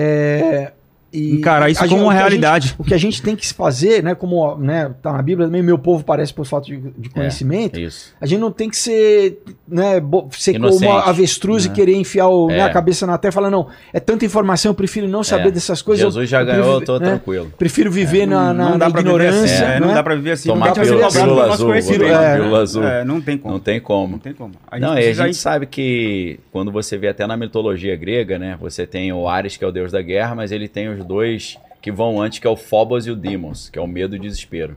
É, e Encarar isso a como gente- o uma que a gente- realidade. o que a gente tem que se fazer, né, como né, tá na Bíblia também, meu povo parece por falta de, de conhecimento, É Isso. a gente não tem que ser, né, bo- ser como Inocente, uma avestruz e né? querer enfiar o- né, É. a cabeça na terra e falar, não, é tanta informação, eu prefiro não saber É. dessas coisas. eu- Jesus já eu ganhou, eu prefiro- tô né, tranquilo. Prefiro É, viver na, na- na pra viver ignorância. assim, é, né? Não dá pra viver assim. Tomar não dá pra pílula- viver assim, pílula não dá pra azul, conhecer, vou né? tomar pílula azul. É, não tem como. Não tem como. Não tem como. A não, e a precisa gente ir- sabe que quando você vê até na mitologia grega, né? Você tem o Ares, que é o deus da guerra, mas ele tem os dois que vão antes, que é o Phobos e o Demons, que é o medo e o desespero.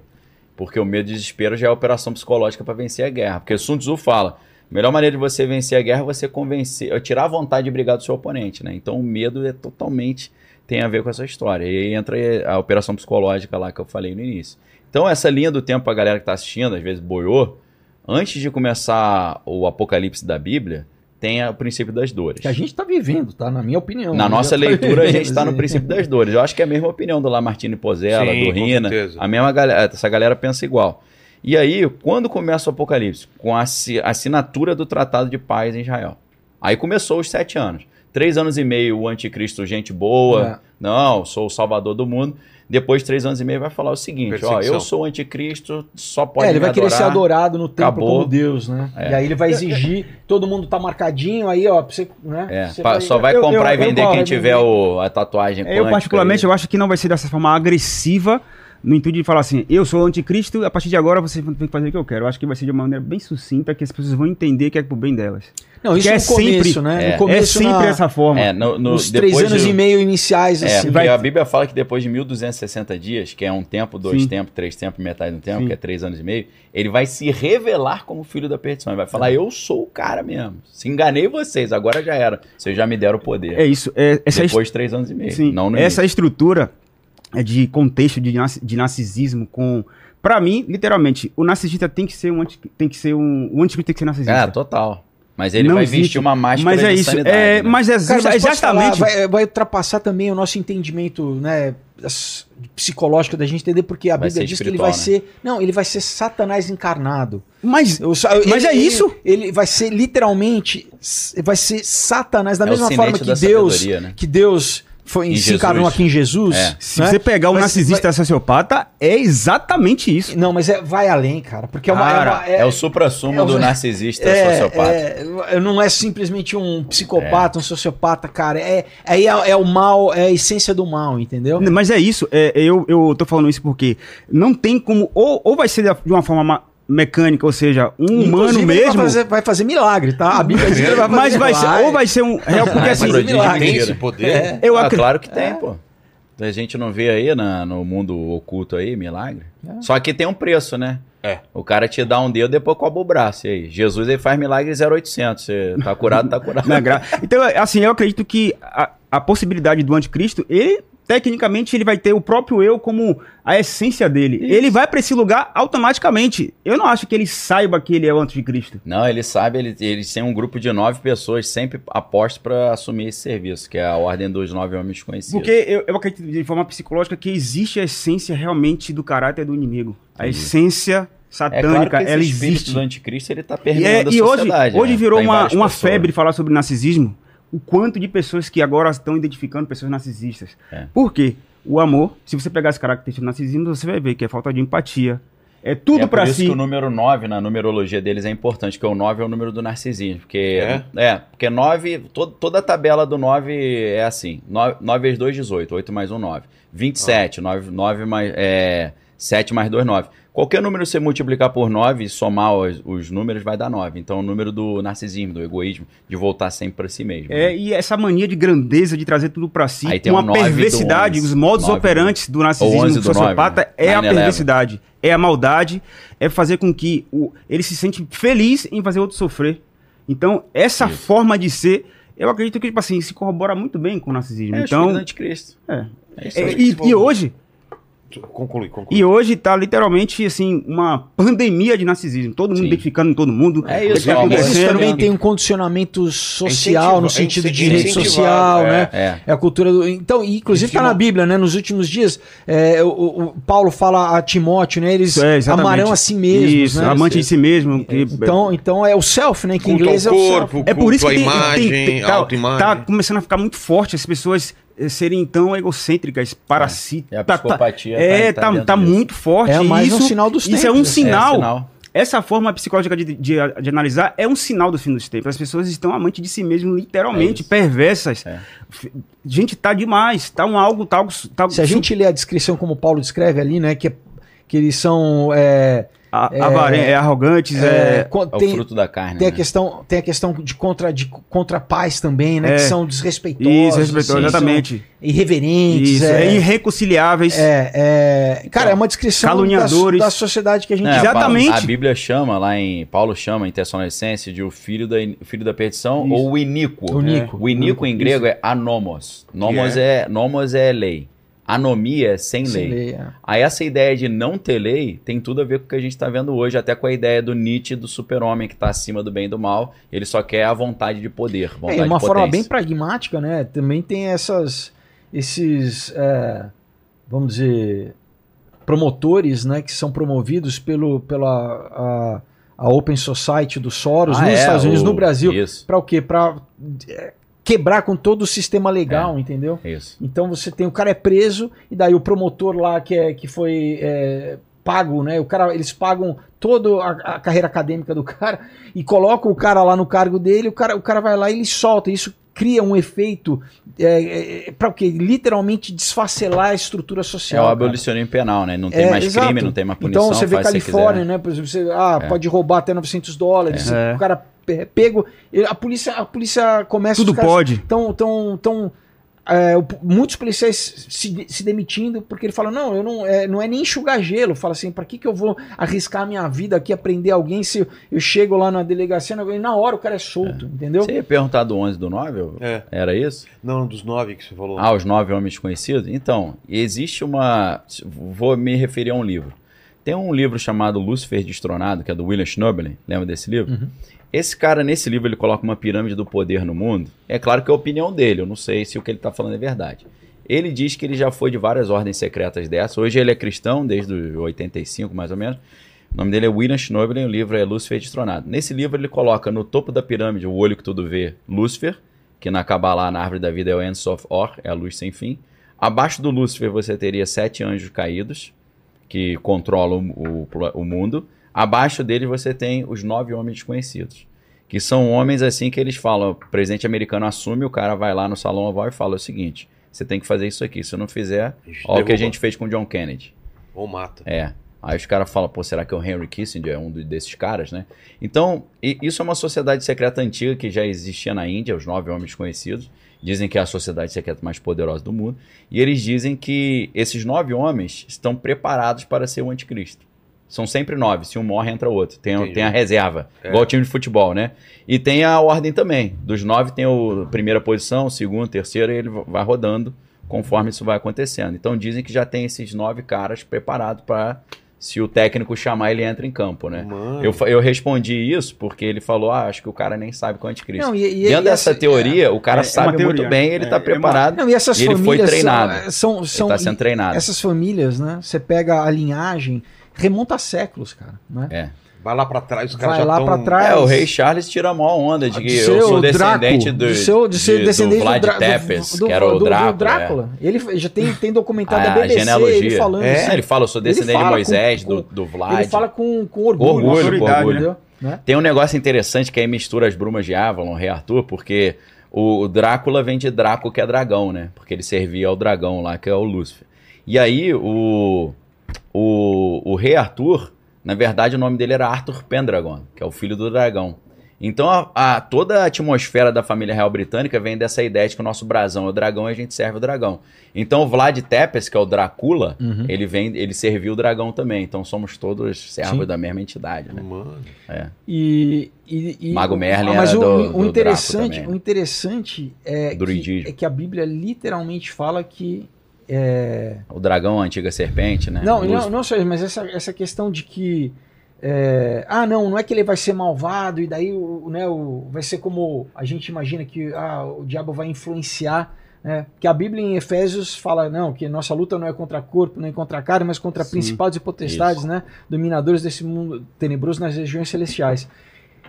Porque o medo e o desespero já é a operação psicológica para vencer a guerra. Porque Sun Tzu fala, a melhor maneira de você vencer a guerra é você convencer, é tirar a vontade de brigar do seu oponente, né? Então o medo é totalmente tem a ver com essa história. E aí entra a operação psicológica lá que eu falei no início. Então essa linha do tempo, a galera que tá assistindo, às vezes boiou, antes de começar o Apocalipse da Bíblia, tem a- o princípio das dores. Que a gente está vivendo, tá? Na minha opinião. Na né? É. nossa Eu tô leitura, a gente está <laughs> no vivendo, princípio das dores. Eu acho que é a mesma opinião do Lamartine Pozella, Sim, do com Rina. certeza. A mesma galera, essa galera pensa igual. E aí, quando começa o Apocalipse? Com a assi- assinatura do Tratado de Paz em Israel. Aí começou os sete anos. Três anos e meio, o anticristo, gente boa, É. não, sou o salvador do mundo. Depois de três anos e meio vai falar o seguinte, ó, Perseguição. eu sou o anticristo, só É, pode ele me vai querer ser adorar. adorado no templo Acabou. como Deus, né? É. E aí ele vai exigir, todo mundo tá marcadinho, aí, ó, pra você, né? É, Você pa- só vai tá eu- comprar eu- e eu vender gosto, quem eu tiver o- a tatuagem Eu, particularmente, eu acho é que não vai ser dessa forma agressiva, no intuito de falar assim, eu sou o anticristo, a partir de agora você tem que fazer o que eu quero. Eu acho que vai ser de uma maneira bem sucinta, que as pessoas vão entender que é pro bem delas. Não, isso Que é é no começo, sempre- né? é, no é começo, sempre na- essa forma. É, no, no, nos três depois anos de- e meio iniciais, É, assim. porque a Bíblia fala que depois de 1260 dias, que é um tempo, dois Sim. tempos, três tempos, metade do tempo, Sim. que é três anos e meio, ele vai se revelar como filho da perdição. Ele vai É. falar, eu sou o cara mesmo. Se enganei vocês, agora já era. Vocês já me deram o poder. É isso. É, essa depois de três anos e meio. Sim, Não no essa é início. estrutura é, de contexto de, narci- de narcisismo com. Pra mim, literalmente, o narcisista tem que ser um anti, tem que ser um. O anticristo tem que ser narcisista. É, total. Mas ele Não vai existe. vestir uma máscara mas de é isso. sanidade, É, né? Mas é Cara, justa- mas posso exatamente. falar, vai, vai ultrapassar também o nosso entendimento né, as- psicológico da gente entender, porque a Vai Bíblia ser diz que ele espiritual, né? vai ser. Não, ele vai ser Satanás encarnado. Mas Eu sa- eu- Mas é ele- isso. Ele, ele vai ser literalmente. s- Vai ser Satanás, da É o mesma sinete forma que da Deus. sabedoria, né? Que Deus foi, Em se Jesus. encarnou aqui em Jesus. É. se né? você pegar o Mas- narcisista sociopata, é exatamente isso. Não, mas é, vai além, cara. Porque é uma. é Cara, uma- é, o suprassumo é o- do narcisista sociopata. é, é, não é simplesmente um psicopata, um sociopata, cara. É, é, é o mal, é a essência do mal, entendeu? Não, Mas é isso, é, eu, eu tô falando isso porque não tem como, ou, ou vai ser da- de uma forma ma- mecânica, ou seja, um Inclusive, humano ele mesmo, Vai fazer, vai fazer milagre, tá? A Bíblia diz que ele vai fazer mas vai ser, milagre. ou vai ser um real, porque Mas assim, Mas é. prodígio milagre. Tem mineiro. esse poder. eu ah, acredito, claro que tem, pô. A gente não vê aí na- no mundo oculto aí, milagre. Só que tem um preço, né? É. O cara te dá um dedo depois cobra o braço. E aí? Jesus ele faz milagre 0800. Você tá curado, tá <laughs> curado. na gra... então é, assim, eu acredito que a, a possibilidade do anticristo, ele tecnicamente ele vai ter o próprio eu como a essência dele, ele vai pra esse lugar automaticamente, eu não acho que ele saiba que ele é o anticristo, Não, ele sabe, ele, eles têm um grupo de nove pessoas sempre aposto pra assumir esse serviço, que é a ordem dos nove homens conhecidos. porque eu, eu acredito de forma psicológica que existe a essência realmente do caráter do inimigo, a Entendi. essência é claro satânica, que esse ela espírito existe. do anticristo, ele tá E, permeando é- e a hoje, sociedade. hoje né? virou Tá em uma, várias uma pessoas. febre falar sobre narcisismo. O quanto de pessoas que agora estão identificando pessoas narcisistas. É. Por quê? O amor, se você pegar as características do narcisismo, você vai ver que é falta de empatia. É E tudo é pra por isso si. que o número 9 na numerologia deles é importante, porque o 9 é o número do narcisismo. Porque, É? é? porque 9, todo- toda a tabela do 9 é assim: 9, vezes 2, 18, 8 mais 1, 9. 27, 9, 9 mais, é, 7 mais 2, 9. Qualquer número que você multiplicar por 9 e somar os, os números vai dar 9. Então, o número do narcisismo, do egoísmo, de voltar sempre pra si mesmo. né? É, e essa mania de grandeza de trazer tudo pra si, Aí tem com a o nove do perversidade, onze. os modos Nove. operantes do Ou onze narcisismo do sociopata nove, né? é a 9/11. perversidade, é a maldade, é fazer com que o, ele se sente feliz em fazer outro sofrer. Então, essa Isso. forma de ser, eu acredito que tipo assim, se corrobora muito bem com o narcisismo. É o espírito do então, anticristo. é. É isso É, aí. e, e hoje, Conclui, conclui. e hoje tá literalmente assim uma pandemia de narcisismo. Todo mundo Sim. identificando em todo mundo. É o que isso, tá o amor. Isso acontecendo. também tem um condicionamento social, Incentivo- no sentido de incentivo- rede social, É incentivado, né? É. É a cultura do. Então, e inclusive está na Bíblia, né? Nos últimos dias, é, o, o- o Paulo fala a Timóteo, né? Eles Isso, é, exatamente. amarão a si mesmos, Isso, né? amante de si mesmo. que- Então, então é o self, né? Que em Culto inglês é ao o self. corpo, é por isso que culto tem, à imagem, tem- tem- tá, autoimagem. tá começando a ficar muito forte as pessoas eh, serem tão É. egocêntricas para si. E a Tá- tá- psicopatia tá- é, tá tá, dentro tá disso. muito forte. É e mais isso, um sinal dos Isso é um tempos. É, sinal. É, sinal. Essa forma psicológica de, de- de analisar é um sinal do fim dos tempos. As pessoas estão amantes de si mesmo, É literalmente, isso. perversas. É. F- Gente, tá demais. Tá um algo, tá algo. Tá, Se a gente lê a descrição como Paulo descreve ali, né? Que, é- que eles são. É, A, avaren- é, arrogantes, é. é, con- É o tem, fruto da carne. tem, a né? questão, tem a questão de contra, de contra paz também, né? É. Que são desrespeitosos. Isso, respeitou, assim, exatamente. são Irreverentes. Isso, é, irreconciliáveis. É, é, cara, é uma descrição da, caluniadores. da sociedade que a gente tá É, Exatamente. Paulo- A Bíblia chama lá em Paulo chama em Tessalonicense de o filho da o filho da perdição Isso. ou o iníquo. né? O Nico. O iníquo em grego é anomos. Nomos é. nomos é lei. Anomia é sem, Sim, lei. lei, é. Aí essa ideia de não ter lei tem tudo a ver com o que a gente está vendo hoje, até com a ideia do Nietzsche do super-homem que está acima do bem e do mal. Ele só quer a vontade de poder, É, vontade e uma de forma bem potência. pragmática, né? Também tem essas, esses, é, vamos dizer, promotores, né? Que são promovidos pelo, pela a, a Open Society dos Soros Ah, nos é, Estados Unidos, o- no Brasil, Isso, Pra o quê? Pra é, quebrar com todo o sistema legal, É. entendeu? isso. Então você tem o cara é preso e daí o promotor lá que é que foi é, pago, né? O cara eles pagam toda a, a carreira acadêmica do <laughs> cara e colocam o cara lá no cargo dele. O cara o cara vai lá e ele solta. Isso cria um efeito é, para o quê? Literalmente desfacelar a É estrutura o social. cara. abolicionismo penal, né? Não tem É, mais exato. crime, não tem mais punição. Então você vê faz o que você Califórnia, quiser. né? Por exemplo, você ah, É. pode roubar até 900 dólares. É. O cara é pego, ele- a polícia a polícia começa Tudo os caras- pode. tão, tão, tão é, o- muitos policiais se, se demitindo porque ele fala: não, eu não é, não é nem enxugar gelo. Fala assim: para que, que eu vou arriscar a minha vida aqui, prender alguém se eu, eu chego lá na delegacia na- e na hora o cara é solto, entendeu? Você ia perguntar do 11 do 9? É. Era isso? Não, dos nove que você falou. Ah, os nove homens conhecidos? Então, existe uma. Vou me referir a um livro. Tem um livro chamado Lúcifer Destronado, que é do William Schnobelin. Lembra desse livro? Uhum. Esse cara, nesse livro, ele coloca uma pirâmide do poder no mundo. É claro que é a opinião dele, eu não sei se o que ele está falando é verdade. Ele diz que ele já foi de várias ordens secretas dessas. Hoje ele é cristão, desde os 85 mais ou menos. O nome dele é William Schnobelin, o livro é Lúcifer Destronado. Nesse livro ele coloca no topo da pirâmide, o olho que tudo vê, Lúcifer, que na Kabbalah, na árvore da vida, é o End of Or, é a luz sem fim. Abaixo do Lúcifer você teria sete anjos caídos, que controlam o, o- o mundo. Abaixo dele você tem os nove homens desconhecidos, que são homens assim que eles falam, o presidente americano assume, o cara vai lá no salão oval e fala o seguinte, você tem que fazer isso aqui, se não fizer, olha o que a Derruba. gente fez com o John Kennedy. Ou mata. É. Aí os caras falam, pô, será que o Henry Kissinger é um do- desses caras, né? Então, i- isso é uma sociedade secreta antiga que já existia na Índia, os nove homens conhecidos. Dizem que é a sociedade secreta mais poderosa do mundo. E eles dizem que esses nove homens estão preparados para ser o anticristo. São sempre nove. Se um morre, entra outro. Tem, Entendi. tem a reserva. É. Igual o time de futebol, né? E tem a ordem também. Dos nove tem o primeira posição, o segundo, terceiro, e ele vai rodando conforme isso vai acontecendo. Então dizem que já tem esses nove caras preparados para se o técnico chamar ele entra em campo, né? Ah. Mano. Eu, fa- eu respondi isso porque ele falou, ah, acho que o cara nem sabe que é o anticristo. e, e- Dentro e dessa essa- teoria, o cara É, é sabe uma teoria. muito bem, ele É, está é uma- preparado, Não, e essas E ele foi famílias são- é, treinado. são, ele tá são, está sendo treinado. essas famílias, né? Você pega a linhagem, remonta a séculos, cara, né? É. Vai lá pra trás, os caras Vai já lá tão... pra trás. É, o rei Charles tira a maior onda de que De eu sou o Draco, descendente É, do, de seu- de ser de- descendente do Vlad Dra- Tepes, do- que era o do- do Drácula. é. Drácula. Ele tá já tem, tem documentado da a BBC genealogia. ele falando é, assim. ele fala, eu sou Ele descendente fala de Moisés, com- do, do Vlad. Ele fala com, com orgulho. Orgulho, com autoridade, orgulho. entendeu? Né? Tem um negócio interessante que aí mistura as brumas de Avalon, Rei Arthur, porque o o Drácula vem de Draco, que é dragão, né? Porque ele servia ao dragão lá, que é o Lúcifer. E aí, o, o, o Rei Arthur, na verdade, o nome dele era Arthur Pendragon, que é o filho do dragão. Então, a, a- toda a atmosfera da família real britânica vem dessa ideia de que o nosso brasão é o dragão e a gente serve o dragão. Então, o Vlad Tepes, que é o Drácula, Uhum. ele vem, ele serviu o dragão também. Então, somos todos servos Sim. da mesma entidade, né? Mano. E, e- e- Mago Merlin mas era o, do- o do Draco interessante, também. o interessante é que, Druidismo. é que a Bíblia literalmente fala que é, O dragão, a antiga serpente, né? Não, Lúcifer. não, não só isso, mas essa, essa questão de que. é, ah, não, não é que ele vai ser malvado e daí o, né, o, vai ser como a gente imagina que ah, o diabo vai influenciar. Né? Que a Bíblia em Efésios fala não, que nossa luta não é contra corpo, nem contra carne, mas contra Sim, principados e potestades, né? dominadores desse mundo tenebroso nas regiões celestiais.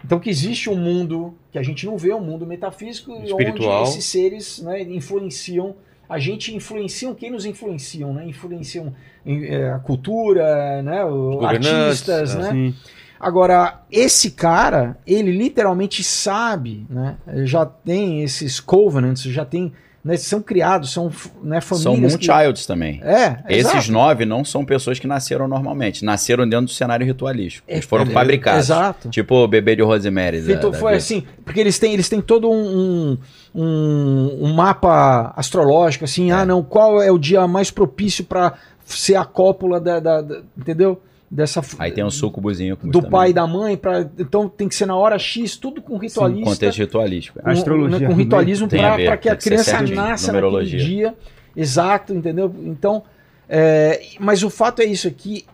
Então que existe um mundo que a gente não vê, um mundo metafísico, e Espiritual. onde esses seres né, influenciam, a gente influenciam quem nos influenciam, né? Influenciam em- eh, a cultura, né? O, governantes, artistas, é. né? Sim. Agora, esse cara, ele literalmente sabe, né? Já tem esses covenants, já tem, né? São criados, são né, São famílias. que- moonchilds também. É, Esses exato. nove não são pessoas que nasceram normalmente. Nasceram dentro do cenário ritualístico. Eles foram é, fabricados. Exato. Tipo o bebê de Rosemary. da- Então, da foi vida. assim, porque eles têm, eles têm todo um, um, um mapa astrológico, assim, ah, não, qual é o dia mais propício para ser a cópula da, da- da- entendeu? Dessa f- Aí tem um sucubuzinho. do pai e da mãe, pra, então tem que ser na hora X, tudo com Sim, ritualista, Um contexto ritualístico. é. com, Astrologia né, com também. ritualismo Tem a ver, para que a tem que ser criança certinho, nasça naquele numerologia. dia, exato, entendeu? Então, é, mas o fato é isso aqui,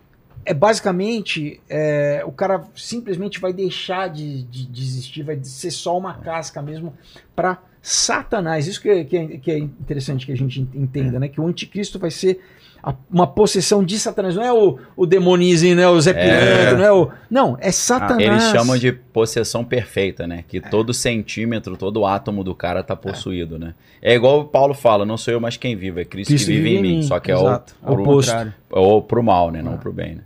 é basicamente é, o cara simplesmente vai deixar de, de, de existir, vai ser só uma casca mesmo para Satanás. Isso que, é- que, é, que é interessante que a gente entenda, É. né? Que o anticristo vai ser a- uma possessão de Satanás. Não é o, o demonizinho, né? O Zé Piranha, não é o... Não, é Satanás. Ah, Eles chamam de possessão perfeita, né? É. Que todo centímetro, todo átomo do cara tá possuído, né? É igual o Paulo fala, não sou eu mais quem vive, é Cristo, que vive, em mim. Só que é o, Exato, Ah. pro- oposto. é o pro mal, né? Não pro bem, né?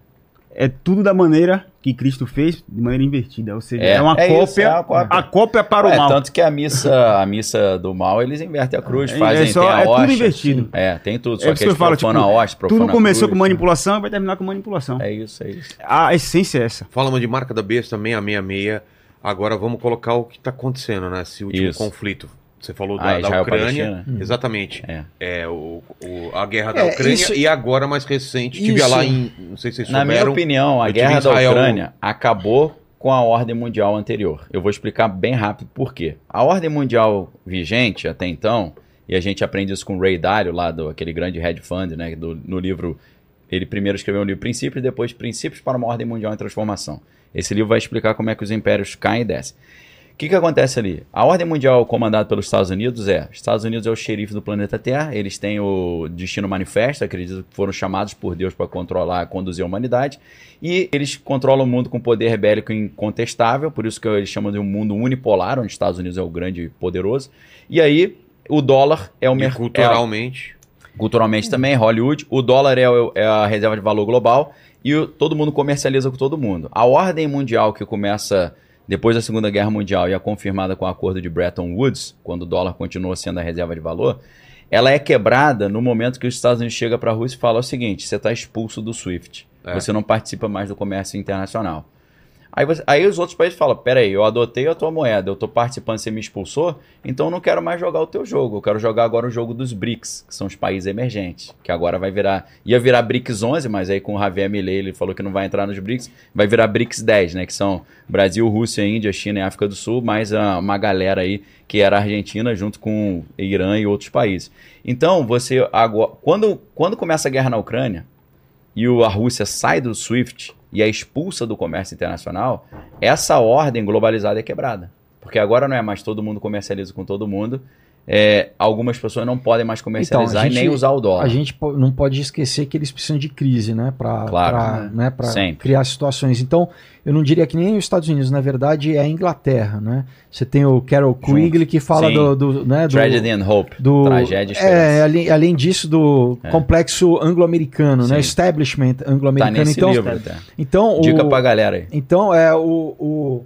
É tudo da maneira que Cristo fez, de maneira invertida. Ou seja, é, É, uma é cópia, isso, é uma cópia. A cópia para o é, mal. tanto que a missa, a missa do mal, eles invertem a cruz, É, fazem, é só- tem a é tudo hoxa. invertido. É, tem tudo. Só É que, isso que eu eles falo, profanam tipo, a hoxa, profanam Tudo a começou com cruz. né? manipulação e vai terminar com manipulação. É isso, é isso. A essência é essa. Falamos de marca da besta 666. Agora vamos colocar o que tá acontecendo, né? Esse último Isso. conflito. Você falou Ah, da, da Israel, Ucrânia. Palestina. Exatamente. É. É, o, o- a guerra da É, Ucrânia isso- e agora mais recente. Tive Isso. lá em. Não sei se vocês Na minha souberam. opinião, a eu tive em guerra da Israel- Ucrânia acabou com a ordem mundial anterior. Eu vou explicar bem rápido por quê. A ordem mundial vigente até então, e a gente aprende isso com o Ray Dalio, lá do aquele grande hedge fund, né, do- no livro ele primeiro escreveu um livro Princípios, depois Princípios para uma Ordem Mundial em Transformação. Esse livro vai explicar como é que os impérios caem e descem. O que, que acontece ali? A ordem mundial comandada pelos Estados Unidos é: os Estados Unidos é o xerife do planeta Terra, eles têm o destino manifesto, acredito que foram chamados por Deus para controlar, conduzir a humanidade, e eles controlam o mundo com poder bélico incontestável, por isso que eles chamam de um mundo unipolar, onde os Estados Unidos é o grande e poderoso. E aí, o dólar é o E mercado culturalmente. É, culturalmente também, Hollywood. O dólar é, o- é a reserva de valor global e o- todo mundo comercializa com todo mundo. A ordem mundial que começa depois da Segunda Guerra Mundial e é confirmada com o acordo de Bretton Woods, quando o dólar continua sendo a reserva de valor, ela é quebrada no momento que os Estados Unidos chega para a Rússia e fala o seguinte: você está expulso do SWIFT, É. você não participa mais do comércio internacional. Aí, você- aí os outros países falam: peraí, eu adotei a tua moeda, eu estou participando, você me expulsou, então eu não quero mais jogar o teu jogo. Eu quero jogar agora o jogo dos BRICS, que são os países emergentes, que agora vai virar. Ia virar BRICS 11, mas aí com o Javier Milei ele falou que não vai entrar nos BRICS, vai virar BRICS 10, né? Que são Brasil, Rússia, Índia, China e África do Sul, mais ah, uma galera aí que era a Argentina junto com Irã e outros países. Então, você agora, quando, quando começa a guerra na Ucrânia e o- a Rússia sai do SWIFT e é expulsa do comércio internacional, essa ordem globalizada é quebrada. Porque agora não é mais todo mundo comercializa com todo mundo. é, algumas pessoas não podem mais comercializar Então, gente- e nem usar o dólar. A gente po- não pode esquecer que eles precisam de crise, né? Para Claro, pra, né? né, pra Sempre. criar situações. Então, eu não diria que nem os Estados Unidos, na verdade, é a Inglaterra, né? Você tem o Carol Quigley que fala Sim. do, do, né, do, Tragedy and Hope. do Tragédia e é, esperança. além, além disso do complexo anglo-americano, né? Sim. Establishment tá anglo-americano. nesse então, livro até. então Dica o, pra galera aí. então é o, o-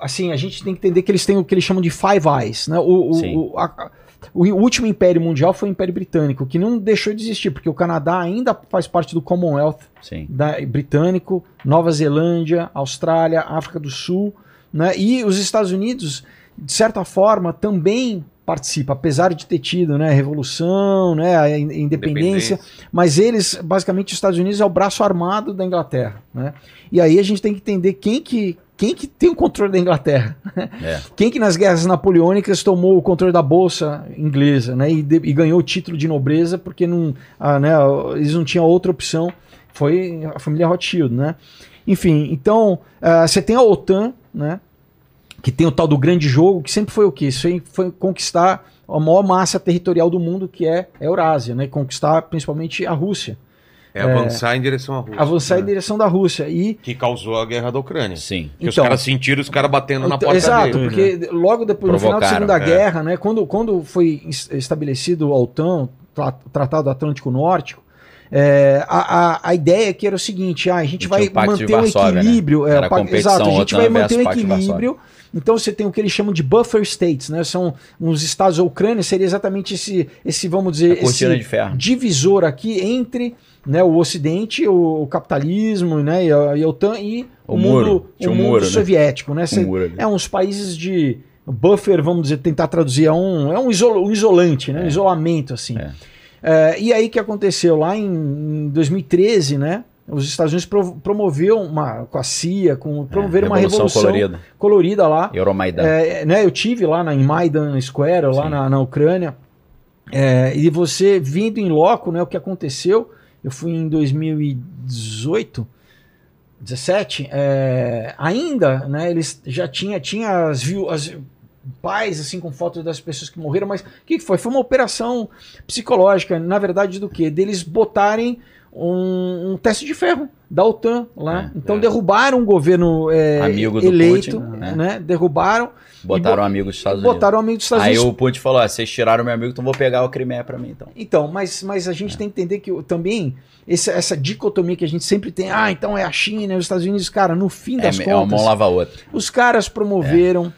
assim a gente tem que entender que eles têm o que eles chamam de Five Eyes, né? O, o- Sim. o- a- o último império mundial foi o Império Britânico, que não deixou de existir, porque o Canadá ainda faz parte do Commonwealth Sim. da- britânico, Nova Zelândia, Austrália, África do Sul, né? E os Estados Unidos, de certa forma, também participa, apesar de ter tido, né, a revolução, né, a in- independência, mas eles, basicamente, os Estados Unidos é o braço armado da Inglaterra, né? E aí a gente tem que entender quem que, quem que tem o controle da Inglaterra. né? É. Quem que nas guerras napoleônicas tomou o controle da bolsa inglesa, né? E, de- e ganhou o título de nobreza porque não, ah, né, eles não tinham outra opção. Foi a família Rothschild, né? Enfim, então ah, você tem a OTAN, né? Que tem o tal do grande jogo, que sempre foi o quê? Isso aí foi conquistar a maior massa territorial do mundo, que é a Eurásia, né? Conquistar principalmente a Rússia. É avançar em direção à Rússia. Avançar né? em direção da Rússia. E Que causou a guerra da Ucrânia. Sim. Que os caras sentiram os caras batendo na Então, porta exato, dele. porque logo depois, no final né? da Provocaram, Segunda é. Guerra, né, quando, quando foi es- estabelecido o OTAN, tra- Tratado Atlântico Nórdico, é, a, a, a ideia que era o seguinte, ah, a gente Tinha vai o Pacto de manter o Varsóvia, né? equilíbrio, é, Era o Pacto- competição exato, a gente OTAN vai manter o versus Pacto de equilíbrio, então você tem o que eles chamam de buffer states, né, são uns estados, a Ucrânia seria exatamente esse, esse vamos A dizer, cortina esse de ferro. divisor aqui entre né, o Ocidente, o, o capitalismo, né, e a, e a OTAN e o, O mundo, muro. Tinha o um mundo muro, né? soviético, né, Cê- Um muro ali. é uns países de buffer, vamos dizer, tentar traduzir, é um, é um, isolo- um isolante, né? Um isolamento, assim. É. É, e aí o que aconteceu? Lá em, em 2013, né? Os Estados Unidos pro- promoveu uma, com a CIA, com, promoveram um uma revolução colorida, É, colorida. lá. Euromaidan. É, né, eu tive lá na, em Maidan Square, lá Sim. na, na Ucrânia. É, e você vindo em loco, né, o que aconteceu? Eu fui em 2018, 17, é, ainda, né, eles já tinha tinha as viu as pais assim com fotos das pessoas que morreram, mas o que que foi? Foi uma operação psicológica, na verdade do que? Deles botarem um, um teste de ferro da OTAN lá. É, então é. derrubaram um governo é, Amigo do eleito, Putin, né? né? Derrubaram Botaram um amigo dos Estados Unidos. botaram o amigo dos Estados Aí Unidos. o Putin falou: ah, vocês tiraram meu amigo, então vou pegar o Crimeia pra mim, então. Então, mas, mas a gente É. tem que entender que o- também esse- essa dicotomia que a gente sempre tem, ah, então é a China, é os Estados Unidos, cara, no fim das É, é uma contas, mão lava a outra. os caras promoveram,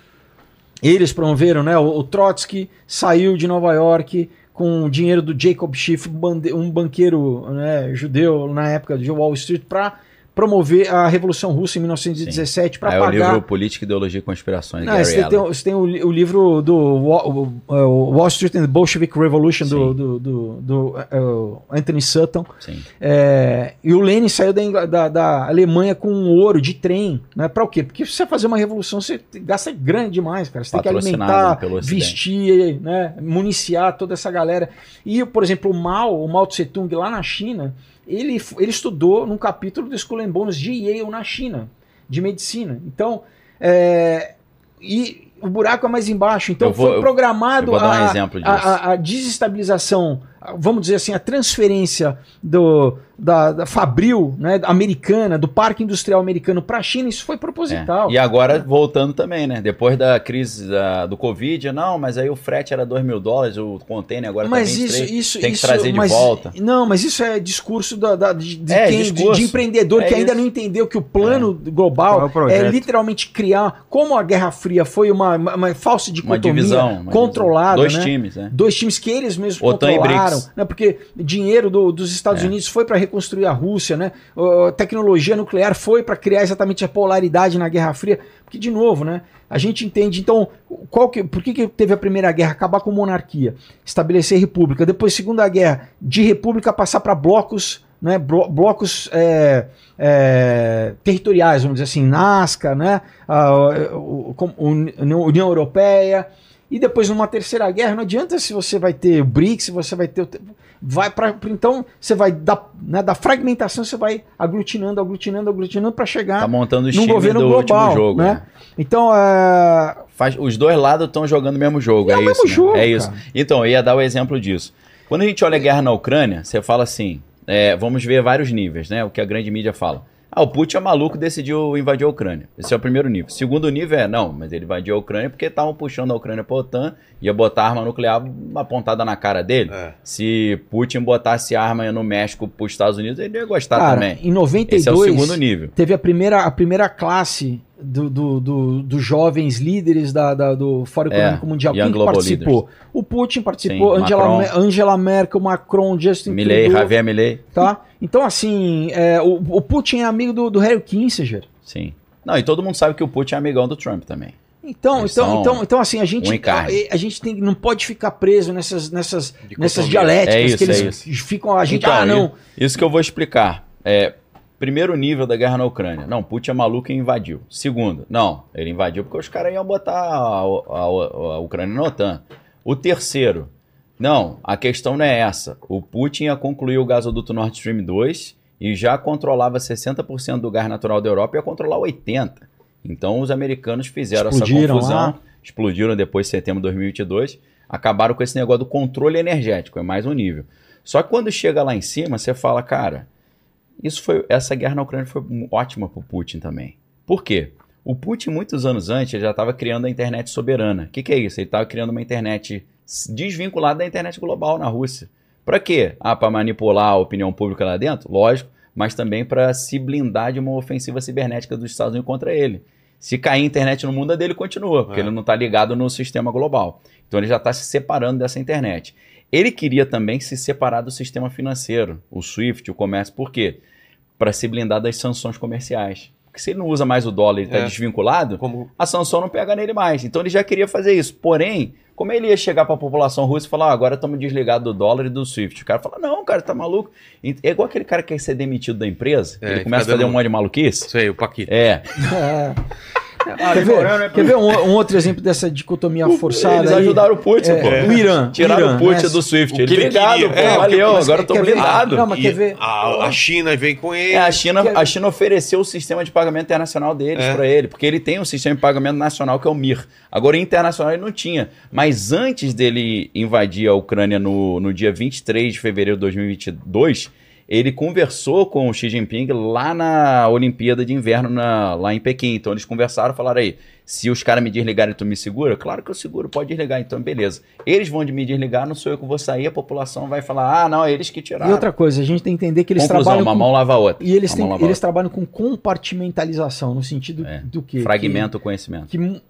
eles promoveram, né? O, o Trotsky saiu de Nova York com o dinheiro do Jacob Schiff, bande- um banqueiro né, judeu na época de Wall Street, para promover a Revolução Russa em 1917 para Aí pagar. o livro Política, Ideologia e Conspirações, Não, Gary você, tem, um Allen. você tem o, li- o livro do Wa- o- é, o Wall Street and the Bolshevik Revolution do, do, do- do, eh, o Anthony Sutton. Sim. É, e o Lenin saiu da, Ingl- da- da Alemanha com um ouro de trem. Né? Para o quê? Porque se você fazer uma revolução, você te- gasta grande demais, cara. Você tem que Patrocinado alimentar, pelo Ocidente. vestir, né? municiar toda essa galera. E, por exemplo, o Mao, o Mao Tse Tung, lá na China, ele, f- ele estudou num capítulo do School and Bones de Yale na China, de medicina. Então, é, e o buraco é mais embaixo. Então, Eu vou- foi eu- programado Eu vou dar um a- exemplo disso. a, a- a desestabilização, a- vamos dizer assim, a transferência do, da, da Fabril né, americana, do parque industrial americano para a China, isso foi proposital. É. E agora voltando também, né? Depois da crise da- do Covid, não, mas aí o frete era 2 mil dólares, o container agora mas tá 23. isso, isso, tem que isso, trazer de mas- volta. Não, mas isso é discurso da, da- de, de É, quem- de- discurso. de empreendedor É que ainda isso. não entendeu que o plano Qual é global o projeto? é, literalmente criar, como a Guerra Fria foi uma, uma, uma falsa Uma dicotomia divisão. uma controlada, divisão. Dois né? times, né? Dois times que eles mesmos OTAN e controlaram, BRICS. né? Porque dinheiro do- dos Estados É. Unidos foi para reconstruir a Rússia, né? Ó, tecnologia nuclear foi para criar exatamente a polaridade na Guerra Fria. Porque de novo, né? A gente entende então qual que, por que, que teve a Primeira Guerra acabar com monarquia, estabelecer república, depois Segunda Guerra de república passar para blocos, né? blo- blocos é, é, territoriais, vamos dizer assim, Nasca, né? a, o- o- com- União União Europeia e depois numa terceira guerra, não adianta se você vai ter o BRICS, se você vai ter o... te- vai para então você vai da, né, da fragmentação você vai aglutinando, aglutinando, aglutinando para chegar. Tá montando os num times do governo global, último jogo. né? Né? Então, é, Faz, os dois lados estão jogando o mesmo jogo. É, o isso. mesmo né? jogo, É isso. cara. Então, eu ia dar o exemplo disso. Quando a gente olha a guerra na Ucrânia, você fala assim: é, vamos ver vários níveis, né? O que a grande mídia fala. Ah, o Putin é maluco, decidiu invadir a Ucrânia. Esse é o primeiro nível. Segundo nível é, não, mas ele invadiu a Ucrânia porque estavam puxando a Ucrânia para a OTAN, ia botar arma nuclear apontada na cara dele. É. Se Putin botasse arma no México para os Estados Unidos, ele ia gostar cara, Tá também. em 92 Esse é o segundo nível. teve a primeira, a primeira classe do, do, do- dos jovens líderes da, da- do Fórum É, Econômico Mundial. Young Quem que Global participou? O Putin participou, Sim, Angela, Macron. Me- Angela Merkel, Macron, Justin Milley, Trudeau, Javier Milley. tá? Então, assim, é, o, o Putin é amigo do, do Harry Kissinger. Sim. Não, e todo mundo sabe que o Putin é amigão do Trump também. Então, Eles então, são então, então, assim, a gente, um encarne. a, a gente tem, não pode ficar preso nessas, nessas, Dicotomia. nessas dialéticas É isso, que é eles ficam. A gente, Então, ah, não. Isso que eu vou explicar. É, primeiro nível da guerra na Ucrânia. Não, Putin é maluco e invadiu. Segundo, não, ele invadiu porque os caras iam botar a, a- a Ucrânia na OTAN. O terceiro, não, a questão não é essa. O Putin ia concluir o gasoduto Nord Stream 2 e já controlava 60% do gás natural da Europa e ia controlar 80%. Então os americanos fizeram Explodiram essa confusão, lá. explodiram depois de setembro de 2022, acabaram com esse negócio do controle energético, é mais um nível. Só que quando chega lá em cima, você fala, cara, isso foi essa guerra na Ucrânia foi mu- ótima para o Putin também. Por quê? O Putin, muitos anos antes, ele já estava criando a internet soberana. O que, que é isso? Ele estava criando uma internet s- desvinculada da internet global na Rússia. Para quê? Ah, para manipular a opinião pública lá dentro? Lógico, mas também para se blindar de uma ofensiva cibernética dos Estados Unidos contra ele. Se cair a internet no mundo, a dele continua, porque É. ele não está ligado no sistema global. Então ele já está se separando dessa internet. Ele queria também se separar do sistema financeiro, o SWIFT, o comércio. Por quê? Para se blindar das sanções comerciais. Porque se ele não usa mais o dólar e está É. desvinculado, Como a sanção não pega nele mais. Então ele já queria fazer isso. Porém, como ele ia chegar para a população russa e falar, ah, agora estamos desligados do dólar e do SWIFT? O cara fala, não, cara, tá maluco. E- É igual aquele cara que quer ser demitido da empresa, É, ele fica começa a fazer dando- um monte de maluquice. sei, o Paquito. É, É. Ah, quer, demorando, né, ver, quer ver um, um outro exemplo dessa dicotomia forçada? eles aí? ajudaram o Putin, É, pô. O Irã. Tiraram Irã, o Putin né? do SWIFT. O que Ele ele obrigado, queria, pô, é, valeu, mas agora quer- eu tô quer ver- blindado. É, Não, mas E quer ver? A, a China vem com ele. É, a China, Quer- a China ofereceu o sistema de pagamento internacional deles É. pra ele, porque ele tem um sistema de pagamento nacional que é o MIR. Agora, internacional ele não tinha. Mas antes dele invadir a Ucrânia no, no dia 23 de fevereiro de 2022, ele conversou com o Xi Jinping lá na Olimpíada de Inverno, na- lá em Pequim. Então, eles conversaram, falaram aí, se os caras me desligarem, tu me segura? Claro que eu seguro, pode desligar, então beleza. Eles vão de me desligar, não sou eu que vou sair, a população vai falar, ah, não, eles que tiraram. E outra coisa, a gente tem que entender que eles Conclusão, trabalham. uma com- mão lava a outra. E eles, Uma têm- mão lava a eles trabalham com compartimentalização, no sentido É, do quê? Fragmenta o conhecimento. que mu-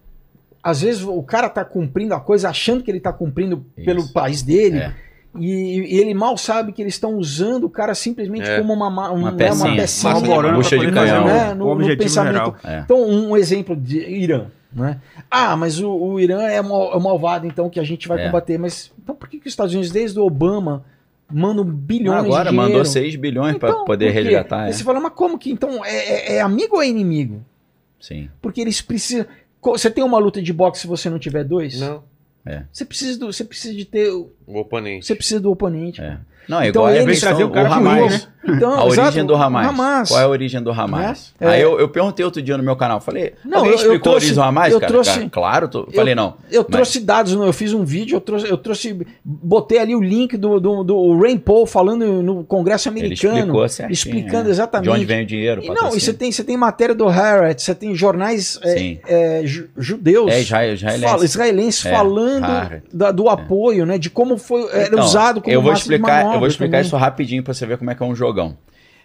às vezes o cara tá cumprindo a coisa achando que ele tá cumprindo Isso. pelo país dele É. E, e ele mal sabe que eles estão usando o cara simplesmente É. como uma, ma- um- Uma né, pecinha. uma pecinha Massa de agora, bucha pra de poder canhão. fazer, né, no, O no um objetivo pensamento. geral. É. Então, um exemplo de Irã. Né? Ah, mas o, o Irã é, mal, é o malvado, então, que a gente vai É. combater. Mas então por que, que os Estados Unidos, desde o Obama, mandam bilhões Agora de dinheiro? mandou 6 <laughs> bilhões para Então, poder por quê? resgatar. é. Aí Você fala, mas como que então é, é- é amigo ou é inimigo? Sim. Porque eles precisam. co- Você tem uma luta de boxe se você não tiver dois? Não, Você precisa do, você precisa de ter, o- o oponente. você precisa do oponente. É. Não, é Então igual a ele questão trazer o o cara pro Hamas. jogo, Então, <laughs> A exato, origem do Hamas. Hamas. Qual é a origem do Hamas? Né? Aí É. eu, eu perguntei outro dia no meu canal, falei, Não, alguém eu- eu explicou a trouxe- origem do Hamas, eu cara? trouxe- Cara, Claro, tô- falei não. Eu Mas- trouxe dados, não, eu fiz um vídeo, eu trouxe, eu trouxe, botei ali o link do, do, do Rain Paul falando no Congresso Ele americano, explicou certinho. explicando é. exatamente. De onde vem o dinheiro, E o não, e você patrocínio. tem, você tem matéria do Harriet, você tem jornais é, Sim. é, ju- judeus. É Israel, israelense. fala- israelenses É, Harvard. falando da- do apoio, né? De como foi era Então, usado como eu vou massa de explicar, manobra eu vou explicar também. isso rapidinho para você ver como é que é um jogão.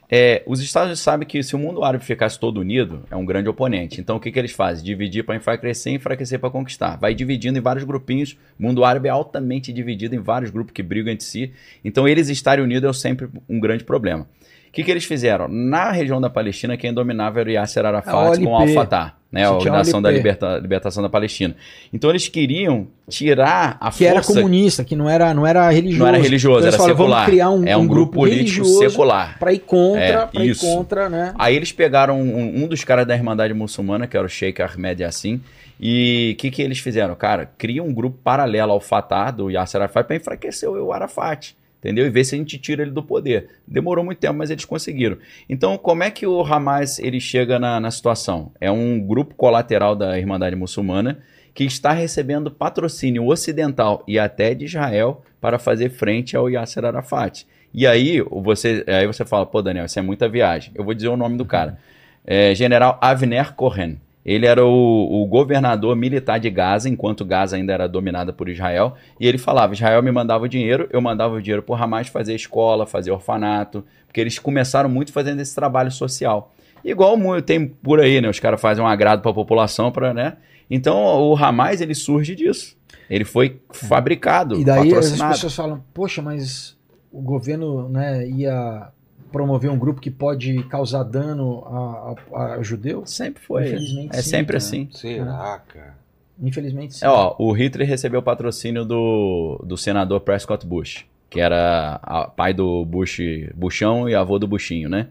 É, os Estados Unidos sabem que se o mundo árabe ficasse todo unido, é um grande oponente. Então o que, que eles fazem? Dividir para enfraquecer e enfraquecer para conquistar. Vai dividindo em vários grupinhos. O mundo árabe é altamente dividido em vários grupos que brigam entre si. Então eles estarem unidos é sempre um grande problema. O que, que eles fizeram? Na região da Palestina, quem dominava era o Yasser A Arafat OLP. com o Al-Fatah, né? a Tinha a Organização da OLP. Liberta- Libertação da Palestina. Então eles queriam tirar a Que era força comunista, que não era, não era religioso. não era religioso, Então, era eles falaram, secular. Vamos criar um, é um, grupo político religioso secular. para ir contra, É, pra ir isso. contra, né? Aí eles pegaram um, um dos caras da Irmandade Muçulmana, que era o Sheikh Ahmed Yassin, e o que, que eles fizeram? Cara, cria um grupo paralelo ao Fatah, do Yasser Arafat, para enfraquecer o Arafat, entendeu? E ver se a gente tira ele do poder. Demorou muito tempo, mas eles conseguiram. Então, como é que o Hamas ele chega na, na situação? É um grupo colateral da Irmandade Muçulmana que está recebendo patrocínio ocidental e até de Israel para fazer frente ao Yasser Arafat. E aí você, aí você fala, pô, Daniel, isso é muita viagem. Eu vou dizer o nome do cara. É, General Avner Cohen. Ele era o, o governador militar de Gaza, enquanto Gaza ainda era dominada por Israel. E ele falava: Israel me mandava o dinheiro, eu mandava o dinheiro para o Hamas fazer escola, fazer orfanato, porque eles começaram muito fazendo esse trabalho social. Igual mu- tem por aí, né? Os caras fazem um agrado para a população, pra, né? Então o Hamas ele surge disso. Ele foi fabricado, E daí as patrocinado. pessoas falam, poxa, mas o governo né, ia promover um grupo que pode causar dano a, a, a judeus? Sempre foi. Infelizmente, É sim, né? sempre cara. assim. Será, cara? Infelizmente sim. É, ó, o Hitler recebeu o patrocínio do, do senador Prescott Bush, que era a- pai do Bush, Buchão e avô do Buchinho, né?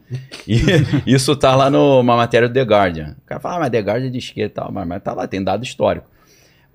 E <laughs> isso tá lá numa matéria do The Guardian. O cara fala, ah, mas The Guardian é de esquerda e tal, mas, mas tá lá, tem dado histórico.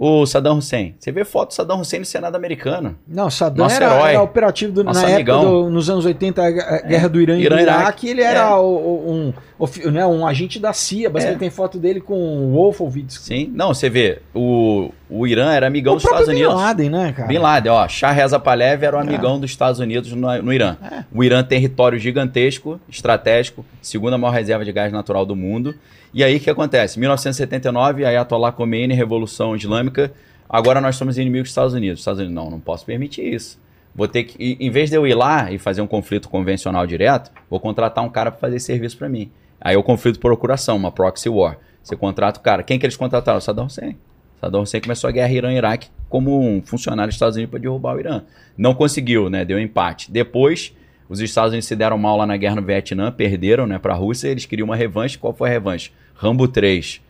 O Saddam Hussein. Você vê foto do Saddam Hussein no Senado americano. Não, Saddam Nosso era, herói. era operativo do- Nosso na época, amigão. do- nos anos 80, a gu- a guerra do Irã e Irã do e Iraque. Iraque, ele era o- o- um, ofi- né, um agente da CIA, mas É. ele tem foto dele com o Wolfowitz. Sim. Não, você vê, o, o Irã era amigão dos Estados Bin Unidos. Laden, né, cara? Bin Laden, ó, Shah Reza Pahlavi era o amigão dos Estados Unidos no, no Irã. O Irã tem território gigantesco, estratégico, segunda maior reserva de gás natural do mundo. E aí o que acontece? Em 1979, Ayatollah Khomeini, Revolução Islâmica, agora nós somos inimigos dos Estados Unidos. Os Estados Unidos, não, não posso permitir isso. Vou ter que, e- em vez de eu ir lá e fazer um conflito convencional direto, vou contratar um cara para fazer esse serviço para mim. Aí é o conflito por procuração, uma proxy war. Você contrata o cara. Quem que eles contrataram? Saddam Hussein. Saddam Hussein começou a guerra Irã-Iraque como um funcionário dos Estados Unidos para derrubar o Irã. Não conseguiu, né? Deu empate. Depois, os Estados Unidos se deram mal lá na guerra no Vietnã, perderam, né, para a Rússia. Eles queriam uma revanche. Qual foi a revanche? Rambo 3.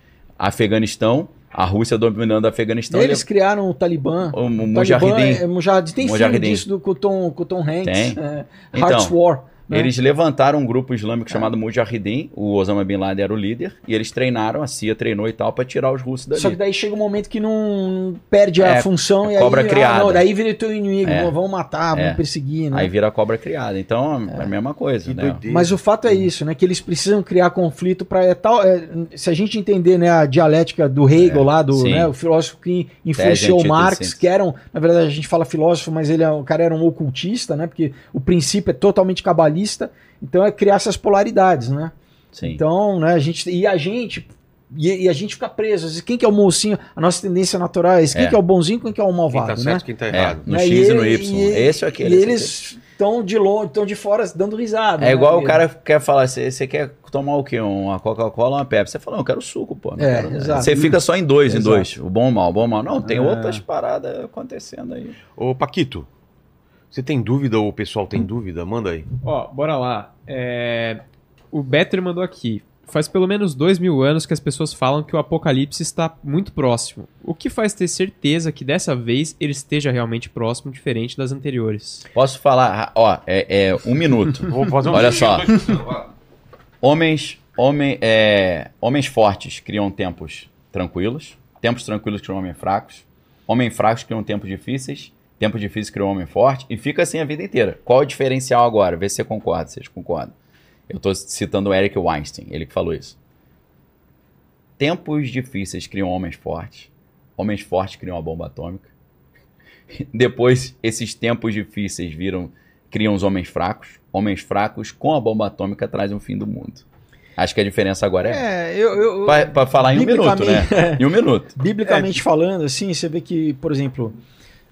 Afeganistão, a Rússia dominando então é o Afeganistão. Eles criaram o Talibã. O O Talibã Mujahideen. é, é Mujahideen. Tem filme Mujahideen. disso do, com o Tom, com o Tom Hanks. Tem. É, Então, Hearts War. né? É. Eles levantaram um grupo islâmico chamado Mujahideen. O Osama Bin Laden era o líder. E eles treinaram, a CIA treinou e tal, para tirar os russos dali. Só que daí chega um momento que não perde a É, função e cobra aí, ah, criada. não, daí vira teu inimigo, É. vão- vão matar, vão É. perseguir, né? Aí vira a cobra criada. Então, é, a mesma coisa, Que né? doideira. Mas o fato é isso, né? Que eles precisam criar conflito para é tal. é, se a gente entender né, a dialética do Hegel lá, do É, sim. É, né, o filósofo que influenciou Tese, Marx, antítese. que eram, na verdade, a gente fala filósofo, mas ele é, o cara era um ocultista, né? Porque o princípio é totalmente cabalista, então é criar essas polaridades, né? Sim. Então, né, a gente. E a gente. E, e a gente fica preso. às vezes, Quem que é o mocinho? A nossa tendência natural é esse. Quem É. que é o bonzinho? Quem que é o Quem tá malvado, né? certo, quem tá É, errado. no Né, X e no e- Y. e- esse ou aquele. e esse ou eles estão de longe, estão de fora dando risada. tá É né, igual o porque- cara quer falar, você você quer tomar o quê? Uma Coca-Cola ou uma Pepsi? Você fala, não, eu quero suco, pô. não É, quero- exato. Você fica só em dois, Exato. em dois. O bom e o mal, o bom e o mal. Não, tem É. outras paradas acontecendo aí. Ô, Paquito, Você tem dúvida ou o pessoal tem dúvida? Manda aí. Ó, bora lá. É, O Better mandou aqui. Faz pelo menos dois mil anos que as pessoas falam que o apocalipse está muito próximo. O que faz ter certeza que dessa vez ele esteja realmente próximo, diferente das anteriores? Posso falar? Ó, é, é um <laughs> minuto. Vou fazer Olha só. Homens, homem, é, homens fortes criam tempos tranquilos. Tempos tranquilos criam homens fracos. Homens fracos criam tempos um difíceis. Tempos difíceis criam um homem forte. E fica assim a vida inteira. Qual é o diferencial agora? Vê se você concorda, se vocês concordam. Eu estou citando o Eric Weinstein, ele que falou isso. Tempos difíceis criam homens fortes. Homens fortes criam a bomba atômica. <laughs> Depois, esses tempos difíceis viram criam os homens fracos. Homens fracos com a bomba atômica trazem o fim do mundo. Acho que a diferença agora é. É, eu. eu- Pra Para falar em um minuto, né? Em um minuto. Biblicamente falando, assim, você vê que, por exemplo,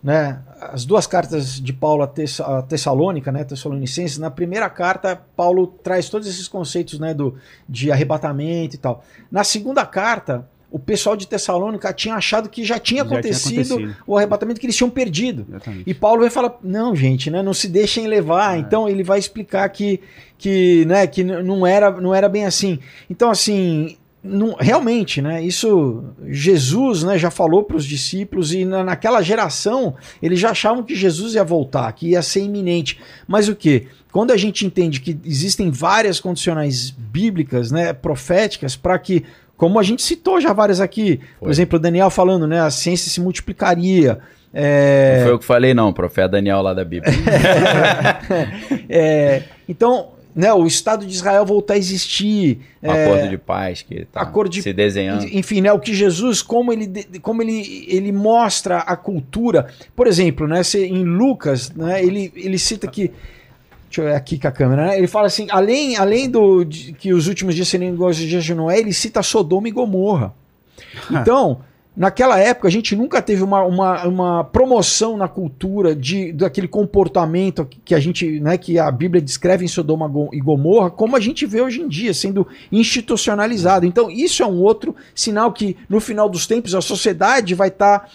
né, as duas cartas de Paulo a, Tessa, a Tessalônica, né, Tessalonicenses, na primeira carta Paulo traz todos esses conceitos, né, do de arrebatamento e tal. Na segunda carta, o pessoal de Tessalônica tinha achado que já tinha, Já tinha acontecido, acontecido. o arrebatamento que eles tinham perdido. Exatamente. E Paulo vai falar, não, gente, né, não se deixem levar. É. Então ele vai explicar que, que, né, que n- não era, não era bem assim. Então assim, não- realmente, né, isso Jesus, né, já falou para os discípulos e na- naquela geração eles já achavam que Jesus ia voltar, que ia ser iminente. Mas o que? Quando a gente entende que existem várias condicionais bíblicas, né, proféticas, para que, como a gente citou já várias aqui, por Foi. exemplo, o Daniel falando, né, a ciência se multiplicaria. É, Não foi eu que falei, não. O profeta Daniel lá da Bíblia. É, então, né, o Estado de Israel voltar a existir. Um acordo de paz que tá acordo É, de- se desenhando. Enfim, né, o que Jesus, como ele, de- como ele, ele mostra a cultura. Por exemplo, né, se- em Lucas, né, ele, ele cita que. Deixa eu ver aqui com a câmera, né? Ele fala assim: além, além do de- que os últimos dias seriam iguais aos dias de Noé, ele cita Sodoma e Gomorra. Então, naquela época, a gente nunca teve uma, uma, uma promoção na cultura de, daquele comportamento que- que a gente, né, que a Bíblia descreve em Sodoma Go- e Gomorra, como a gente vê hoje em dia, sendo institucionalizado. Então, isso é um outro sinal que, no final dos tempos, a sociedade vai estar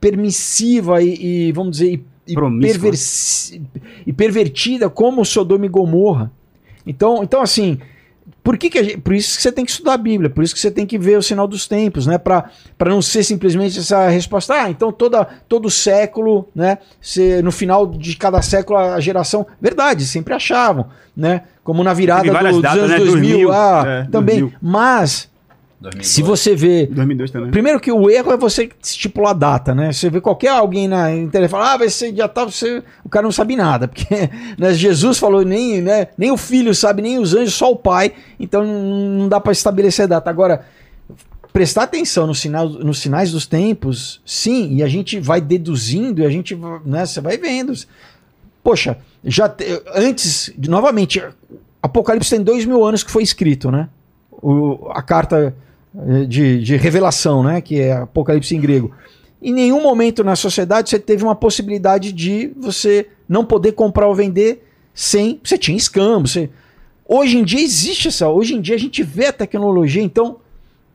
permissiva e, e, vamos dizer, e, e Promíscua. perversi- e pervertida como Sodoma e Gomorra. Então, então assim, por, que que a gente- por isso que você tem que estudar a Bíblia, por isso que você tem que ver o sinal dos tempos, né? Para não ser simplesmente essa resposta, ah, então toda, todo século, né? se- no final de cada século, a geração. Verdade, sempre achavam, né? Como na virada Teve várias do, datas, dos anos né? 2000, 2000, ah, é, também. 2000. Mas, 2012. se você vê 2002 também. né? Primeiro que o erro é você estipular a data, né? Você vê qualquer alguém na em telefone, falar, ah, vai ser dia tal, você... o cara não sabe nada, <laughs> porque né, Jesus falou, nem, né, nem o filho sabe, nem os anjos, só o pai, então não não dá para estabelecer data. Agora, prestar atenção no sinal, nos sinais dos tempos, sim, e a gente vai deduzindo, e a gente, va- né, você vai vendo. Poxa, já te- antes, de- novamente, Apocalipse tem dois mil anos que foi escrito, né? O- a carta eh, de, de revelação, né? Que é Apocalipse em grego. Em nenhum momento na sociedade você teve uma possibilidade de você não poder comprar ou vender sem. Você tinha escambo. Você... Hoje em dia existe essa. Hoje em dia a gente vê a tecnologia, então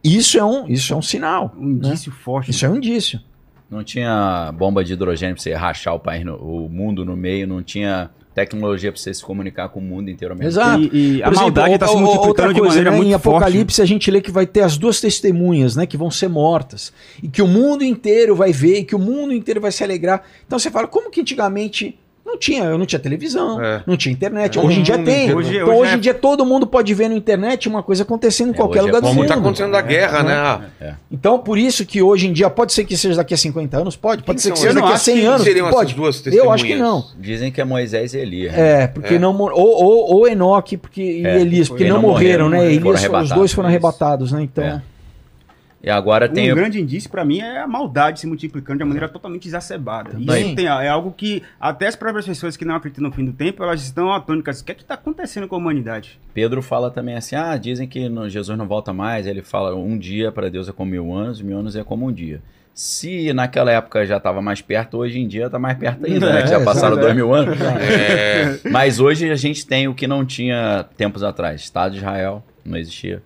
isso é um, isso é um sinal. Um né? indício forte. Isso é um indício. Não tinha bomba de hidrogênio pra você rachar o, país no- o mundo no meio, não tinha tecnologia pra você se comunicar com o mundo inteiro ao mesmo Exato. E, e a Por exemplo, maldade está se ou- ou- multiplicando outra de coisa, maneira né, muito Em forte. Apocalipse a gente lê que vai ter as duas testemunhas, né, que vão ser mortas e que o mundo inteiro vai ver e que o mundo inteiro vai se alegrar. Então você fala, como que antigamente não tinha, não tinha televisão, É. não tinha internet. É. Hoje O em dia mundo tem. inteiro. Hoje- então hoje hoje é- em dia todo mundo pode ver na internet uma coisa acontecendo em É, qualquer hoje é lugar do comum, Como mundo. tá acontecendo da guerra, né? Então por isso que hoje em dia pode ser que seja daqui a 50 anos, pode, pode ser que Então, seja eu não daqui a acho 100 que um anos, seriam essas pode. duas Eu acho que testemunhas. não. tempo. Dizem que é Moisés e Elias. né? É, porque não mor- ou, ou, ou Enoque porque, e É, Elias, porque eles não, não morreram, morreram, né? não morreram, Elias, foram os dois foram arrebatados, arrebatados, né? Então. É. E agora Um tem. grande indício para mim é a maldade se multiplicando de uma maneira totalmente exacerbada. Também. Isso tem, é algo que até as próprias pessoas que não acreditam no fim do tempo, elas estão atônicas. O que é que está acontecendo com a humanidade? Pedro fala também assim: ah, dizem que no- Jesus não volta mais. Ele fala: um dia para Deus é como mil anos, mil anos é como um dia. Se naquela época já estava mais perto, hoje em dia está mais perto ainda, né? É, Que já passaram exato, dois mil anos. É. <laughs> Mas hoje a gente tem o que não tinha tempos atrás: Estado de Israel, não existia.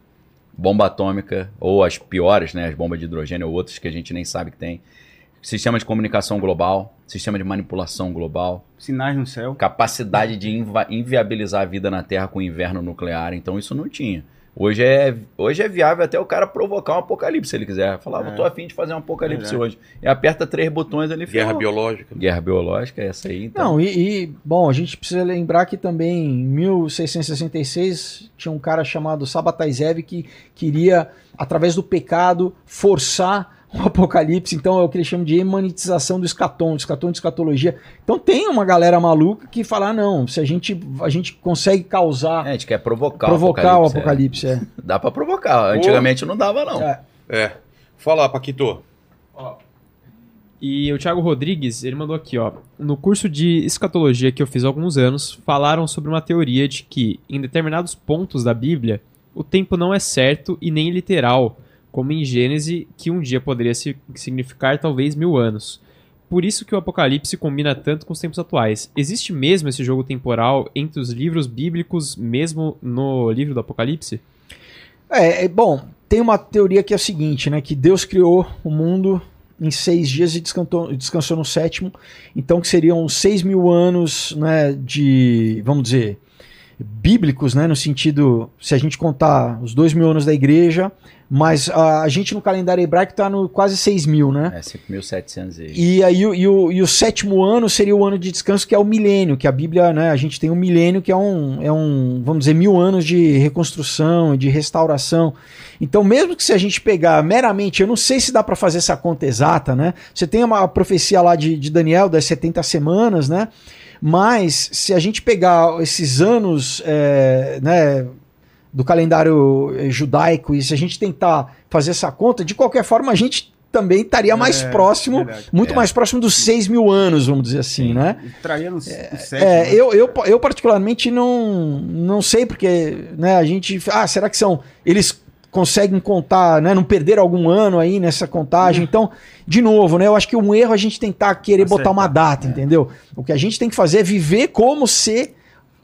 Bomba atômica, ou as piores, né? As bombas de hidrogênio, ou outras que a gente nem sabe que tem. sistema de comunicação global, sistema de manipulação global, Sinais no céu. capacidade de inva- inviabilizar a vida na Terra com inverno nuclear. Então isso não tinha. Hoje é, hoje é viável até o cara provocar um apocalipse, se ele quiser. Falar, É. eu tô afim de fazer um apocalipse Verdade. hoje. E aperta três botões ali. Guerra ferrou. biológica. Guerra biológica, é essa aí. Então. Não, e, e, bom, a gente precisa lembrar que também em 1666 tinha um cara chamado Sabataizev que queria, através do pecado, forçar o <laughs> apocalipse. Então é o que eles chamam de emanitização do escatom, do escatom de escatologia. Então tem uma galera maluca que fala: "Ah, não, se a gente, a gente consegue causar, É, a gente quer provocar, provocar o o apocalipse. apocalipse. é. é. Dá pra provocar. Antigamente não dava, não. É. É. Fala, Paquito. E o Thiago Rodrigues, ele mandou aqui, ó. No curso de escatologia que eu fiz há alguns anos, falaram sobre uma teoria de que, em determinados pontos da Bíblia, o tempo não é certo e nem literal, como em Gênesis, que um dia poderia si- significar talvez mil anos. Por isso que o Apocalipse combina tanto com os tempos atuais. Existe mesmo esse jogo temporal entre os livros bíblicos, mesmo no livro do Apocalipse? É, é, bom, tem uma teoria que é a seguinte, né? Que Deus criou o mundo em seis dias e descantou- descansou no sétimo. Então, que seriam seis mil anos, né? De, vamos dizer, bíblicos, né? No sentido, se a gente contar os dois mil anos da igreja, mas a, a gente no calendário hebraico está no quase seis mil, né? É, 5.700 e... E aí o- e o, e o sétimo ano seria o ano de descanso, que é o milênio, que a Bíblia, né? A gente tem o milênio, que é um, é um, vamos dizer, mil anos de reconstrução, de restauração. Então, mesmo que se a gente pegar meramente, eu não sei se dá para fazer essa conta exata, né? Você tem uma profecia lá de, de Daniel das 70 semanas, né? Mas se a gente pegar esses anos, é, né? Do calendário eh, judaico, e se a gente tentar fazer essa conta, de qualquer forma a gente também estaria mais É, próximo verdade. muito É. mais próximo dos 6 mil anos, vamos dizer assim, Sim. né? Traía no, no sétimo. É, né? eu, eu, eu particularmente não, não sei, porque né, a gente. Ah, será que são. Eles conseguem contar, né? Não perder algum ano aí nessa contagem. Hum. Então, de novo, né? Eu acho que um erro é a gente tentar querer botar uma É. data, entendeu? O que a gente tem que fazer é viver como se.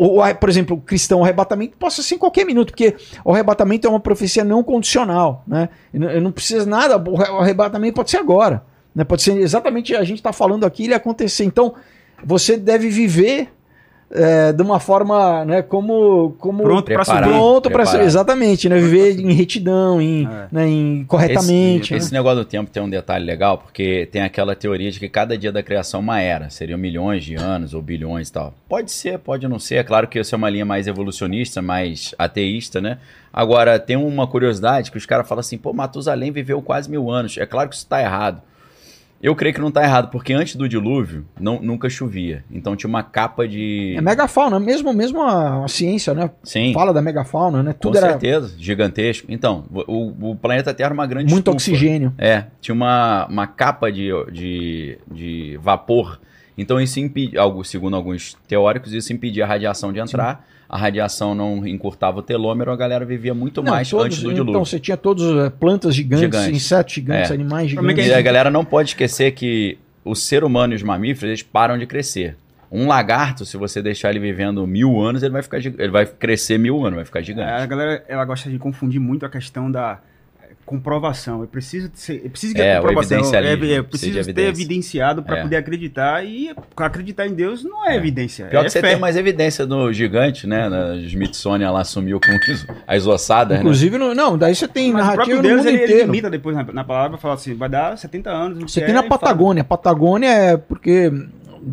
Ou, ah, por exemplo, o cristão, o arrebatamento possa ser em qualquer minuto, porque o arrebatamento é uma profecia não condicional, né? Eu não- Eu não preciso nada, o arrebatamento pode ser agora, né? Pode ser exatamente a gente está falando aqui ele acontecer. Então, você deve viver é, de uma forma, né, como como Pronto pra Preparado. subir. pronto para preparado. exatamente, né, viver em retidão, em, É. né, em corretamente, né? Esse, esse negócio do tempo tem um detalhe legal, porque tem aquela teoria de que cada dia da criação é uma era, seriam milhões de anos ou bilhões e tal. Pode ser, pode não ser. É claro que isso é uma linha mais evolucionista, mais ateísta, né? Agora, tem uma curiosidade que os caras falam assim, pô, Matusalém viveu quase mil anos. É claro que isso está errado. Eu creio que não está errado, porque antes do dilúvio não, nunca chovia. Então tinha uma capa de. né? É megafauna, mesmo mesmo a, a ciência, né, Sim. fala da megafauna, né? Com Tudo era certeza, gigantesco. Então, o, o planeta Terra era uma grande muito estufa. oxigênio. É, tinha uma, uma capa de, de, de vapor. Então isso impedia, algo- segundo alguns teóricos, isso impedia a radiação de entrar. A radiação não encurtava o telômero, a galera vivia muito Não, mais todos- antes do Então dilúvio. você tinha todos eh, plantas gigantes, Gigantes. insetos gigantes, É. animais Como é que gigantes. E a galera não pode esquecer que o ser humano e os mamíferos, eles param de crescer. Um lagarto, se você deixar ele vivendo mil anos, ele vai ficar gi- ele vai crescer mil anos, vai ficar gigante. A galera ela gosta de confundir muito a questão da eh, comprovação. Eu preciso, ser, eu preciso É, o comprovação. evidencialismo. Precisa eu de preciso ter evidência. evidenciado para É. poder acreditar. E acreditar em Deus não é, É. evidência. Pior é que você fé. tem mais evidência do gigante, né? Na Smithsonian lá sumiu com <laughs> os- as ossadas, né? Inclusive, no- não, daí você tem Mas o narrativa próprio é no Deus mundo ele, ele inteiro. limita depois na, na palavra fala assim: vai dar 70 anos. não Você quer, tem na e fala- Patagônia. Patagônia é porque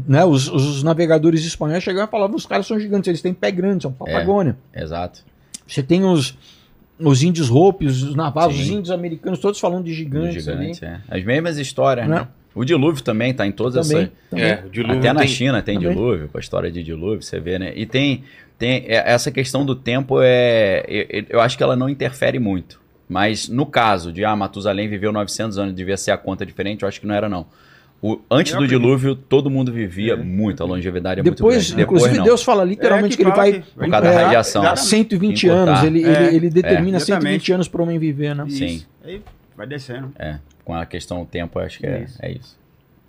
né, os, os navegadores espanhóis chegavam e falavam os caras são gigantes, eles têm pé grande, são Patagônia. Exato. Você tem os, os índios ropes, os navajos, Sim. os índios americanos, todos falando de Do gigantes. gigante, é. As mesmas histórias, Não. né? O dilúvio também tá em todas ali. Também, essas. também. É, o dilúvio Até na tem- China tem também. dilúvio, com a história de dilúvio, você vê, né? E tem, tem é, essa questão do tempo é, eu, eu acho que ela não interfere muito. Mas no caso de ah, Matusalém viveu 900 anos, devia ser a conta diferente, eu acho que não era não. O, antes Eu do acredito. dilúvio, todo mundo vivia muito, a longevidade é Depois, muito grande. inclusive, não. Deus fala literalmente É, que, ele fala vai. que- Por causa da é, radiação. dar 120 Encurtar. anos, ele, É, ele, ele determina é, 120 exatamente. anos para o homem viver, né? Isso. Sim. Aí vai descendo. É, com a questão do tempo, eu acho que é, Isso. é isso.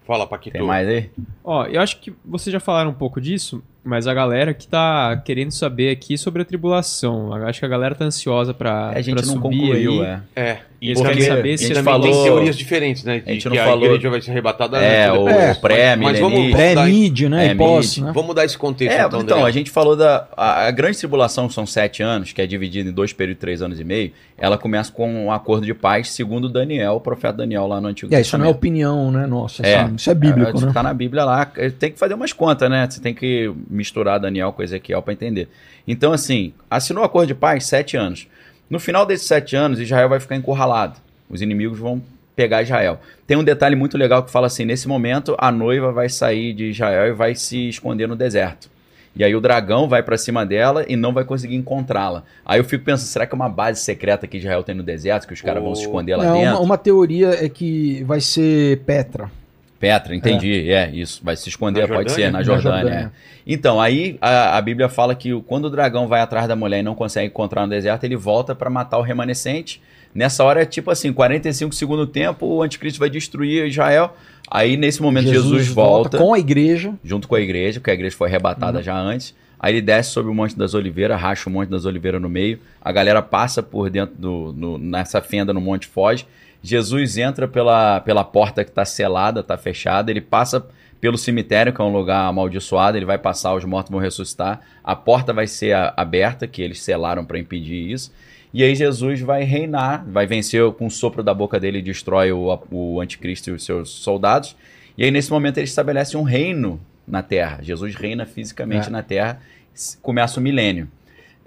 Fala, Paquito. Tem mais aí? Ó, eu acho que vocês já falaram um pouco disso, Mas a galera que tá querendo saber aqui sobre a tribulação, eu acho que a galera tá ansiosa pra, a gente pra não subir aí. concluiu, é. É. E Eles querem porque saber se a gente também falou- tem teorias diferentes, né? De A gente que não a falou- igreja vai ser arrebatada É, antes, o depois. Mas- Mas pré-milenista. vamos, vamos, dar, Pré-mídio, né? É, e pós, né? vamos dar esse contexto, É, então, então, André. a gente falou da. A, a grande tribulação, que são sete anos, que é dividida em dois períodos, três anos e meio, ela começa com um acordo de paz, segundo Daniel, o profeta Daniel lá no Antigo É, isso não é Testamento. opinião, né? Nossa, É. assim, isso é bíblico, Isso né? Tá na Bíblia lá. Tem que fazer umas contas, né? Você tem que misturar Daniel com Ezequiel para entender. Então, assim, assinou o acordo de paz, sete anos. No final desses sete anos, Israel vai ficar encurralado. Os inimigos vão pegar Israel. Tem um detalhe muito legal que fala assim: nesse momento, a noiva vai sair de Israel e vai se esconder no deserto. E aí o dragão vai para cima dela e não vai conseguir encontrá-la. Aí eu fico pensando, será que é uma base secreta que Israel tem no deserto, que os caras vão se Oh. esconder lá Não, dentro? É, uma, uma teoria é que vai ser Petra. Petra, entendi. É, isso. Vai se esconder, Na pode Jordânia? ser, na Jordânia. é. Então, aí a, a Bíblia fala que o- quando o dragão vai atrás da mulher e não consegue encontrar no deserto, ele volta para matar o remanescente. Nessa hora é tipo assim, 45 segundo tempo, o anticristo vai destruir Israel. Aí nesse momento Jesus, volta, com a igreja. junto com a igreja, porque a igreja foi arrebatada já antes. Aí ele desce sobre o Monte das Oliveiras, racha o Monte das Oliveiras no meio. A galera passa por dentro do, no- nessa fenda no Monte Foz. Jesus entra pela, pela porta que está selada, está fechada. Ele passa pelo cemitério, que é um lugar amaldiçoado. Ele vai passar, os mortos vão ressuscitar. A porta vai ser a- aberta, que eles selaram para impedir isso. E aí Jesus vai reinar, vai vencer com o sopro da boca dele, destrói o, o anticristo e os seus soldados. E aí, nesse momento, ele estabelece um reino na Terra. Jesus reina fisicamente É. na Terra, s- começa o milênio.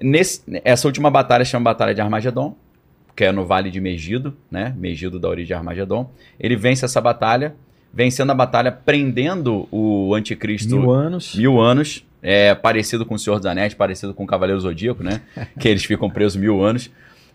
Nesse- essa última batalha chama Batalha de Armagedon, que é no Vale de Megido, né? Megido da origem de Armagedon. Ele vence essa batalha, vencendo a batalha, prendendo o anticristo Mil anos. mil anos. É parecido com o Senhor dos Anéis, parecido com o Cavaleiro Zodíaco, <laughs> né? que eles ficam presos mil anos.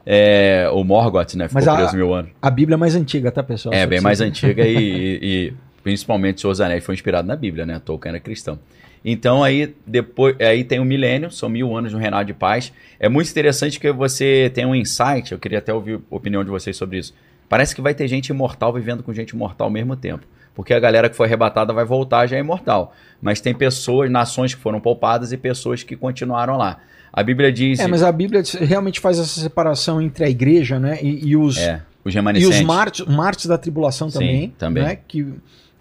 É, o Morgoth, né? Ficou Mas a- preso mil anos. A Bíblia é mais antiga, tá, pessoal? É, Só bem pra mais vocês- antiga e, e- e principalmente Senhor dos Anéis foi inspirado na Bíblia, né? Tolkien era cristão. Então aí depois aí tem o milênio, são mil anos no reinado de paz. É muito interessante que você tem um insight, eu queria até ouvir a opinião de vocês sobre isso. Parece que vai ter gente imortal vivendo com gente imortal ao mesmo tempo. Porque a galera que foi arrebatada vai voltar já é imortal. Mas tem pessoas, nações que foram poupadas e pessoas que continuaram lá. A Bíblia diz. É, mas a Bíblia realmente faz essa separação entre a igreja, né? E, e os, É, os e remanescentes. os martes, martes da tribulação Sim, também. também. Né? Que,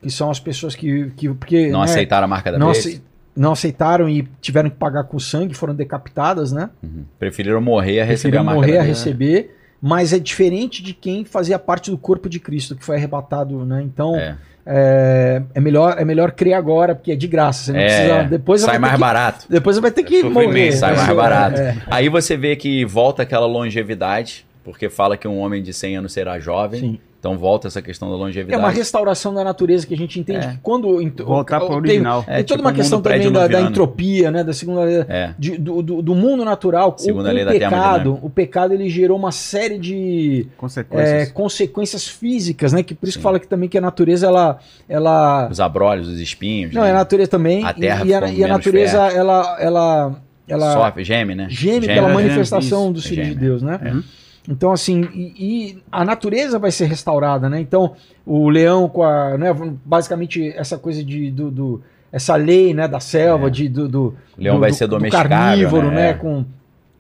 que são as pessoas que. que porque, Não né, aceitaram a marca da não, besta. ace- não aceitaram e tiveram que pagar com sangue, foram decapitadas, né? Uhum. Preferiram morrer a receber a né? Preferiram marca morrer da a besta. receber. Mas é diferente de quem fazia parte do corpo de Cristo, que foi arrebatado, né? Então, É. é, é melhor, é melhor crer agora, porque é de graça. Você não É, precisa. Depois você sai vai mais ter que- barato. Depois você vai ter que Sofrimento, morrer. sai né? mais barato. É. Aí você vê que volta aquela longevidade, porque fala que um homem de 100 anos será jovem. Sim. Então volta essa questão da É uma longevidade. restauração da natureza que a gente entende É. que quando. ent- Voltar o- pro tem- original. Tem, É, toda tipo uma o questão mundo também da, da pré-diluviano. entropia, né? Da segunda. É. de- do, do, do mundo natural. Segunda o, lei o da pecado, termodinâmica. o pecado ele gerou uma série de é, Consequências. consequências físicas, né? Que por isso Sim. que fala que também que a natureza ela. ela Os abrolhos, os espinhos. não, né? é a natureza também. A e- terra e, ficou a, e a menos natureza, fértil. ela. ela, ela Sofre, geme, né? Geme. geme pela geme, manifestação isso, dos filhos geme, de Deus, né? É. Então, assim, e, e a natureza vai ser restaurada, né? Então, o leão com a. Né, basicamente, essa coisa de, do, do- essa lei né, da selva, É. de, do, do. O leão do- vai do- ser do domesticado. carnívoro, né? É. Com,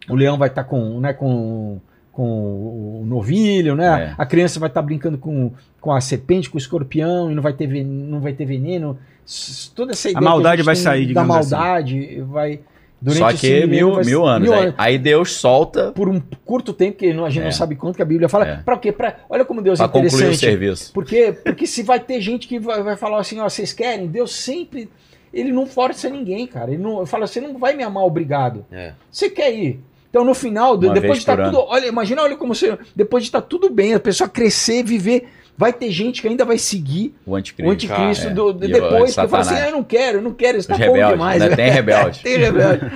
o leão vai estar com. Né, com com o novilho, É. né? A criança vai estar brincando com, com a serpente, com o escorpião e não vai ter ven- não vai ter veneno. S- Toda essa ideia que maldade gente vai tem sair, da digamos assim. maldade vai durante Só esse que mil, vai ser- mil anos. aí, aí Deus solta por um curto tempo, que não- a gente É. não sabe quanto que a Bíblia fala. É. Pra quê? Pra, olha como Deus é para concluir o interessante. serviço. Porque, porque se vai ter gente que vai, vai falar assim, ó, vocês querem? Deus sempre. Ele não força ninguém, cara. Ele não fala, você não vai me amar, obrigado. É. Você quer ir. Então, no final, de- Uma depois vez de estar por tudo. Olha, imagina, olha como você. Depois de estar tudo bem, a pessoa crescer, viver. Vai ter gente que ainda vai seguir O anticristo. o anticristo é. do- E o depois, que fala assim: Satanás. ah, eu não quero, eu não quero, isso tá Os bom rebeldes. demais. ainda né? tem rebeldes. <laughs> Tem rebelde.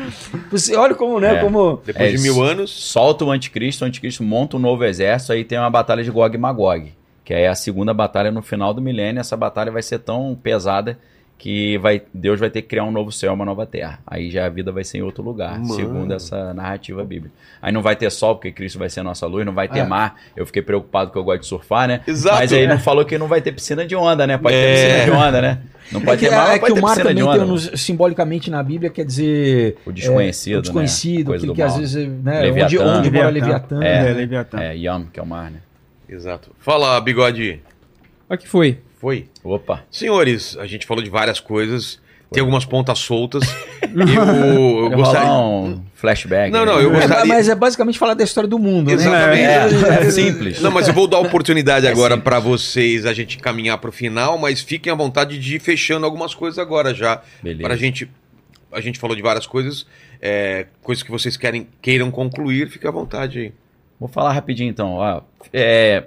Você olha como, né? É. Como. Depois É de isso. mil anos, solta o anticristo, o anticristo monta um novo exército, aí tem uma batalha de Gog e Magog, que é a segunda batalha no final do milênio. Essa batalha vai ser tão pesada que vai, Deus vai ter que criar um novo céu, uma nova terra. Aí já a vida vai ser em outro lugar, Mano. segundo essa narrativa bíblica. Aí não vai ter sol, porque Cristo vai ser a nossa luz, não vai ter É. mar. Eu fiquei preocupado que eu gosto de surfar, né? Exato. Mas aí não falou que não vai ter piscina de onda, né? Pode ter É. piscina de onda, né? Não É pode que, ter mar, é mas que pode o ter mar piscina de também onda. tem nos- simbolicamente na Bíblia, quer dizer. O desconhecido, é, o desconhecido, né? Coisa aquilo do que às mal. vezes. Né, onde, Leviatã. onde mora Leviatã. É, né? Leviatã. É, Yom, que é o mar, né? Exato. Fala, bigode. Aqui foi. Foi. Opa. Senhores, a gente falou de várias coisas. Tem algumas pontas <laughs> soltas. eu, eu Eu gostaria. um flashback. Não, né? não, eu É, gostaria. mas é basicamente falar da história do mundo, Exatamente. né? É, é simples. Não, mas eu vou dar a oportunidade <laughs> É agora simples. pra vocês a gente caminhar pro final, mas fiquem à vontade de ir fechando algumas coisas agora já. Beleza. Pra gente. A gente falou de várias coisas, é, coisas que vocês querem, queiram concluir, fique à vontade aí. Vou falar rapidinho então. ó. É,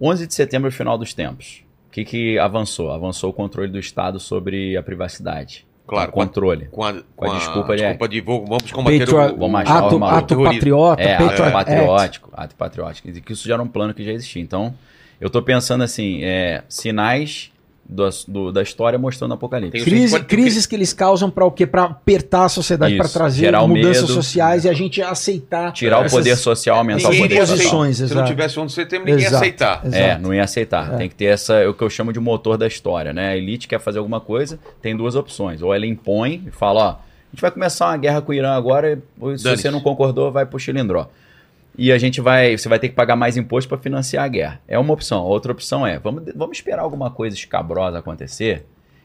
11 de setembro, é final dos tempos. O que, que avançou? Avançou o controle do Estado sobre a privacidade. Claro, O com a, controle. com a, a desculpa de- de vou- vamos combater Patriot- o, Vamos achar o Ato, maluco. ato Terrorismo. patriota, É, ato patriot act. patriótico. Ato patriótico. E que isso já era um plano que já existia. Então, eu tô pensando assim, é, sinais do- do- da história mostrando o apocalipse. Tem os Crise- 50 é, crises que eles causam para o quê? Para apertar a sociedade, Isso, para trazer gerar o mudanças medo. sociais e a gente aceitar. Tirar o essas- poder social, aumentar o Ninguém poder iria social. aceitar. posições, Se não exato. tivesse um de setembro, ninguém ia Exato. aceitar. É, Exato. não ia aceitar. É. Tem que ter essa, o que eu chamo de motor da história, né? A elite quer fazer alguma coisa, tem duas opções. Ou ela impõe e fala, ó, a gente vai começar uma guerra com o Irã agora, e se Dane-se. você não concordou, vai pro Chilindró. E a gente vai, você vai ter que pagar mais imposto para financiar a guerra. É uma opção. A outra opção é, vamos, vamos esperar alguma coisa escabrosa acontecer,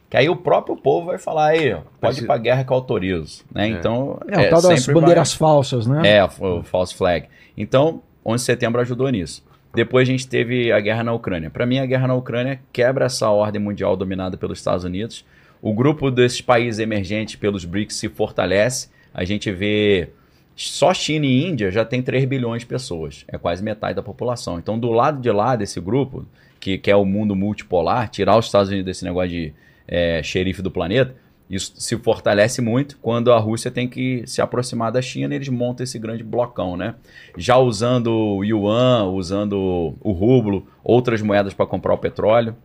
que aí o próprio povo vai falar aí, ó, pode Mas- ir pra guerra que eu autorizo, né? Então, É, o tal das sempre vai- bandeiras falsas, né? é, o o false flag. Então, 11 de setembro ajudou nisso. Depois a gente teve a guerra na Ucrânia. Para mim, a guerra na Ucrânia quebra essa ordem mundial dominada pelos Estados Unidos. O grupo desses países emergentes pelos BRICS se fortalece. A gente vê só China e Índia já tem 3 bilhões de pessoas. É quase metade da população. Então, do lado de lá desse grupo, que, que é o mundo multipolar, tirar os Estados Unidos desse negócio de é, xerife do planeta, isso se fortalece muito quando a Rússia tem que se aproximar da China, eles montam esse grande blocão, né? Já usando o yuan, usando o rublo, outras moedas para comprar o petróleo.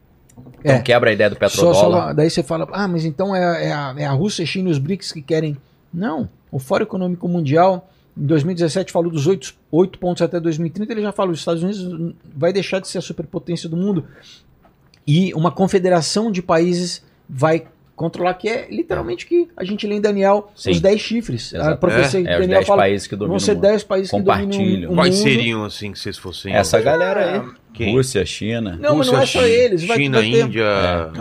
Então É. quebra a ideia do Só- petrodólar. só lá- daí você fala, ah, mas então é, é a, é a Rússia, a China e os BRICS que querem. Não, o Fórum Econômico Mundial em 2017 falou dos oito oito pontos até 2030, ele já falou, os Estados Unidos vai deixar de ser a superpotência do mundo e uma confederação de países vai controlar, que é literalmente o que a gente lê em Daniel, Sim. os 10 chifres. Exato. A profecia de É os Daniel 10 fala, países que dominam vão o ser mundo. 10 países que dominam Compartilham. o Quais um mundo. seriam, assim, que vocês fossem. Essa galera aí. Quem? Rússia, China. É. Não, mas não é só Rússia, eles, vai- China, vai ter- Índia.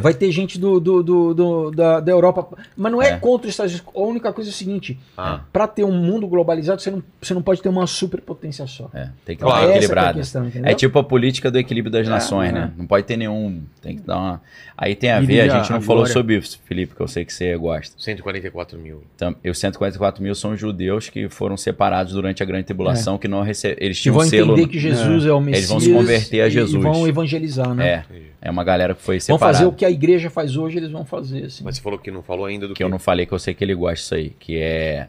Vai ter gente do, do, do- do- da, da Europa. Mas não é, É. contra os Estados Unidos. A única coisa é o seguinte: Ah. para ter um mundo globalizado, você não, você não pode ter uma superpotência só. É, tem que Claro. Essa dar uma que é a equilibrada. questão, entendeu? É tipo a política do equilíbrio das É, nações, né? Não pode ter nenhum. Tem que dar uma. Aí tem a ver, Dividir a gente a- não a falou glória. sobre isso, Felipe, que eu sei que você gosta. 144 mil. Então, e os 144 mil são judeus que foram separados durante a grande tribulação, que não receberam. Eles que tinham um É. vão selo. entender que Jesus é, o Messias. Eles vão se converter a e- Jesus. E vão evangelizar, né? É, é uma galera que foi vão separada. fazer o que a igreja faz hoje, eles vão fazer. Assim. Mas você falou que não falou ainda do Que eu não falei que eu sei que ele gosta disso aí, que é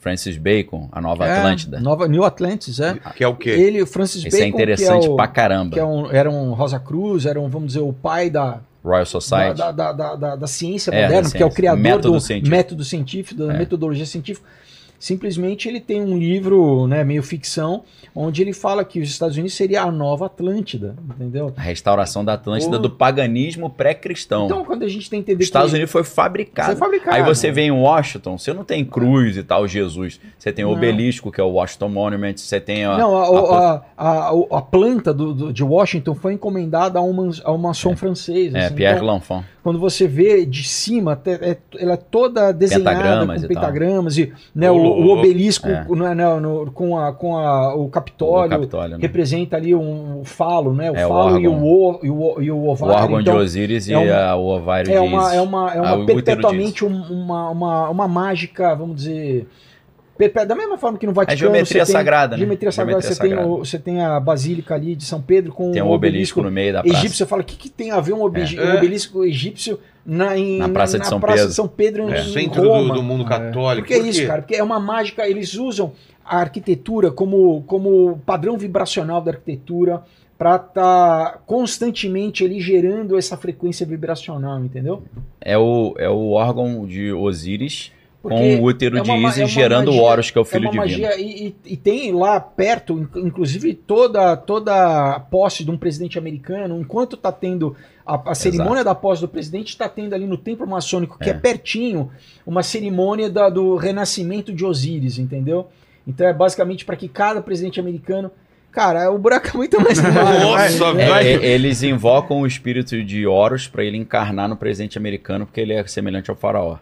Francis Bacon, a Nova É, Atlântida. Nova New Atlantis, é. Que é o quê? Ele, o Francis Esse Bacon, é interessante que, é o, pra caramba. que é um- era um Rosa Cruz, era um, vamos dizer, o pai da, Royal Society. da, da, da, da- da ciência É, da moderna, que é o ciência. criador Método do científico. método científico, da É. metodologia científica. Simplesmente ele tem um livro, né, meio ficção, onde ele fala que os Estados Unidos seria a nova Atlântida, entendeu? A restauração da Atlântida Pô. do paganismo pré-cristão. Então, quando a gente tem que entender Os Estados que Unidos foi você fabricado. fabricado. Aí você vem em Washington, você não tem cruz e tal, Jesus. Você tem o Não. obelisco, que é o Washington Monument, você tem a, Não, a, a, a, a- a planta do- do- de Washington foi encomendada a uma, a uma maçom francesa. é, assim. Pierre Então, L'Enfant. quando você vê de cima, até- é- ela é toda desenhada Pentagramas com e tal. pentagramas e né, Ô, o, o louco. obelisco É. né, no- no- com, a, com a, o O Capitólio, Capitólio. né? representa ali um, o falo, né? O É, o falo e, o órgão. o, e, o, e o O ovário. órgão então, de Osíris é e uma- a- o ovário é de uma, é uma, é uma Ah, o útero perpetuamente um- uma, uma, uma mágica, vamos dizer. perpe- Da mesma forma que no Vaticano. É geometria você tem- sagrada, né? Geometria sagrada. Geometria você, tem sagrada. o- você tem a basílica ali de São Pedro com Tem um o obelisco no meio da praça. egípcio. Você fala, o que, que tem a ver um, obegi- um É. obelisco egípcio na, em- Na Praça de São Praça Pedro. de São Pedro em, É. em Centro do, Roma? do mundo católico. Por que Por isso, quê? cara? Porque é uma mágica, eles usam a arquitetura como, como padrão vibracional da arquitetura para estar constantemente ali gerando essa frequência vibracional, entendeu? É o, é o órgão de Osíris Porque com o útero é de uma ma- Ísis é uma gerando magia- o Horus, que é o filho é uma divino. magia e, e- e tem lá perto, in- inclusive toda toda a posse de um presidente americano, enquanto tá tendo a, a cerimônia da posse do presidente, está tendo ali no templo maçônico que é, pertinho uma cerimônia da- do renascimento de Osíris, entendeu? Então é basicamente para que cada presidente americano, cara, o buraco é muito mais Nossa, largo, né? velho. É, é, eles invocam o espírito de Horus para ele encarnar no presidente americano, porque ele é semelhante ao faraó.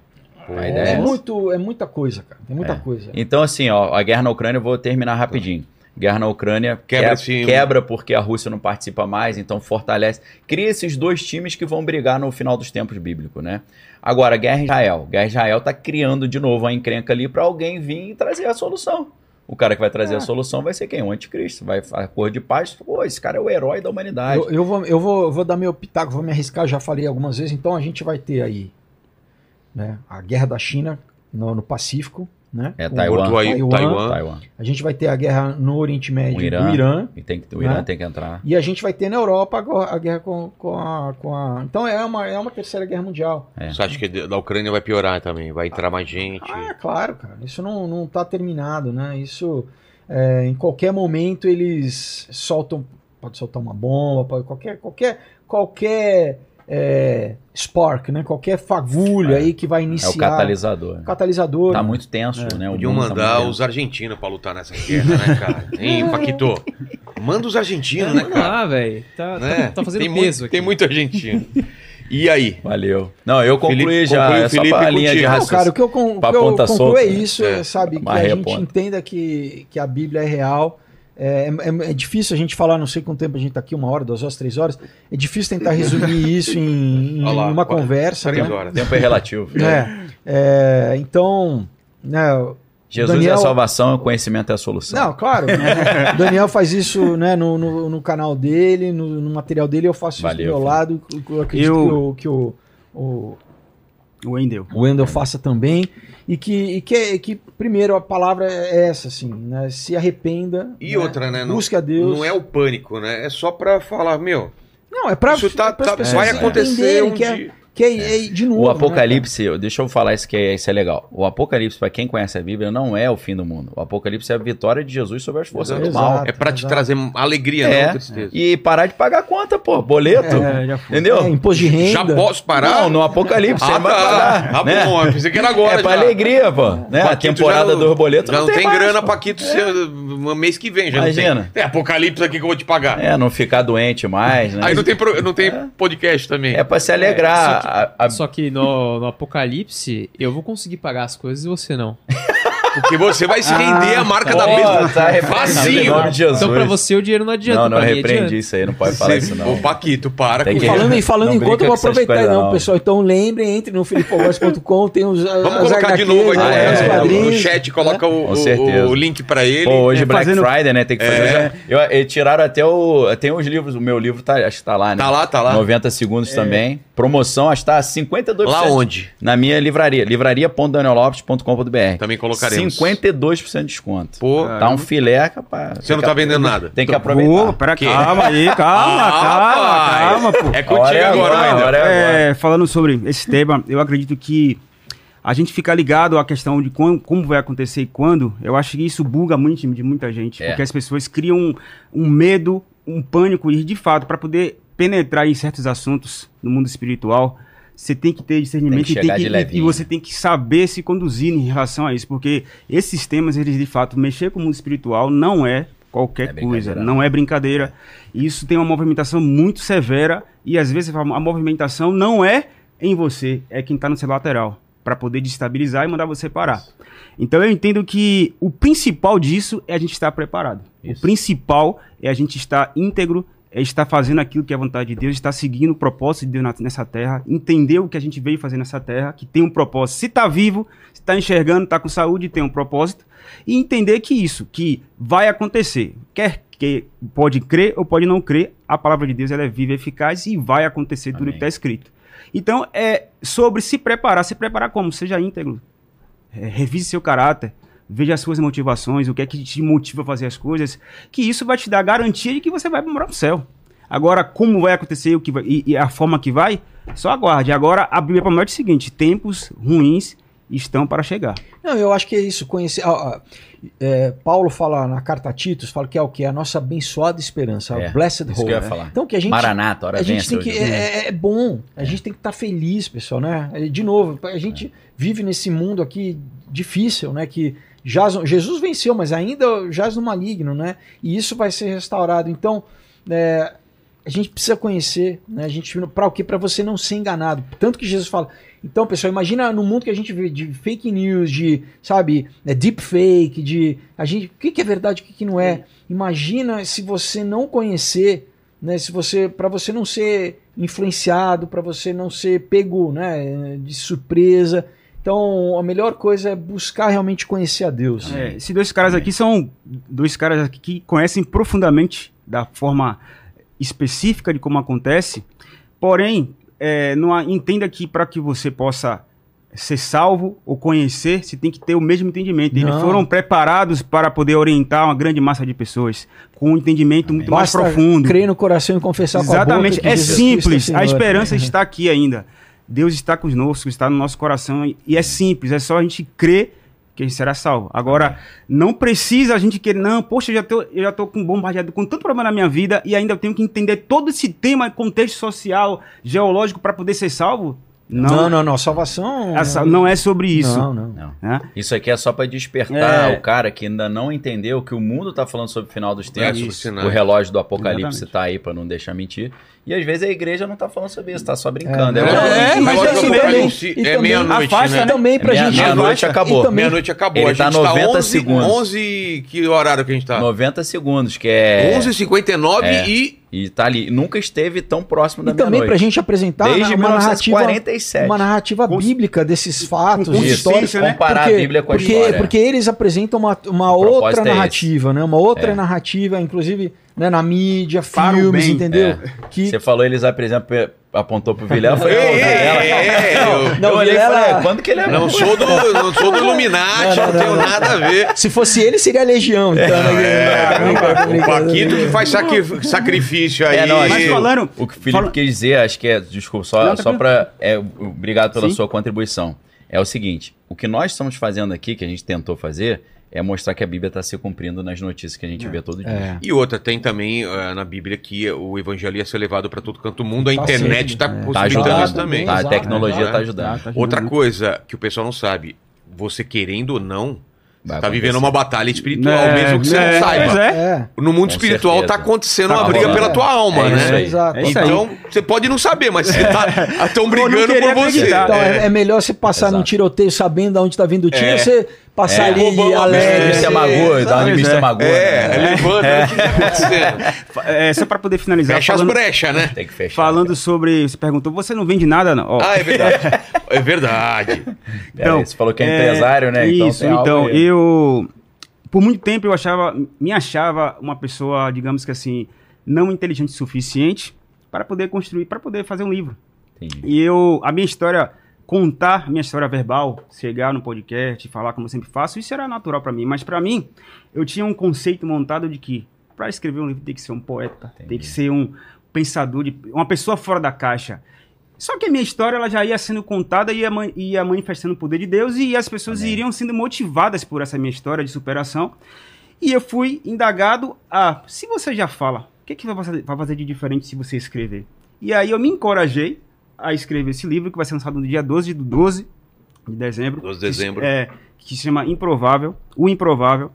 A ideia É, é essa. muito, é muita coisa, cara. É muita coisa. Então, assim, ó, a guerra na Ucrânia, eu vou terminar rapidinho. Guerra na Ucrânia Quebra quebra, time. quebra porque a Rússia não participa mais, então fortalece. Cria esses dois times que vão brigar no final dos tempos bíblicos, né? Agora, guerra em Israel. Guerra em Israel tá criando de novo a encrenca ali para alguém vir e trazer a solução. O cara que vai trazer a solução vai ser quem? O anticristo. Vai a cor de paz. Pô, esse cara é o herói da humanidade. Eu, eu vou, eu vou, vou dar meu pitaco, vou me arriscar, já falei algumas vezes, então a gente vai ter aí né, a guerra da China no, no Pacífico, né? É com Taiwan. Botou aí Taiwan. Taiwan. Taiwan. A gente vai ter a guerra no Oriente Médio O Irã. do Irã. E tem que, o Irã Né? tem que entrar. E a gente vai ter na Europa agora a guerra com, com, a, com a. Então é uma, é uma terceira guerra mundial. É. Você acha que da Ucrânia vai piorar também? Vai entrar mais gente? Ah, claro, cara. Isso não, não tá terminado, né? Isso. é, em qualquer momento eles soltam. Pode soltar uma bomba, pode, qualquer. qualquer, qualquer é, spark, né? Qualquer fagulha É. aí Ah, que vai É o iniciar. catalisador. Catalisador. Tá muito tenso, né? Podiam O mundo tá muito um mandar tenso. os argentinos pra lutar nessa guerra, né, cara? Hein, Paquito? Manda os argentinos, né, Vamos cara? lá, velho. Tá, tá- Né? tá fazendo tem peso muito, aqui. Tem muito argentino. E aí? Valeu. Não, eu concluí Felipe- já. concluiu, é só Felipe, pra linha de contigo. Não, cara, raciocínio. o que eu, con- o que Pra eu ponta concluo solta, é né? isso, É. sabe? Que a Amarrei a gente ponta. entenda que, que a Bíblia é real. É, é- é difícil a gente falar, não sei quanto tempo a gente tá aqui, uma hora, duas horas, três horas. É difícil <laughs> tentar resumir isso em, em Olha lá, uma quase conversa. Três Né? horas. O tempo é relativo. É, é, então, né, Jesus é Daniel- a salvação, o conhecimento é a solução. Não, claro. O <laughs> Daniel faz isso né, no, no, no canal dele, no, no material dele, eu faço Valeu, isso do meu filho. lado. Eu acredito Eu- que, o, que o, É. O Wendel. o Wendel faça também. E que, e que, que, primeiro, a palavra é essa, assim, né? Se arrependa. E outra, né, não- Busque a Deus. Não é o pânico, né? É só pra falar, meu, Não, é pra, isso tá, pras tá- pessoas vai entenderem acontecer um que é, dia. que é, é de novo. O né, Apocalipse, deixa eu falar isso que é, isso é legal. O Apocalipse, para quem conhece a Bíblia, não é o fim do mundo. O Apocalipse é a vitória de Jesus sobre as forças do mal. Exato, É pra te exato. trazer alegria, Ah, É. não tristeza. E parar de pagar conta, pô, boleto. É, já foi. Entendeu? É, imposto de renda. Já posso parar? Não, no Apocalipse, Ah, você não vai tá. pagar. Tá né? bom, eu pensei que era agora. É pra já. alegria, pô. Né? A Paquito temporada já não- dos boletos Já não tem mais, grana, pô. Paquito, seu- um mês que vem já não tem. Imagina. Tem apocalipse aqui que eu vou te pagar. É, não ficar doente mais, né? Aí não tem, pro- não tem podcast também. É pra se alegrar. a- a- Só que no, no Apocalipse, eu vou conseguir pagar as coisas e você não. Porque você vai se render à marca da Pô, mesma. tá arrependido, Facinho. Em nome de Jesus. Então pra você o dinheiro não adianta. não, não pra mim repreende adianta. isso aí, não pode falar isso não. Ô, Paquito, para. Tem com E É que- isso. <laughs> falando, e falando Não em conta, brinca eu vou com essas aproveitar, coisas, não, não. pessoal. Então lembrem, entre no filipogóis.com, tem <laughs> os. Vamos colocar de novo aí né, Ah, é, no- é, no chat, coloca o, né? Com o- certeza. o link pra ele. Pô, hoje É, Black fazendo- Friday, né? Tem que fazer. É. hoje- Eu, eu- tiraram até o. Tem os livros, o meu livro tá, acho que tá lá, né? Tá lá, tá lá. 90 segundos também. Promoção, acho que tá 52%. Lá onde? Na minha livraria, livraria.daniellopes.com.br. Também colocaremos. 52% de desconto. Pô, Tá um filé, capaz. você não tá vendendo nada. Tem que Ah, Pô, aproveitar. pera, Que? calma aí, <laughs> calma, rapaz. calma, calma, pô. É contigo Olha agora, agora, Wendel. olha. agora. É, falando sobre esse tema, eu acredito que a gente ficar ligado à questão de como, como vai acontecer e quando, eu acho que isso buga muito o time de muita gente, É. porque as pessoas criam um, um medo, um pânico, e de fato, para poder penetrar em certos assuntos no mundo espiritual, você tem que ter discernimento Tem que e, chegar de e- e levinho. você tem que saber se conduzir em relação a isso, porque esses temas, eles de fato, mexer com o mundo espiritual não é É qualquer coisa, brincadeira, não é brincadeira. Isso tem uma movimentação muito severa e às vezes a a movimentação não é em você, é quem está no seu lateral, para poder destabilizar e mandar você parar. Então eu entendo que o principal disso é a gente estar preparado. Isso. O principal é a gente estar íntegro, é estar fazendo aquilo que é a vontade de Deus, estar seguindo o propósito de Deus na- nessa terra, entender o que a gente veio fazer nessa terra, que tem um propósito. Se está vivo, se está tá enxergando, está com saúde, tem um propósito. E entender que isso, que vai acontecer. Quer que pode crer ou pode não crer, a palavra de Deus ela é viva e eficaz e vai acontecer tudo o que Amém. está escrito. Então, é sobre se preparar. Se preparar como? Seja íntegro. É, revise seu caráter. Veja as suas motivações, o que é que te motiva a fazer as coisas, que isso vai te dar garantia de que você vai morar no céu. Agora, como vai acontecer o que vai- e, e a forma que vai, só aguarde. Agora, a Bíblia promete o seguinte: tempos ruins estão para chegar. Não, eu acho que é isso. Conhecer, ah, ah, é, Paulo fala na carta a Titus, fala que é o que? A nossa abençoada esperança, É, a blessed isso hope. que eu ia né? falar. Então que a gente Maranata, né? hora a gente vence tem hoje. que é, é bom, a gente tem que estar feliz, pessoal, né? É, De novo, a gente É. vive nesse mundo aqui difícil, né? Que jaz, Jesus venceu, mas ainda jaz no maligno, né? E isso vai ser restaurado. Então, é, a gente precisa conhecer, né? A gente para o que para você não ser enganado. Tanto que Jesus fala. Então, pessoal, imagina no mundo que a gente vive de fake news, de sabe, né, deep fake, de a gente, o que, que é verdade, o que, que não é. Imagina se você não conhecer né, se você para você não ser influenciado, para você não ser pego, né, de surpresa. Então, a melhor coisa é buscar realmente conhecer a Deus. É, esses dois caras aqui são dois caras aqui que conhecem profundamente da forma específica de como acontece, porém, é, não há- entenda que para que você possa ser salvo ou conhecer, você tem que ter o mesmo entendimento. Eles Não. foram preparados para poder orientar uma grande massa de pessoas com um entendimento muito mais Basta profundo. Crer no coração e confessar Exatamente, com a boca que é Jesus simples. Cristo é a Senhor. <laughs> esperança está aqui ainda. Deus está conosco, está no nosso coração e- e é simples, é só a gente crer que a gente será salvo. Agora, não precisa a gente querer, não, poxa, eu já tô, eu já tô com bombardeado com tanto problema na minha vida e ainda eu tenho que entender todo esse tema, contexto social, geológico para poder ser salvo? Não, Ah, Não, não, não, salvação. a sa- não é sobre isso. Não, não. Não. né? Isso aqui é só pra despertar É. o cara que ainda não entendeu que o mundo tá falando sobre o final dos tempos. Isso, sinais. o relógio do apocalipse Exatamente. tá aí pra não deixar mentir. E às vezes a igreja não tá falando sobre isso, tá só brincando. É, É, lógico. é, mas Relógio é isso do mesmo. Apocalipse E É também meia-noite, afasta, né? né? Também pra É gente. meia-noite e acabou. também- Meia-noite acabou. Ele a gente tá 90 11, segundos. 11... Que horário que a gente tá? 90 segundos, que é. 11h59 É. e... E tá ali. Nunca esteve tão próximo da E também pra meia-noite. gente apresentar Desde uma narrativa 1947. uma narrativa Com- bíblica desses fatos com históricos. consistência, né? Comparar a Bíblia com a porque, história. Porque eles apresentam uma, uma propósito outra é esse. narrativa, né? Uma outra É. narrativa, inclusive né, na mídia, Para o filmes, bem. entendeu? É. Que Você falou, eles apresentam, apontou pro Vilela, eu falei, Ei, "Não, ei, Vilela." ei, eu- Não, eu olhei e Vilela- falei, quando que ele é Não bom? sou do, não sou do Illuminati, não, Não, não, tenho não, não. nada a ver. se fosse ele, seria a Legião. Então, É, né? o Paquito que faz sacri- sacrifício aí. É, não, Mas Eu- falando, O que o Felipe fala- quis dizer, acho que é, desculpa, só, Não, tá só bem. para. É, obrigado pela Sim. sua contribuição. É o seguinte: o que nós estamos fazendo aqui, que a gente tentou fazer, é mostrar que a Bíblia está se cumprindo nas notícias que a gente vê todo dia. É. E outra, tem também ah, na Bíblia que o evangelho ia ser levado para todo canto do mundo, a Tá internet sempre, está né? Tá possibilitando ajudando. isso também. tá, a Exato, exato. tecnologia Né? tá Ah, ajudando. Tá, tá Outra ajudando. coisa que o pessoal não sabe, você querendo ou não, Vai tá vivendo acontecer. uma batalha espiritual, É, mesmo que você é, não pois saiba. é. É. No mundo Com espiritual certeza. tá acontecendo Tá uma briga rolando. pela tua alma, É né? isso aí. Exato. É isso aí. Então, você pode não saber, mas você <laughs> tá tão brigando queria por você. acreditar. Então é. é melhor você passar Exato. num tiroteio sabendo de onde tá vindo o tiro, É. você passar É. ali Roubando a alegre. Bíblia, Mr. Magu, dá um de Pois Mr. é. Magu, É, né? levanta, o que tá <laughs> acontecendo? Fa- é, só para poder finalizar, Fecha as falando, brechas, né? Tem que fechar. falando sobre. Você perguntou, você não vende nada, não? Ó, Ah, é verdade. É verdade. Pera então, aí, você falou que é empresário, né? Então Isso, tem algo então, aí. eu. Por muito tempo eu achava. Me achava uma pessoa, digamos que assim, não inteligente o suficiente para poder construir, para poder fazer um livro. Entendi. E eu. A minha história. Contar minha história verbal, chegar no podcast, falar como eu sempre faço, isso era natural para mim. Mas para mim, eu tinha um conceito montado de que para escrever um livro tem que ser um poeta, tem Entendi. que ser um pensador, de, uma pessoa fora da caixa. Só que a minha história ela já ia sendo contada e ia, ma- ia manifestando o poder de Deus e as pessoas Amém. iriam sendo motivadas por essa minha história de superação. E eu fui indagado a se você já fala, o que, que vai fazer- vai fazer de diferente se você escrever? E aí eu me encorajei a escrever esse livro que vai ser lançado no dia 12 do 12 de dezembro. 12 de dezembro. Que, é, que se chama Improvável, o Improvável,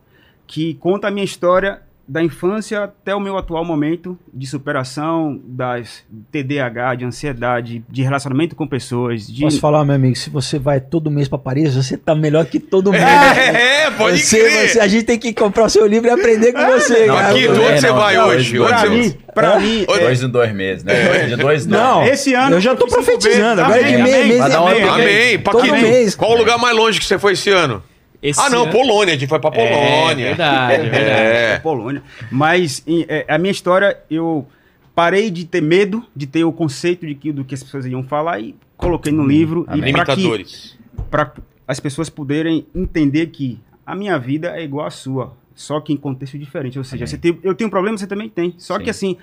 que conta a minha história da infância até o meu atual momento de superação das TDAH, de ansiedade, de relacionamento com pessoas, de Posso falar, meu amigo, se você vai todo mês pra Paris, você tá melhor que todo mundo. É, é, <laughs> pode você, crer. você- a gente tem que comprar o seu livro e aprender com você, Não, cara. Aqui, tudo do onde bem, você não, vai não, hoje? hoje Onde Pra você- mim, pra mim, é, Dois em dois meses, né? Dois de dois em dois. Não. esse ano Eu já tô eu fui cinco profetizando, vezes. agora é de Amém, meio amém. mês Vai dar em uma meio. Todo Amém, mês. Paquito. Todo mês. Qual o lugar mais longe que você foi esse ano? Esse ah, não, ano- Polônia. A gente foi pra É Polônia. verdade, <laughs> é verdade. é. É. Polônia. Mas em- é, a minha história, eu parei de ter medo, de ter o conceito de que, do que as pessoas iam falar e Hum, coloquei no livro. E pra que- Limitadores. para as pessoas poderem entender que A minha vida é igual à sua, só que em contexto diferente. Ou seja, você tem- eu tenho um problema, você também tem. Só Sim. que assim,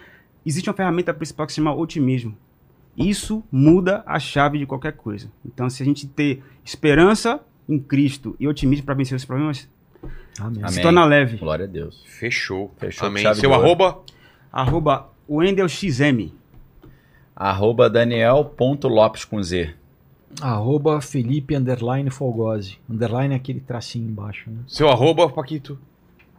existe uma ferramenta principal que se chama otimismo. Isso muda a chave de qualquer coisa. Então, se a gente ter esperança em Cristo e otimismo para vencer os problemas, Amém. Amém. se torna leve. Glória a Deus. Fechou. Fechou, Amém. chave Seu de ouro. arroba? Arroba WendelXM. Arroba daniel.lopes com Z. Arroba Felipe underline Folgose. Underline é aquele tracinho embaixo, né? Seu arroba, Paquito.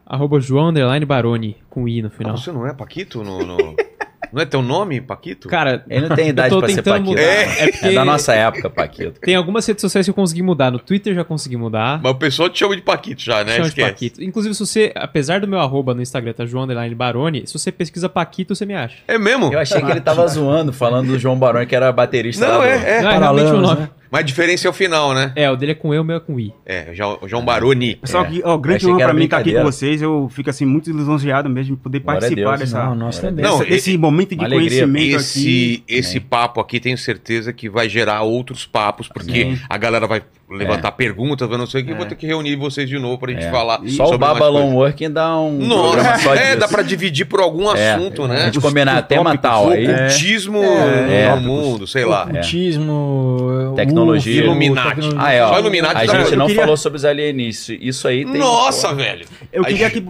Arroba João Underline Baroni, com I no final. Ah, você não é Paquito? No, no- <laughs> não é teu nome, Paquito? Cara, Ele não tem idade tô pra ser tentando Paquito. mudar. É. É porque- da nossa época, Paquito. tem algumas redes sociais que eu consegui mudar. No Twitter já consegui mudar. Mas o pessoal te chama de Paquito já, né? Chama de Esquece. Paquito. Inclusive, se você, apesar do meu arroba no Instagram, tá João Underline Baroni, se você pesquisa Paquito, você me acha. É mesmo? Eu achei que ele tava zoando, falando do João Barão, que era baterista. Não, lá do- é, é. Não, é realmente o Paralamas, nome. né? Mas a diferença é o final, né? É, o dele é com eu, o meu é com I. É, João João Baroni. Pessoal, É, que, ó, grande achei que honra era pra mim estar aqui com brincadeira. vocês. Eu fico assim muito lisonjeado mesmo de poder Glória a participar Deus. dessa, Não, nós também. Não, dessa- desse momento de uma alegria. conhecimento aqui. né? Esse, esse papo aqui tenho certeza que vai gerar outros papos, porque Sim. a galera vai levantar perguntas, vai não sei o que, vou ter que reunir vocês de novo pra gente É. falar. Só o sobre mais Babylon coisas. Working dá um programa só Nossa, é, disso. dá pra dividir por algum É, assunto, A né? gente combinar tema tal aí. Ocultismo É. no mundo, sei lá. Ocultismo, UFO, Tecnologia. Iluminati. tecnologia. Ah, é, ó. Só Illuminati a dá gente pra- não Eu queria- falou sobre os alienígenas. Isso aí tem. tá né? Nossa, velho. Eu Aí- queria que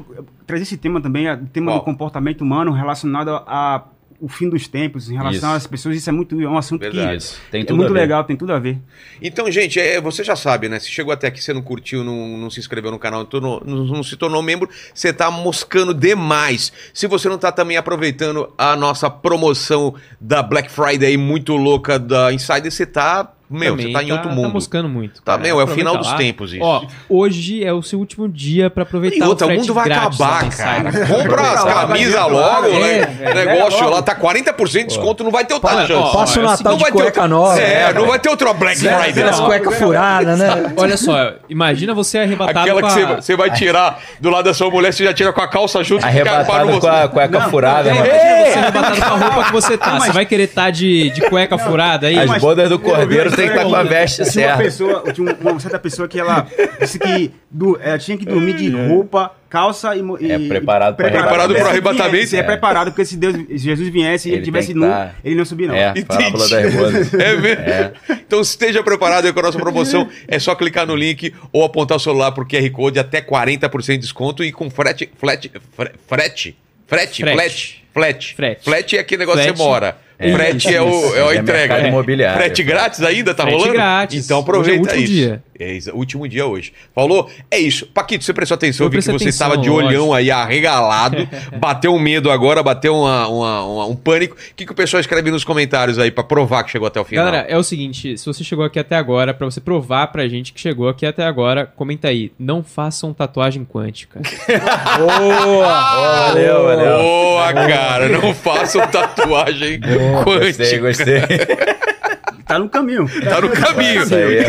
trazer esse tema também, o tema Qual? do comportamento humano relacionado ao fim dos tempos, em relação Isso. às pessoas. Isso é muito é um assunto Verdade. Isso, que tem é tudo muito a ver. legal, tem tudo a ver. Então, gente, é, você já sabe, né? Se chegou até aqui, você não curtiu, não, não se inscreveu no canal, não, tornou- não- não se tornou membro, você tá moscando demais. Se você não tá também aproveitando a nossa promoção da Black Friday aí, muito louca da Insider, você tá, meu, Também você tá em outro Tá mundo. moscando muito. Tá, cara. meu, é o Aproveita final dos lá. tempos isso. Ó, hoje é o seu último dia pra e aproveitar outra, o frete mundo vai grátis lá acabar, no cara. Insider. Compra as Aproveita lá, camisas vai logo, lá, né? é, O negócio lá tá 40% de desconto, não vai ter outra Olha, chance. ó, Passa o é o Natal não de vai ter cueca outra, nova. é, não vai ter outra Black Friday. Aquelas cuecas furadas, né? Olha só, imagina você arrebatado Aquela que Tá com a- você você vai tirar do lado da sua mulher, você já tira com a calça junto e fica para Arrebatado com a cueca furada, não, é. mano. Imagina você arrebatado com a roupa que você tá. Você vai querer estar de, de cueca furada aí? As mas- bodas do eu vi uma cordeiro tem que estar história com a ainda. veste Tinha uma certa. pessoa, tinha um, uma, uma certa pessoa que ela disse que do- ela tinha que dormir de roupa, calça e. mo- e É preparado pra Preparado pro Se arrebatamento. viesse, É, É. preparado, porque se Deus, se Jesus viesse e ele, Ele tivesse tem que nu, tá- ele não subia, não. É, parábola da Hermosa. É mesmo? Então esteja preparado aí com a nossa promoção. É só clicar no link ou apontar o celular pro QR Code até 40% de desconto e com frete. Flete. fre- Frete. Frete. Frete. Flete. Flete. Frete. é aquele negócio que você Frete. mora. É. frete é, o, Isso, é a é entrega. mercado imobiliário. Frete grátis ainda? Tá Frete rolando? grátis. Então aproveita Hoje é o último isso. dia. É isso, último dia hoje. Falou? É isso. Paquito, você prestou atenção. Eu Eu vi que você prestei atenção, estava de olhão lógico. aí, <laughs> arregalado. bateu um medo agora, bateu uma- uma- uma- um pânico. O que, que o pessoal escreve nos comentários aí pra provar que chegou até o final? Galera, é o seguinte, se você chegou aqui até agora, pra você provar pra gente que chegou aqui até agora, comenta aí, não façam tatuagem quântica. Boa! Valeu, valeu. Boa, cara. <laughs> Não façam tatuagem É, quântica. Gostei, gostei. Tá no caminho. Tá no caminho. Isso aí. é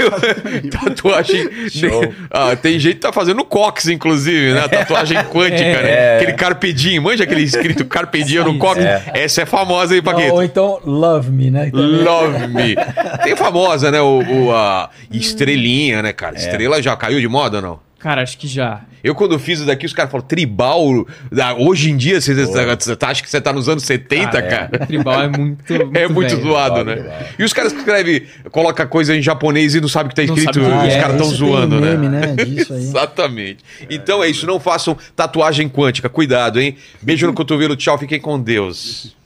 <laughs> tatuagem. Show. <laughs> Ah, tem gente que tá fazendo cox, inclusive, né? Tatuagem quântica, né? É. Aquele carpedinho. Manja aquele escrito carpedinho no cox. Essa é famosa, hein, Paquito? Ou então, love me, né? Também. Love me. Tem famosa, né? O, o, a estrelinha, né, cara? Estrela já caiu de moda ou não? Cara, acho que já. Eu, quando fiz isso daqui, os caras falam, tribal. ah, Hoje em dia, você, você tá- acha que você tá nos anos 70, Ah, é. cara? <laughs> Tribal é muito. É muito velho. zoado, Óbvio, né? óbvio. E os caras que escrevem, coloca coisa em japonês e não sabe o que tá Não escrito, sabe o que os é. caras tão Ah, isso zoando, tem um né? meme, né? Disso aí. Exatamente. é Então é isso, não façam tatuagem quântica, cuidado, hein? Beijo no cotovelo, tchau, fiquem com Deus.